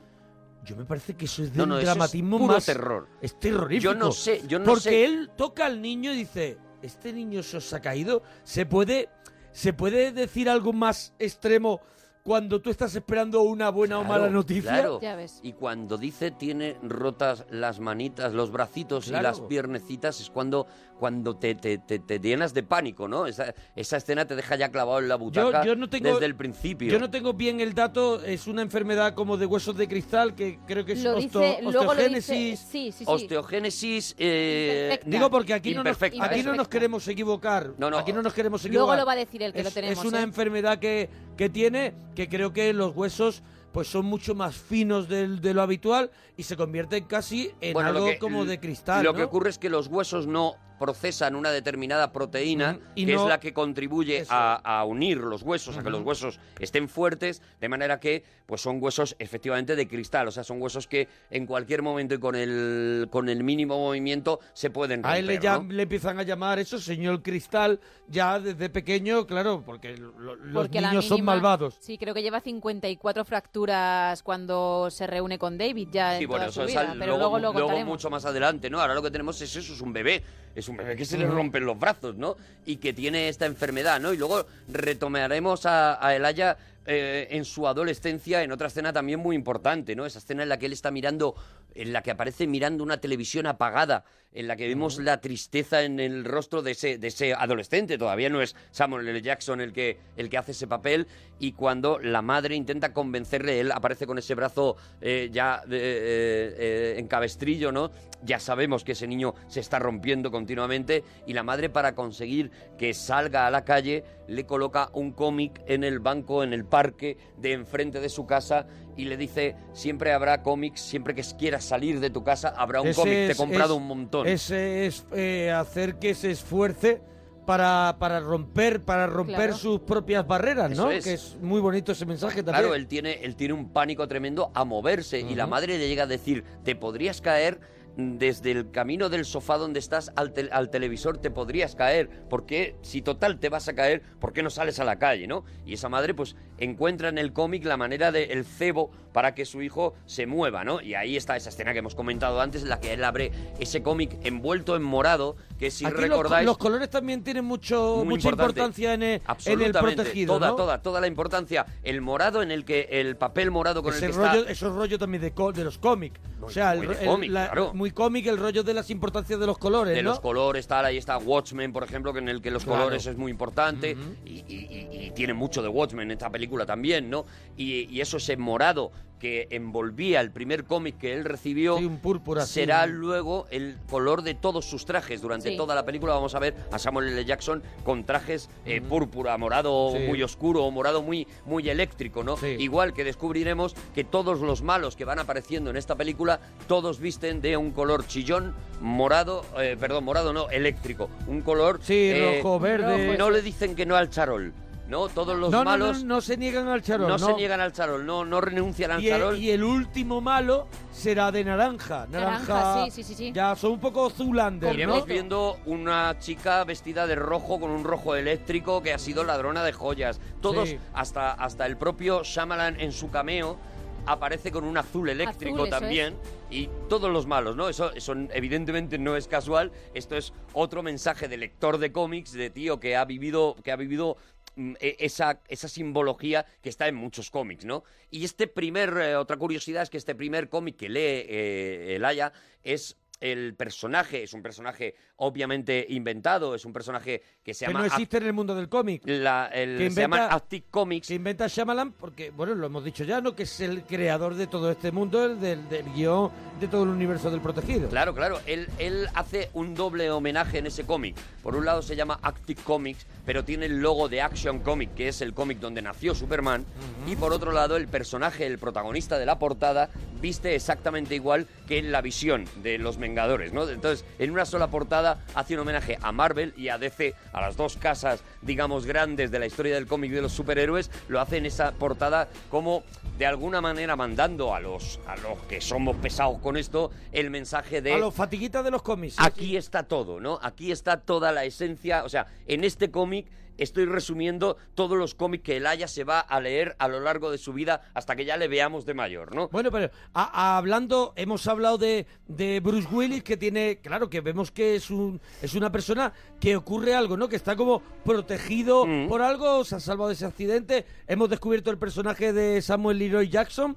yo me parece que eso es de
No,
un
no, eso es
dramatismo
puro
más-
terror.
Es terrorífico.
Yo no sé, yo no
Porque
sé.
él toca al niño y dice, este niño se os ha caído. ¿Se puede, se puede decir algo más extremo cuando tú estás esperando una buena o
Claro,
mala noticia?
claro. Y cuando dice tiene rotas las manitas, los bracitos
Claro.
y las piernecitas, es cuando, cuando te, te- te- te llenas de pánico, ¿no? Esa, esa escena te deja ya clavado en la butaca
yo no tengo-
desde el principio.
Yo no tengo bien el dato, es una enfermedad como de huesos de cristal que creo que es
Lo
osteo-
dice, luego lo dice.
osteogénesis.
Sí, sí, sí.
Osteogénesis. eh,
Imperfecta.
Digo porque aquí no, nos,
Imperfecta,
aquí no
eso.
nos queremos equivocar. Aquí no nos queremos
Luego
equivocar.
lo va a decir él, que
es,
lo tenemos,
Es una
¿eh?
enfermedad que, que tiene, que creo que los huesos pues son mucho más finos del- de, lo habitual y se convierten casi en
Bueno, lo
algo
que-
como de cristal.
Lo
¿no?
que ocurre es que los huesos no procesan una determinada proteína
y
que
no-
es la que contribuye a, a unir los huesos, a que
Ujú.
los huesos estén fuertes, de manera que pues son huesos efectivamente de cristal, o sea, son huesos que en cualquier momento y con el con el mínimo movimiento se pueden romper.
A él le, llam-
¿no?
le empiezan a llamar eso señor cristal ya desde pequeño, claro, porque lo- los
Porque a la
niños son
mínima-
malvados.
Sí, creo que lleva 54 fracturas cuando se reúne con David ya
Sí,
en
bueno,
toda su
eso es
vida,
al-
pero
luego,
luego lo
luego
contaremos.
mucho más adelante, ¿no? Ahora lo que tenemos es eso, es un bebé, es un bebé que se le
Ujú.
rompen los brazos, ¿no? Y que tiene esta enfermedad, ¿no? Y luego retomaremos a, a Elaya eh, en su adolescencia en otra escena también muy importante, ¿no? Esa escena en la que él está mirando, en la que aparece mirando una televisión apagada, en la que vemos la tristeza en el rostro de ese, de ese adolescente, todavía no es Samuel L. Jackson el que, el que hace ese papel, y cuando la madre intenta convencerle, él aparece con ese brazo eh, ya eh, eh, eh, en cabestrillo, ¿no? Ya sabemos que ese niño se está rompiendo continuamente, y la madre para conseguir que salga a la calle le coloca un cómic en el banco, en el parque, de enfrente de su casa, y le dice, siempre habrá cómics, siempre que quieras salir de tu casa, habrá un
Ese
cómic, te he
es-
comprado
es-
un montón.
Ese es eh, hacer que se esfuerce para, para romper, para romper
Claro.
sus propias barreras,
Eso
¿no?
es.
Que es muy bonito ese mensaje también.
Claro, él tiene, él tiene un pánico tremendo a moverse y la madre le llega a decir, te podrías caer desde el camino del sofá donde estás al, tel- al televisor, te podrías caer, porque si total te vas a caer, ¿por qué no sales a la calle, no? Y esa madre pues encuentra en el cómic la manera del el cebo para que su hijo se mueva, ¿no? Y ahí está esa escena que hemos comentado antes, en la que él abre ese cómic envuelto en morado, que si
Aquí los-
recordáis...
los, colores también tienen mucho,
Muy
mucha
importante.
importancia en el, en el
Absolutamente,
protegido,
toda,
¿no?
toda, toda la importancia. El morado en el que el papel morado con
Ese
el que
rollo,
está.
Eso es rollo también de, co- de los cómics. o sea, el-
muy de
el-
cómic,
la-
claro.
muy cómic el rollo de las importancias de los colores,
De
¿no?
los colores, tal, ahí está Watchmen, por ejemplo, que en el que los
Claro.
colores es muy importante. y, y- y- y tiene mucho de Watchmen esta película también, ¿no? Y, y eso, ese morado que envolvía el primer cómic que él recibió,
púrpura, sí,
será
un-
luego el color de todos sus trajes. Durante
Sí.
toda la película vamos a ver a Samuel L. Jackson con trajes eh, púrpura, morado
Sí.
muy oscuro o morado muy, muy eléctrico, ¿no? Igual que descubriremos que todos los malos que van apareciendo en esta película, todos visten de un color chillón, morado, eh, perdón, morado no, eléctrico. Un color... eh,
Sí, rojo, verde.
No le dicen que no al charol. No, todos los
no, no,
malos...
no, no se niegan al charol.
no se niegan al charol, no, no renuncian al
y el,
charol.
y el último malo será de naranja. Naranja,
Naranja, sí, sí, sí, sí.
Ya son un poco Zulander,
Iremos viendo una chica vestida de rojo con un rojo eléctrico que ha sido ladrona de joyas. Todos,
Sí.
hasta, hasta el propio Shyamalan en su cameo, aparece con un azul eléctrico
Azul, eso
también. Y todos los malos, ¿no? Eso, eso evidentemente no es casual. Esto es otro mensaje de lector de cómics, de tío que ha vivido, que ha vivido mm, e- esa, esa simbología que está en muchos cómics, ¿no? Y este primer, eh, otra curiosidad es que este primer cómic que lee eh, Elaya es el personaje es un personaje obviamente inventado, es un personaje que se
Que
llama
no existe en el mundo del cómic.
La- el-
que
se llaman
inventa-
Actic Comics.
Que inventa Shyamalan porque, bueno, lo hemos dicho ya, ¿no? Que es el creador de todo este mundo, el del, del guión de todo el universo del protegido.
Claro, claro. Él, él hace un doble homenaje en ese cómic. Por un lado se llama Active Comics, pero tiene el logo de Action Comic, que es el cómic donde nació Superman. Y por otro lado, el personaje, el protagonista de la portada, viste exactamente igual que en la visión de los Vengadores, ¿no? Entonces, en una sola portada hace un homenaje a Marvel y a DC, a las dos casas, digamos, grandes de la historia del cómic de los superhéroes. Lo hace en esa portada como de alguna manera mandando a los, a los que somos pesados con esto el mensaje de
A los fatiguitas de los cómics.
aquí está todo, ¿no? Aquí está toda la esencia, o sea, en este cómic estoy resumiendo todos los cómics que Elaya se va a leer a lo largo de su vida hasta que ya le veamos de mayor, ¿no?
Bueno, pero a- a- hablando, hemos hablado de, de Bruce Willis, que tiene, claro, que vemos que es un es una persona que ocurre algo, ¿no? Que está como protegido
Mm.
por algo, se ha salvado de ese accidente. Hemos descubierto el personaje de Samuel Leroy Jackson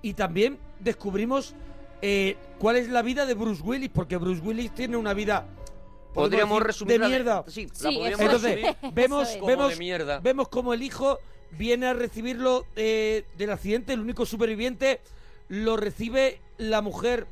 y también descubrimos eh, cuál es la vida de Bruce Willis, porque Bruce Willis tiene una vida. podemos
Podríamos
decir,
resumirla
de
de-
mierda.
sí, la Sí, podríamos (laughs) eso
Entonces,
resumir
vemos,
como de
vemos,
mierda.
vemos como el hijo viene a recibirlo eh, del accidente, el único superviviente, lo recibe la mujer,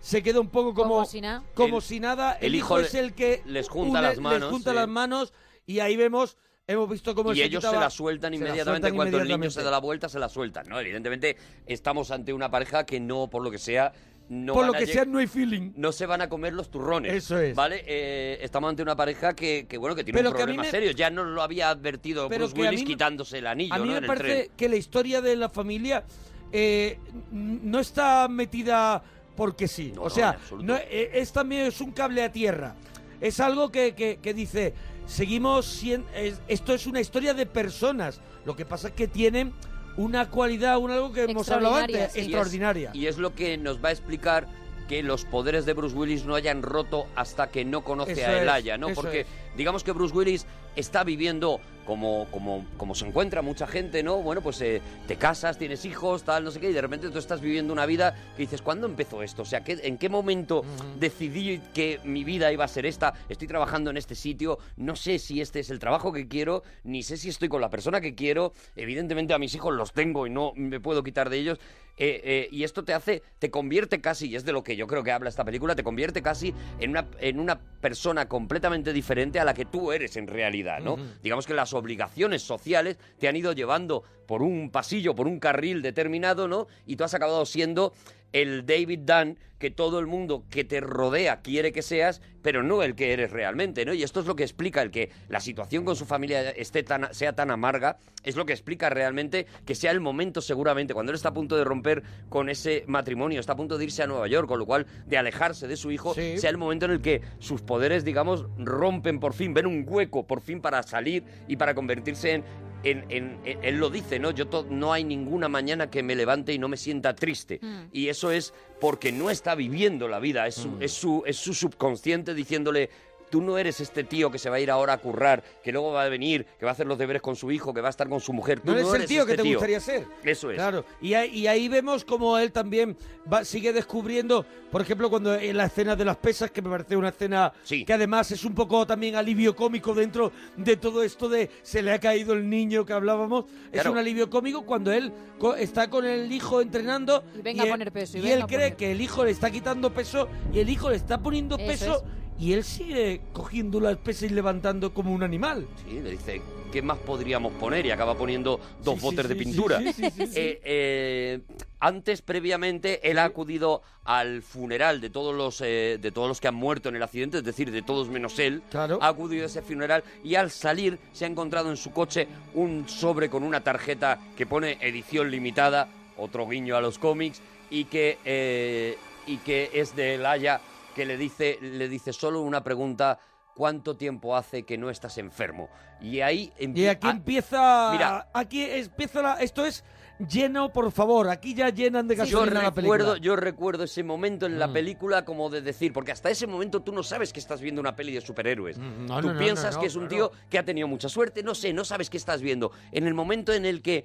se queda un poco como,
Como si nada.
como
El-
si nada. El,
el
hijo,
hijo
es
le-
el que
les junta las manos,
les junta
sí.
las manos y ahí vemos, hemos visto cómo él
y ellos se
quitaba-
la sueltan
se la
inmediatamente
sueltan
cuando el niño
inmediatamente.
se da la vuelta se la sueltan no evidentemente estamos ante una pareja que no por lo que sea no
Por lo
van a
que
lleg-
sea, no hay feeling.
no se van a comer los turrones
Eso es.
vale Eh, estamos ante una pareja que, que, bueno que tiene
Pero
un
que a mí
problema
me-
serio ya nos lo había advertido
Pero
Bruce
que a
Willis
mí me-
quitándose el anillo
A mí
¿no?
me
en el
parece
tren.
que la historia de la familia eh, n- no está metida porque sí. o sea, no, eh, es también es un cable a tierra. Es algo que, que- que dice, seguimos siendo... esto es una historia de personas. Lo que pasa es que tienen una cualidad, un algo que hemos hablado antes,
Y es-
extraordinaria.
Y es, lo que nos va a explicar que los poderes de Bruce Willis no hayan roto hasta que no conoce
Eso
a
es,
Elaya, ¿no?
eso
Porque
es.
digamos que Bruce Willis está viviendo como, como, como se encuentra mucha gente, ¿no? Bueno, pues eh, te casas, tienes hijos, tal, no sé qué, y de repente tú estás viviendo una vida que dices, ¿cuándo empezó esto? O sea, ¿qué- ¿en qué momento decidí que mi vida iba a ser esta? Estoy trabajando en este sitio, no sé si este es el trabajo que quiero, ni sé si estoy con la persona que quiero, evidentemente a mis hijos los tengo y no me puedo quitar de ellos. Eh, eh, y esto te hace, te convierte casi, y es de lo que yo creo que habla esta película, te convierte casi en una, en una persona completamente diferente a la que tú eres en realidad, ¿no?
Ujú.
Digamos que las obligaciones sociales te han ido llevando por un pasillo, por un carril determinado, ¿no? Y tú has acabado siendo el David Dunn que todo el mundo que te rodea quiere que seas, pero no el que eres realmente, ¿no? Y esto es lo que explica el que la situación con su familia esté tan, sea tan amarga, es lo que explica realmente que sea el momento seguramente, cuando él está a punto de romper con ese matrimonio, está a punto de irse a Nueva York, con lo cual de alejarse de su hijo,
Sí.
sea el momento en el que sus poderes, digamos, rompen por fin, ven un hueco por fin para salir y para convertirse en... en- en- en- él lo dice, ¿no? Yo to- no hay ninguna mañana que me levante y no me sienta triste.
Mm.
Y eso es porque no está viviendo la vida, es su,
Mm.
es su, es su subconsciente diciéndole... Tú no eres este tío que se va a ir ahora a currar, que luego va a venir, que va a hacer los deberes con su hijo, que va a estar con su mujer. Tú no,
No eres el tío
este
que te gustaría ser.
Eso es.
Claro, y ahí, y ahí vemos como él también va- sigue descubriendo, por ejemplo, cuando en la escena de las pesas, que me parece una escena que además es un poco también alivio cómico dentro de todo esto de se le ha caído el niño que hablábamos, es
Claro.
un alivio cómico cuando él co- está con el hijo entrenando
Y venga a
él-
poner peso, y
y
venga
él
a
cree
poner.
que el hijo le está quitando peso y el hijo le está poniendo
Eso
peso y él sigue cogiendo las pesas y levantando como un animal.
Sí, le dice, ¿qué más podríamos poner? Y acaba poniendo dos
Sí, sí,
botes de
sí, sí,
pintura.
sí, sí, sí, sí.
Eh, eh, antes, previamente, él ha acudido al funeral de todos los eh, de todos los que han muerto en el accidente, es decir, de todos menos él. Ha acudido a ese funeral y al salir se ha encontrado en su coche un sobre con una tarjeta que pone edición limitada, otro guiño a los cómics, y que, eh, y que es de Elaya, que le dice, le dice solo una pregunta. ¿Cuánto tiempo hace que no estás enfermo? Y ahí empie-
Y aquí
a-
empieza.
Mira.
Ah, Aquí empieza la. Esto es lleno, por favor. Aquí ya llenan de
Sí, yo
gasolina la película.
recuerdo, yo recuerdo ese momento
Mm.
en la película como de decir, porque hasta ese momento tú no sabes que estás viendo una peli de superhéroes.
Mm, no,
tú
no, no,
piensas
no,
que es un
claro.
tío que ha tenido mucha suerte, no sé, no sabes qué estás viendo. En el momento en el que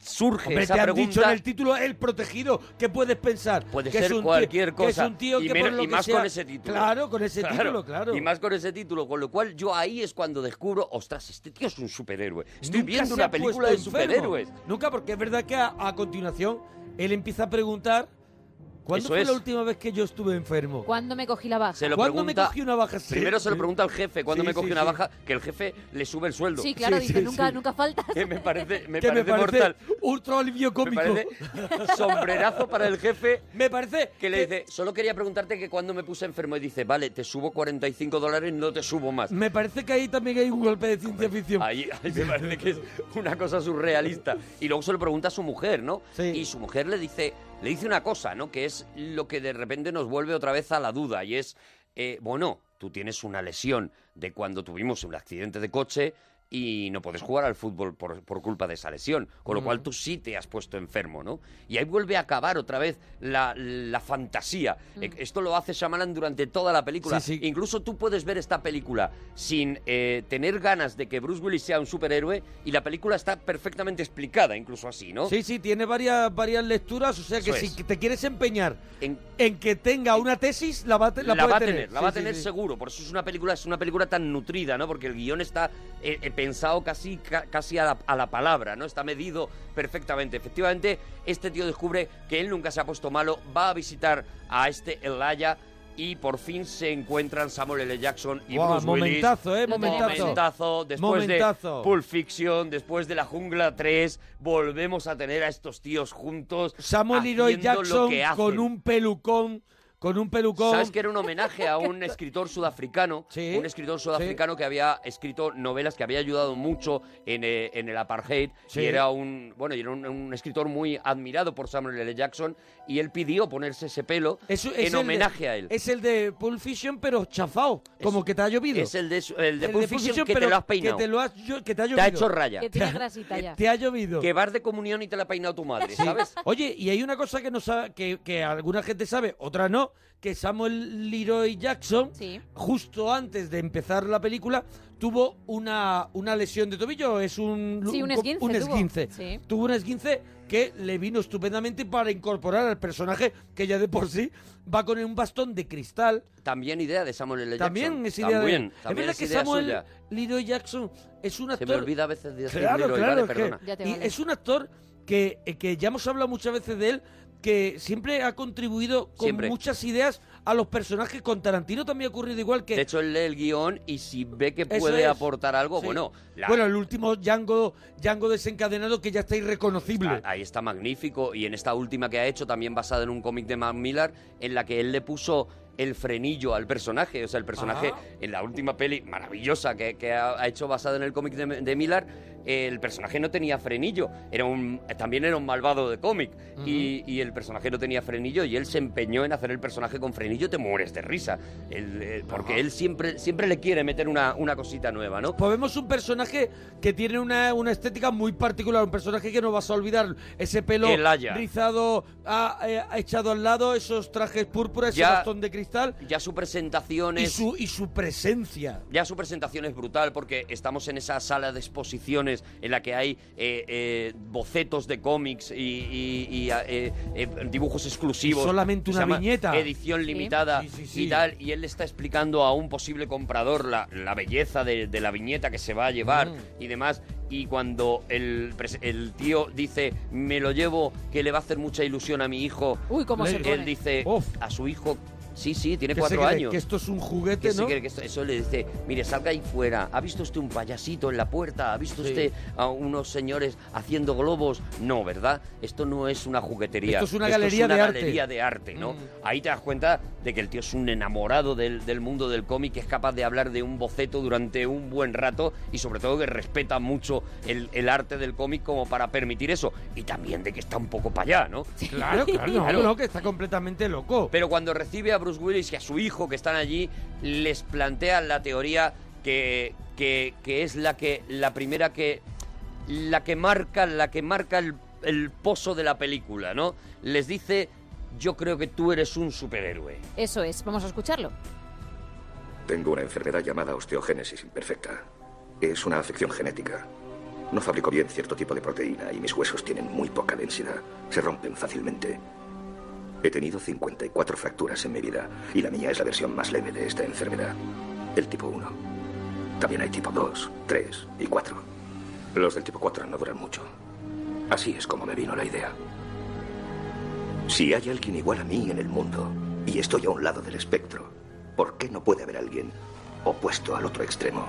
surge
Hombre,
esa
te han
pregunta.
dicho en el título el protegido. ¿Qué puedes pensar?
Puede
Que es
ser
un tío-
cualquier
que
cosa.
es un tío
y,
que
menos-
por lo
y
que
más
sea-
con ese título.
Claro, con ese título, claro.
Y más con ese título. Con lo cual, yo ahí es cuando descubro, ostras, este tío es un superhéroe. Estoy
Nunca
viendo
se ha
una película de
puesto enfermo.
superhéroes.
Nunca, porque es verdad que a, a continuación él empieza a preguntar ¿Cuándo
Eso
fue
es.
la última vez que yo estuve enfermo?
¿Cuándo me cogí la baja?
Se lo
¿Cuándo me
pregunta-
cogí una baja? Sí,
Primero se lo
sí.
pregunta al jefe cuando
Sí,
me cogí
sí,
una
sí.
baja, que el jefe le sube el sueldo.
Sí, claro, dice, nunca, nunca faltas.
Que me parece, me
que
parece,
me parece
mortal.
ultra alivio cómico.
parece sombrerazo para el jefe.
(laughs) Me parece.
Que le dice, solo quería preguntarte que cuando me puse enfermo. Y dice, vale, te subo 45 dólares, no te subo más.
Me parece que ahí también hay un golpe de ciencia ficción.
Ahí, ahí me parece que es una cosa surrealista. Y luego se lo pregunta a su mujer, ¿no? Y su mujer le dice, le dice una cosa, ¿no? Que es lo que de repente nos vuelve otra vez a la duda. Y es, eh, bueno, tú tienes una lesión de cuando tuvimos un accidente de coche y no puedes jugar al fútbol por, por culpa de esa lesión. Con lo
Mm.
cual tú sí te has puesto enfermo, ¿no? Y ahí vuelve a acabar otra vez la, la fantasía.
Mm.
Eh, Esto lo hace Shyamalan durante toda la película.
Sí,
Incluso tú puedes ver esta película sin eh, tener ganas de que Bruce Willis sea un superhéroe y la película está perfectamente explicada, incluso así, ¿no?
Sí, sí, tiene varias, varias lecturas. O sea que
Eso
si
es.
te quieres empeñar
en,
que tenga una tesis, la va, a te- la
la
puede
va a tener, la
Sí,
va a
sí,
tener
sí.
seguro. Por eso es una película, es una película tan nutrida, ¿no? Porque el guión está eh, eh, pensado casi, ca- casi a la, a la palabra, ¿no? Está medido perfectamente. Efectivamente, este tío descubre que él nunca se ha puesto malo, va a visitar a este Elaya y por fin se encuentran Samuel L. Jackson y
Guau,
Bruce Willis.
momentazo, ¿eh? Momentazo.
Momentazo. Después
Momentazo.
de Pulp Fiction, después de La Jungla 3, volvemos a tener a estos tíos juntos
Samuel Leroy
haciendo lo
Jackson
que hacen.
con un pelucón, con un pelucón.
¿Sabes que era un homenaje a un escritor sudafricano? Un escritor sudafricano que había escrito novelas que había ayudado mucho en, eh, en el apartheid.
Sí.
Y era un, bueno, y era un, un escritor muy admirado por Samuel L. Jackson. Y él pidió ponerse ese pelo
Eso es el
en
de-
homenaje a él.
Es el de Pulp Fiction, pero chafao, como que te ha llovido.
es el de su- el de Pulp Fiction que te
pero
lo has peinado.
Que te, lo has llo- que te ha
Te
llovido.
ha hecho raya. Que
(laughs)
tiene
grasita
(laughs)
ya.
Te ha llovido.
Que vas de comunión y te la ha peinado tu madre, ¿sabes?
Oye, y hay una cosa que no sabe, que, que alguna gente sabe, otra no, que Samuel Leroy Jackson, justo antes de empezar la película, tuvo una, una lesión de tobillo. Es un,
Sí, un esguince
un
tuvo.
esguince.
Sí.
Tuvo un esguince que le vino estupendamente para incorporar al personaje que ya de por sí va con un bastón de cristal.
También idea de Samuel L. Jackson.
También es idea de-
También,
Es
también
verdad
es
que
idea
Samuel
suya.
Leroy Jackson es un
Se
actor...
me olvida a veces de decir
Claro,
Leroy,
claro,
vale,
es que-
perdona.
Ya te
y
vale.
es un actor que, eh, que ya hemos hablado muchas veces de él, que siempre ha contribuido con
Siempre.
muchas ideas a los personajes. Con Tarantino también ha ocurrido igual que...
De hecho, él lee el guión y si ve que
Eso
puede
es.
aportar algo,
Sí.
bueno, la-
Bueno, el último Django, Django desencadenado que ya está irreconocible.
Ah, Ahí está magnífico. Y en esta última que ha hecho, también basada en un cómic de Matt Miller, en la que él le puso el frenillo al personaje. O sea, el personaje
Ajá.
en la última peli maravillosa que, que ha, ha hecho basada en el cómic de, de Miller, eh, el personaje no tenía frenillo. Era un, también era un malvado de cómic. y, y el personaje no tenía frenillo y él se empeñó en hacer el personaje con frenillo. Te mueres de risa. Él, eh, porque él siempre, siempre le quiere meter una, una cosita nueva, ¿no?
Pues vemos un personaje que tiene una, una estética muy particular, un personaje que no vas a olvidar. Ese pelo
El Aya.
rizado, ha, eh, ha echado al lado, esos trajes púrpura, ese
Ya-
bastón de cristal.
Ya su presentación es...
Y su, y su presencia.
Ya su presentación es brutal porque estamos en esa sala de exposiciones en la que hay eh, eh, bocetos de cómics y, y- y, ah, eh, eh, dibujos exclusivos.
Y solamente
Se
una
llama
viñeta.
Edición
Sí.
limitada
Sí, sí, sí.
y tal. Y él le está explicando a un posible comprador la, la belleza de, de la viñeta que se va a llevar
Mm.
y demás. Y cuando el, pres- el tío dice, me lo llevo, que le va a hacer mucha ilusión a mi hijo.
Uy, cómo se pone.
Él dice a su hijo, sí, sí, tiene
Que se
cuatro
cree
años.
que esto es un juguete,
Que se
¿no?
cree que esto- eso le dice, mire, salga ahí fuera. ¿Ha visto usted un payasito en la puerta? ¿Ha visto
Sí.
usted a unos señores haciendo globos? No, ¿verdad? Esto no es una juguetería.
Esto es una galería
una
de arte.
galería de arte, ¿no?
Mm.
Ahí te das cuenta de que el tío es un enamorado del, del mundo del cómic, que es capaz de hablar de un boceto durante un buen rato y sobre todo que respeta mucho el, el arte del cómic como para permitir eso. Y también de que está un poco para allá, ¿no?
Claro,
(laughs)
claro, no, no, que está completamente loco.
Pero cuando recibe a Bruce Willis y a su hijo que están allí, les plantean la teoría que, que- que es la que la primera que la que marca la que marca el, el pozo de la película, ¿no? Les dice, "Yo creo que tú eres un superhéroe."
Eso es, vamos a escucharlo.
Tengo una enfermedad llamada osteogénesis imperfecta. Es una afección genética. No fabrico bien cierto tipo de proteína y mis huesos tienen muy poca densidad. Se rompen fácilmente. He tenido 54 fracturas en mi vida y la mía es la versión más leve de esta enfermedad. El tipo 1. También hay tipo 2, 3 y 4. Los del tipo 4 no duran mucho. Así es como me vino la idea. Si hay alguien igual a mí en el mundo y estoy a un lado del espectro, ¿por qué no puede haber alguien opuesto al otro extremo?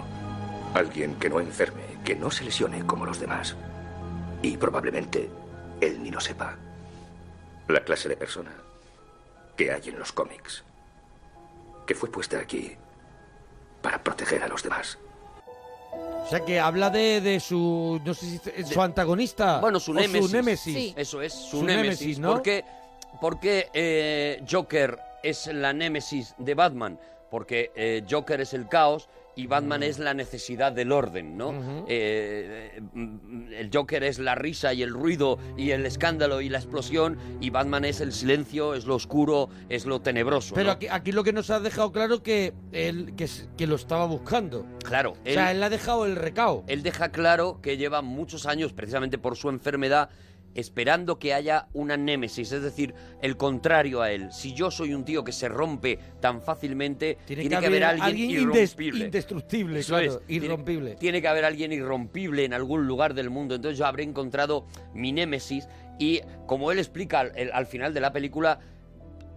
Alguien que no enferme, que no se lesione como los demás. Y probablemente él ni lo sepa. La clase de persona que hay en los cómics, que fue puesta aquí para proteger a los demás.
O sea que habla de, de su. No sé si es su
De-
antagonista.
Bueno, su
o
némesis.
Su némesis.
Eso es, su,
Su
némesis.
némesis, ¿no?
Porque, porque eh, Joker es la némesis de Batman. Porque eh, Joker es el caos y
Mm.
Batman es la necesidad del orden, ¿no?
Ujú.
Eh, mm, el Joker es la risa y el ruido y el escándalo y la explosión y Batman es el silencio, es lo oscuro, es lo tenebroso.
Pero
¿no?
aquí, aquí lo que nos ha dejado claro que él que, s- que lo estaba buscando.
Claro.
O sea, él ha dejado el recao.
Él deja claro que lleva muchos años, precisamente por su enfermedad, esperando que haya una némesis, es decir, el contrario a él. Si yo soy un tío que se rompe tan fácilmente, tiene, que, haber alguien,
indes-
irrompible.
indestructible,
Eso
claro,
es. Tiene-
irrompible.
Tiene que haber alguien irrompible en algún lugar del mundo. Entonces yo habré encontrado mi némesis y, como él explica al- el- al final de la película,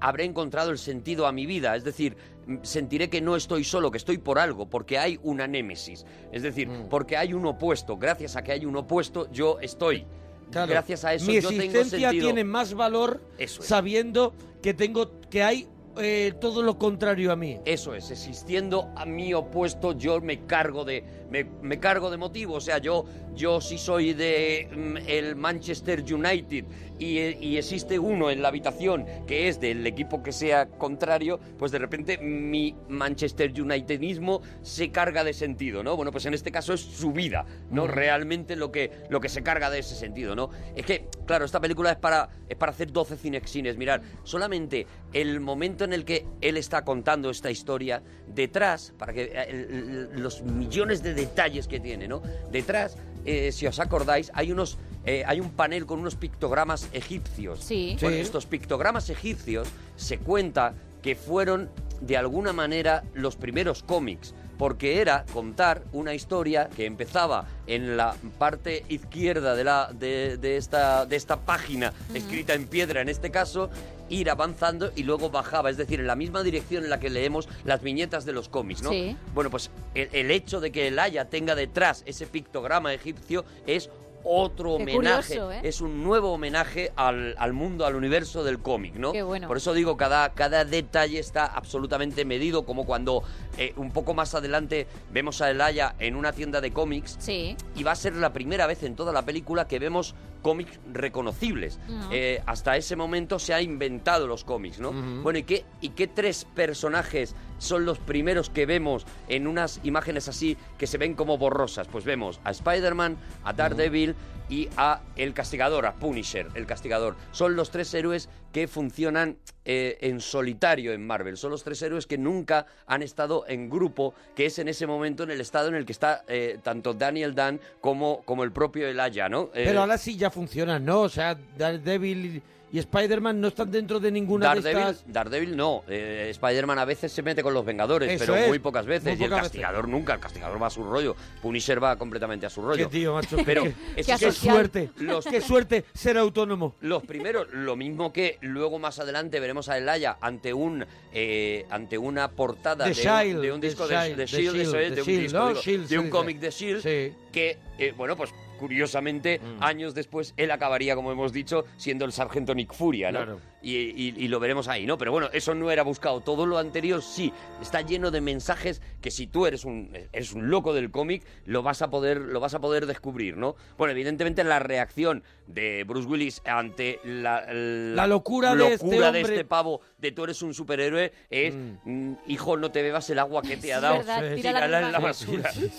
habré encontrado el sentido a mi vida. Es decir, m- sentiré que no estoy solo, que estoy por algo, porque hay una némesis. Es decir,
Mm.
porque hay un opuesto. Gracias a que hay un opuesto, yo estoy.
Claro.
Gracias a eso
Mi
yo tengo
existencia
sentido.
tiene más valor
Eso es.
sabiendo que tengo que hay eh, todo lo contrario a mí.
Eso es, existiendo a mi opuesto, yo me cargo de. me, me cargo de motivo. O sea, yo, yo sí soy de mm, el Manchester United y, eh, y existe uno en la habitación que es del equipo que sea contrario, pues de repente mi Manchester Unitedismo se carga de sentido, ¿no? Bueno, pues en este caso es su vida, ¿no?
Ujú.
Realmente lo que, lo que se carga de ese sentido, ¿no? Es que, claro, esta película es para, es para hacer 12 cinexines. Mirar, solamente el momento en el que él está contando esta historia, detrás, para que eh, el- el- los millones de detalles que tiene, ¿no? Detrás, eh, si os acordáis, hay unos. eh, hay un panel con unos pictogramas egipcios.
Sí.
Bueno,
Sí.
estos pictogramas egipcios se cuenta que fueron de alguna manera los primeros cómics, porque era contar una historia que empezaba en la parte izquierda de, la, de, de esta, de esta página, escrita en piedra en este caso, ir avanzando y luego bajaba, es decir, en la misma dirección en la que leemos las viñetas de los cómics, ¿no?
Sí.
Bueno, pues el, el hecho de que el Haya tenga detrás ese pictograma egipcio es otro
Qué
homenaje,
curioso, ¿eh?
es un nuevo homenaje al, al mundo, al universo del cómic, ¿no?
Qué bueno.
Por eso digo, cada, cada detalle está absolutamente medido, como cuando eh, un poco más adelante vemos a Elaya en una tienda de cómics. Y va a ser la primera vez en toda la película que vemos cómics reconocibles.
Ujú.
Eh, hasta ese momento se ha inventado los cómics, ¿no?
Ujú.
Bueno, ¿y qué, ¿y qué tres personajes son los primeros que vemos en unas imágenes así que se ven como borrosas? Pues vemos a Spider-Man, a Daredevil y a El Castigador, a Punisher, El Castigador. Son los tres héroes que funcionan eh, en solitario en Marvel. Son los tres héroes que nunca han estado en grupo, que es en ese momento en el estado en el que está eh, tanto Daniel Dan como, como el propio Elaya, ¿no? Eh,
Pero ahora sí ya funciona, ¿no? O sea, Daredevil y Spider-Man no están dentro de ninguna de
Daredevil,
estas.
Daredevil no. Eh, Spider-Man a veces se mete con los Vengadores,
Eso
pero
es,
muy pocas veces.
muy
y el
pocas
Castigador nunca. El Castigador va a su rollo. Punisher va completamente a su rollo.
Qué tío, macho.
Pero
qué,
esos
qué
son
suerte.
Los,
Qué suerte ser autónomo.
los primeros, lo mismo que luego más adelante veremos a Elaya ante un eh, ante una portada
The
de, un-
Shield,
de un
The
disco de,
Shield,
de
The
Shield, eso
Shield,
es,
The
de un
Shield,
disco,
¿no?
digo,
Shield,
de un
sí,
cómic
sí.
de Shield
Sí.
E
Mm.
que eh, bueno pues curiosamente años después él acabaría como hemos dicho siendo el sargento Nick Furia, ¿no?
Claro.
Y, y- y lo veremos ahí, ¿no? Pero bueno, eso no era buscado. Todo lo anterior sí. Está lleno de mensajes que si tú eres un, eres un loco del cómic, lo vas a poder, lo vas a poder descubrir, ¿no? Bueno, evidentemente la reacción de Bruce Willis ante la,
La locura de este
locura
hombre.
este pavo de tú eres un superhéroe es mm, hijo, no te bebas el agua que te ha
Es
dado.
verdad, tírala
en
en
la
la
basura.
Sí,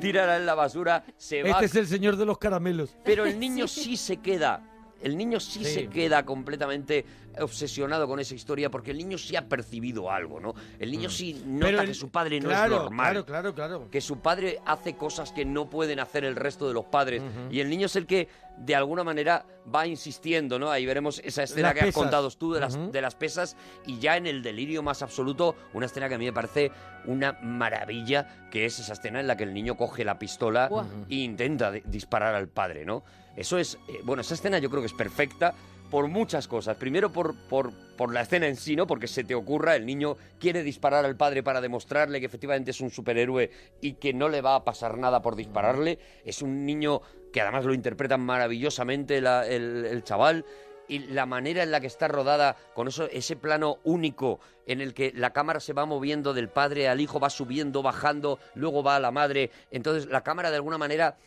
Tírala en la basura. Se va
Este
(laughs)
Este es el señor de los caramelos.
pero el niño sí se queda El niño sí,
Sí.
se queda completamente obsesionado con esa historia porque el niño sí ha percibido algo, ¿no? El niño sí nota
Mm. Pero el-
que su padre no
claro,
es normal.
Claro, claro, claro.
Que su padre hace cosas que no pueden hacer el resto de los padres. Y el niño es el que, de alguna manera, va insistiendo, ¿no? Ahí veremos esa escena
Las
que has
pesas.
contado tú de las,
Ujú.
de las pesas. Y ya en el delirio más absoluto, una escena que a mí me parece una maravilla, que es esa escena en la que el niño coge la pistola
Buah.
e intenta de- disparar al padre, ¿no? Eso es... eh, bueno, esa escena yo creo que es perfecta por muchas cosas. Primero por, por, por la escena en sí, ¿no? Porque se te ocurra, el niño quiere disparar al padre para demostrarle que efectivamente es un superhéroe y que no le va a pasar nada por dispararle. Es un niño que además lo interpreta maravillosamente la- el, el chaval. Y la manera en la que está rodada, con eso, ese plano único en el que la cámara se va moviendo del padre al hijo, va subiendo, bajando, luego va a la madre. Entonces la cámara de alguna manera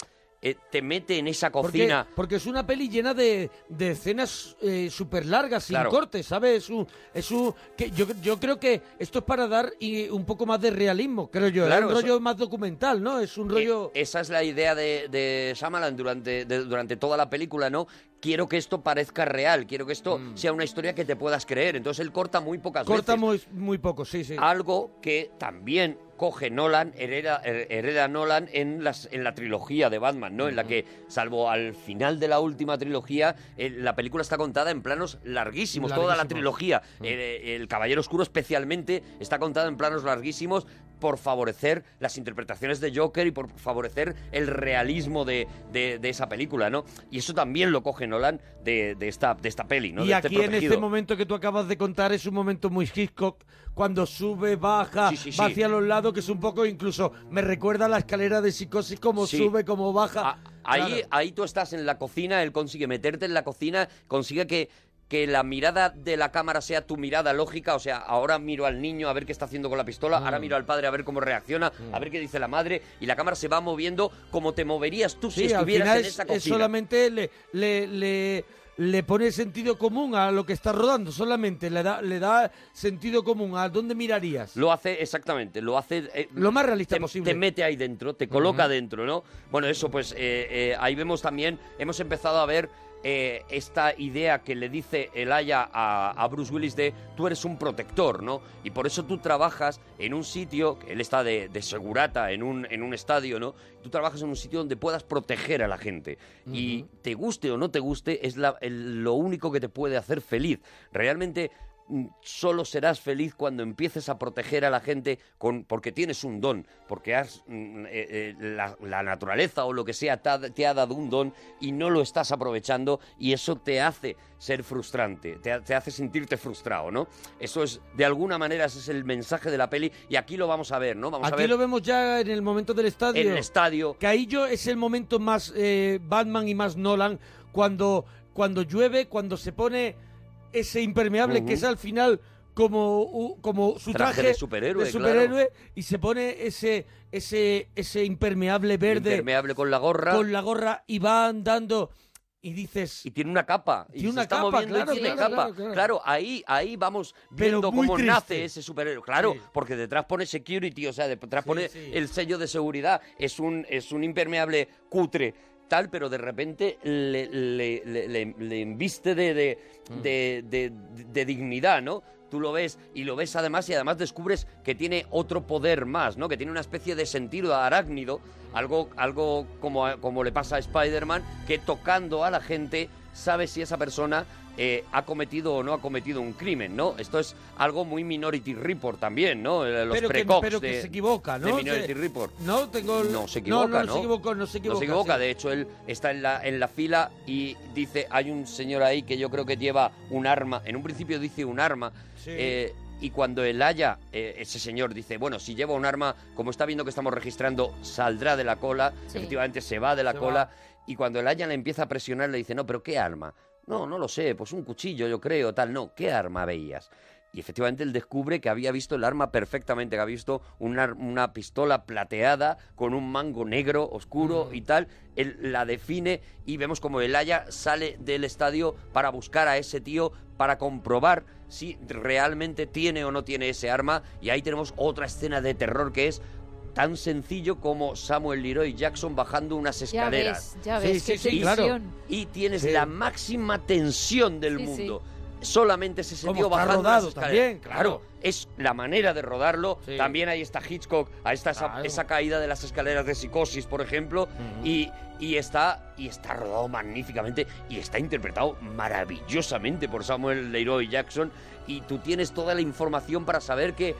eh, te mete en esa
Porque,
cocina.
porque es una peli llena de, de escenas súper largas, sin
Claro.
cortes, ¿sabes? Es un, es un- que yo, yo creo que esto es para dar y un poco más de realismo, creo yo.
Claro,
es un
eso-
rollo más documental, ¿no? Es un rollo...
Eh, esa es la idea de, de Shyamalan durante, de- durante toda la película, ¿no? Quiero que esto parezca real, quiero que esto sea una historia que te puedas creer. Entonces él corta muy pocas
Mm. corta
veces. Ah,
muy, muy poco, sí, sí.
Algo que también coge Nolan, hereda, her- hereda Nolan en, las, en la trilogía de Batman, ¿no? En la que, salvo al final de la última trilogía, eh, la película está contada en planos larguísimos. Toda la
Larguísimos.
trilogía, eh, el, Caballero Oscuro especialmente, está contada en planos larguísimos por favorecer las interpretaciones de Joker y por favorecer el realismo de, de- de esa película, ¿no? Y eso también lo coge Nolan de, de esta, de esta peli, ¿no?
y
de
aquí en
protegido.
este momento que tú acabas de contar es un momento muy Hitchcock, cuando sube, baja,
sí,
va
sí.
hacia los lados, que es un poco incluso, me recuerda a la escalera de psicosis, como
Sí.
sube, como baja.
Ah, Ahí,
Claro.
ahí tú estás en la cocina, él consigue meterte en la cocina, consigue que, que la mirada de la cámara sea tu mirada lógica, o sea, ahora miro al niño a ver qué está haciendo con la pistola, ahora
Mm.
miro al padre a ver cómo reacciona, a ver qué dice la madre, y la cámara se va moviendo como te moverías tú si
Sí, al
estuvieras
final
en
es-
esa
es
cocina.
solamente le, le, le, le pone sentido común a lo que está rodando, solamente le da, le da sentido común a dónde mirarías.
Lo hace exactamente, lo hace eh,
Lo más realista
te,
posible.
Te mete ahí dentro, te coloca
Ujú.
dentro, ¿no? Bueno, eso pues eh, eh, ahí vemos también, hemos empezado a ver eh, esta idea que le dice Elaya a, a Bruce Willis de tú eres un protector, ¿no? Y por eso tú trabajas en un sitio, que él está de, de segurata en un, en un estadio, ¿no? Tú trabajas en un sitio donde puedas proteger a la gente. Y te guste o no te guste, es la- el- lo único que te puede hacer feliz. Realmente mm, solo serás feliz cuando empieces a proteger a la gente con, porque tienes un don, porque has, mm, eh, eh, la, la naturaleza o lo que sea te ha, te ha dado un don y no lo estás aprovechando y eso te hace ser frustrante, te, ha- te hace sentirte frustrado, ¿no? Eso es, de alguna manera, ese es el mensaje de la peli y aquí lo vamos a ver, ¿no? Vamos a
Aquí
ver
lo vemos ya en el momento del estadio.
en el estadio.
Que ahí yo es el momento más eh, Batman y más Nolan, cuando, cuando llueve, cuando se pone ese impermeable
Ujú.
que es al final como, u- como su
Traje
traje,
de superhéroe,
superhéroe, y se pone ese, ese, ese impermeable verde
Impermeable con la gorra.
con la gorra y va andando y dices...
Y tiene una capa. Y
Tiene
se
una
está
capa,
moviendo y
claro,
tiene
claro,
capa. Claro,
claro, claro.
ahí, ahí vamos
Pero
viendo
muy
cómo
triste.
nace ese superhéroe. Claro, porque detrás pone security, o sea, detrás pone el sello de seguridad. Es un, es un impermeable cutre, tal, pero de repente le, le- le- le- le embiste de, de,
Mm.
de- de- de dignidad, ¿no? Tú lo ves y lo ves además y además descubres que tiene otro poder más, ¿no? Que tiene una especie de sentido arácnido, algo, algo como, a- como le pasa a Spider-Man, que tocando a la gente sabe si esa persona eh, ha cometido o no ha cometido un crimen, ¿no? Esto es algo muy Minority Report también, ¿no? Eh, Los
pero que,
precox
pero que
de-
se equivoca, ¿no? Eh,
De
Se-
Minority Report.
No, tengo...
No, se equivoca,
no,
¿no?
no, se equivocó, no se equivoca. sí.
de hecho, él está en la, en la fila y dice, hay un señor ahí que yo creo que lleva un arma. En un principio dice un arma.
Sí.
eh, y cuando el haya, eh, ese señor dice, bueno, si lleva un arma, como está viendo que estamos registrando, saldrá de la cola.
Sí.
Efectivamente, se va de la
Se
cola.
va.
Y cuando el haya le empieza a presionar, le dice, no, pero ¿qué arma? No, no lo sé, pues un cuchillo, yo creo, tal, no, ¿qué arma veías? Y efectivamente él descubre que había visto el arma perfectamente, que había visto una, una pistola plateada con un mango negro oscuro y tal. Él la define y vemos como el Haya sale del estadio para buscar a ese tío para comprobar si realmente tiene o no tiene ese arma. Y ahí tenemos otra escena de terror que es tan sencillo como Samuel Leroy Jackson bajando unas
Ya
escaleras.
ves, ya ves, qué
y-
tensión.
Y tienes la máxima tensión del
Sí, sí.
mundo. Solamente se
Como
sentió
está
bajando
rodado
unas escaleras.
también, claro.
es la manera de rodarlo. También ahí está Hitchcock, ahí está esa, esa caída de las escaleras de psicosis, por ejemplo, y, y está, y está rodado magníficamente y está interpretado maravillosamente por Samuel Leroy Jackson. Y tú tienes toda la información para saber que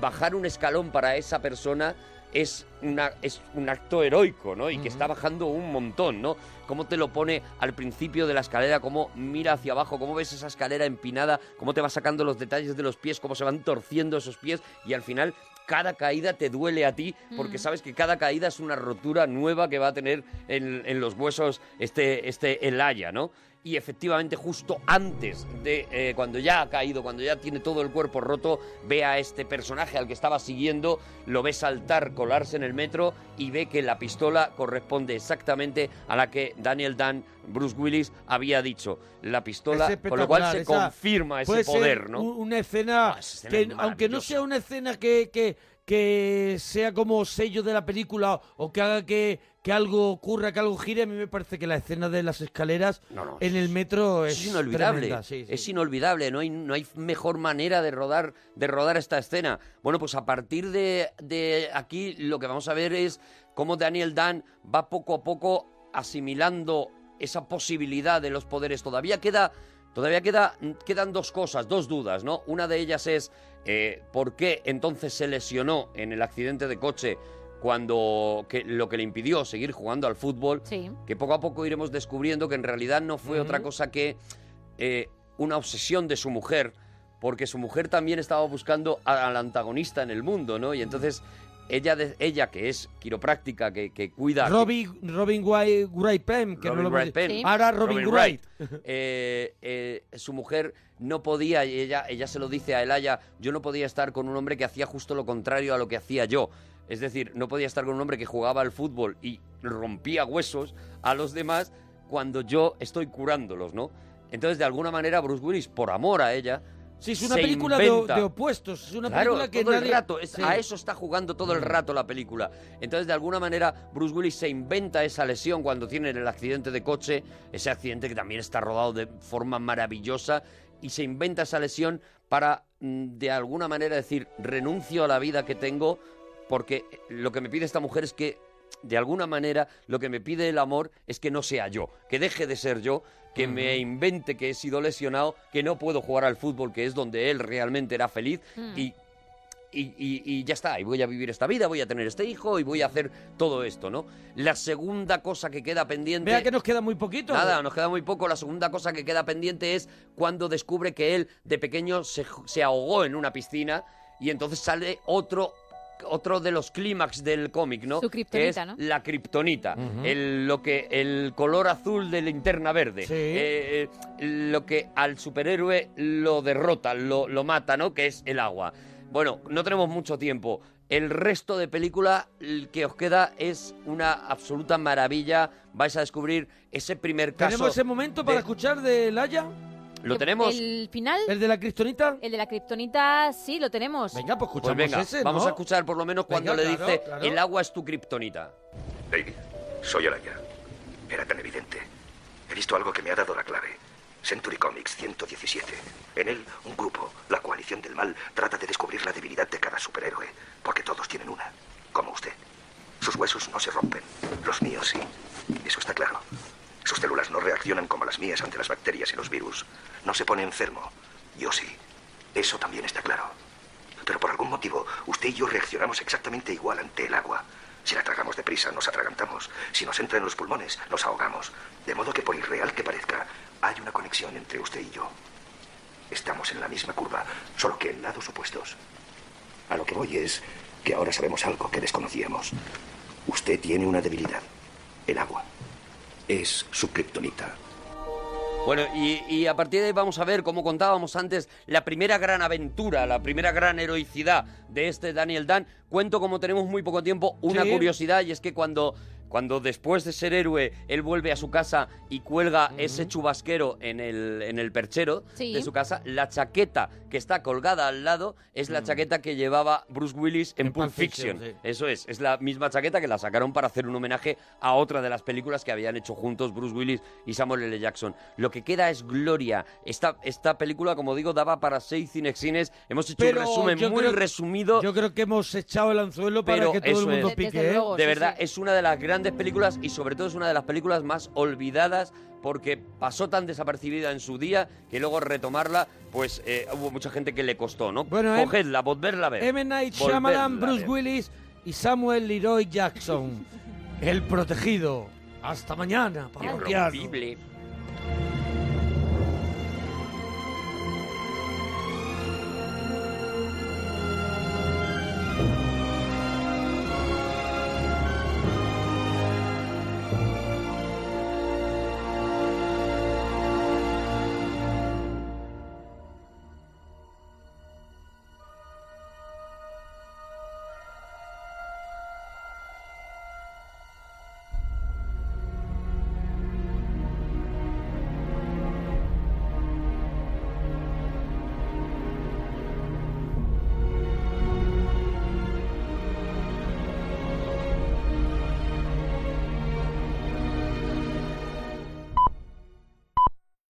bajar un escalón para esa persona es, una, es un acto heroico, ¿no? Y que está bajando un montón, ¿no? Cómo te lo pone al principio de la escalera, cómo mira hacia abajo, cómo ves esa escalera empinada, cómo te va sacando los detalles de los pies, cómo se van torciendo esos pies y al final cada caída te duele a ti porque
Mm.
sabes que cada caída es una rotura nueva que va a tener en, en los huesos este, este Elaya, ¿no? Y efectivamente justo antes de eh, cuando ya ha caído, cuando ya tiene todo el cuerpo roto, ve a este personaje al que estaba siguiendo, lo ve saltar, colarse en el metro y ve que la pistola corresponde exactamente a la que Daniel Dan, Bruce Willis, había dicho. La pistola,
Es
con lo cual se
espectacular, esa-
confirma ese
puede ser
poder, ¿no? Ah,
un- Una escena
escena
que,
es
aunque no sea una escena que, que, que sea como sello de la película o que haga que, que algo ocurra, que algo gire, a mí me parece que la escena de las escaleras en el metro es,
es inolvidable.
tremenda, sí, sí.
Es inolvidable, no hay, no hay mejor manera de rodar, de rodar esta escena. Bueno, pues a partir de, de aquí lo que vamos a ver es cómo Daniel Dan va poco a poco asimilando esa posibilidad de los poderes. Todavía queda. Todavía queda, quedan dos cosas, dos dudas, ¿no? Una de ellas es eh, por qué entonces se lesionó en el accidente de coche cuando que, lo que le impidió seguir jugando al fútbol, que poco a poco iremos descubriendo que en realidad no fue otra
Ujú.
cosa que eh, una obsesión de su mujer, porque su mujer también estaba buscando a- al antagonista en el mundo, ¿no? Y entonces ella, de- ella que es quiropráctica, que, que cuida... que-
Robin, Robin White, Wright Penn, que no
Robin
lo hemos
Wright
dicho.
Penn.
Ahora Robin, Wright.
Eh, eh, su mujer no podía, y ella, ella se lo dice a Elaya, yo no podía estar con un hombre que hacía justo lo contrario a lo que hacía yo. Es decir, no podía estar con un hombre que jugaba al fútbol y rompía huesos a los demás cuando yo estoy curándolos, ¿no? Entonces, de alguna manera, Bruce Willis, por amor a ella,
Sí, es una
se
película de,
inventa-
de opuestos. Es una
claro,
película que
todo el
nadie-
rato, es-
Sí. Mm.
a eso está jugando todo el rato la película. Entonces, de alguna manera, Bruce Willis se inventa esa lesión cuando tiene el accidente de coche, ese accidente que también está rodado de forma maravillosa, y se inventa esa lesión para, mm, de alguna manera, decir, renuncio a la vida que tengo, porque lo que me pide esta mujer es que, de alguna manera, lo que me pide el amor es que no sea yo, que deje de ser yo, que me invente que he sido lesionado, que no puedo jugar al fútbol, que es donde él realmente era feliz,
Hmm.
Mm.
y y, y- y ya está, y voy a vivir esta vida, voy a tener este hijo y voy a hacer todo esto, ¿no? La segunda cosa que queda pendiente...
Vea que nos queda muy poquito.
Nada, nos queda muy poco. La segunda cosa que queda pendiente es cuando descubre que él de pequeño se, se ahogó en una piscina y entonces sale otro otro de los clímax del cómic, ¿no?
Su
Que
kriptonita,
es
¿no?
La kriptonita, el lo que el color azul de linterna verde,
Sí.
Eh, eh, lo que al superhéroe lo derrota, lo, lo mata, ¿no? Que es el agua. Bueno, no tenemos mucho tiempo. El resto de película el que os queda es una absoluta maravilla. Vais a descubrir ese primer caso.
¿Tenemos ese momento para escuchar de Laia?
Lo tenemos.
El final,
¿El de la cristonita?
el de la kriptonita, sí, lo tenemos.
Venga, pues
Pues venga, vamos a escuchar por lo menos cuando
Venga,
le
claro,
dice
claro.
el agua es tu kriptonita.
Lady, soy Olaya. Era tan evidente. He visto algo que me ha dado la clave. Century Comics 117. En él, un grupo, la coalición del mal, trata de descubrir la debilidad de cada superhéroe, porque todos tienen una, como usted. Sus huesos no se rompen, los míos sí. Eso está claro. Sus células no reaccionan como las mías ante las bacterias y los virus. No se pone enfermo. Yo sí. Eso también está claro. Pero por algún motivo, usted y yo reaccionamos exactamente igual ante el agua. Si la tragamos deprisa, nos atragantamos. Si nos entra en los pulmones, nos ahogamos. De modo que, por irreal que parezca, hay una conexión entre usted y yo. Estamos en la misma curva, solo que en lados opuestos. A lo que voy es que ahora sabemos algo que desconocíamos. Usted tiene una debilidad. El agua. Es su kriptonita.
Bueno, y, y a partir de ahí vamos a ver, como contábamos antes, la primera gran aventura, la primera gran heroicidad de este Daniel Dan. Cuento, como tenemos muy poco tiempo, una
Sí.
curiosidad, y es que cuando Cuando después de ser héroe, él vuelve a su casa y cuelga ese chubasquero en el, en el perchero
Sí.
de su casa, la chaqueta que está colgada al lado es
Mm.
la chaqueta que llevaba Bruce Willis en, Pulp Fiction.
Fiction,
Eso es, es la misma chaqueta que la sacaron para hacer un homenaje a otra de las películas que habían hecho juntos Bruce Willis y Samuel L. Jackson. Lo que queda es gloria. Esta, esta película, como digo, daba para seis cinexines. Hemos hecho
Pero
un resumen
yo
muy
creo-
resumido.
Yo creo que hemos echado el anzuelo para
Pero
que todo el
eso es.
mundo pique. ¿eh?
de verdad, es una de las grandes películas y sobre todo es una de las películas más olvidadas porque pasó tan desapercibida en su día que luego retomarla, pues eh, hubo mucha gente que le costó, ¿no?
Bueno, em-
Cogedla, volverla a ver.
M. Night
volverla
Shyamalan,
a
Bruce
ver.
Willis y
(laughs)
Samuel Leroy Jackson. el protegido. Hasta mañana, parroquiano.
Irrompible.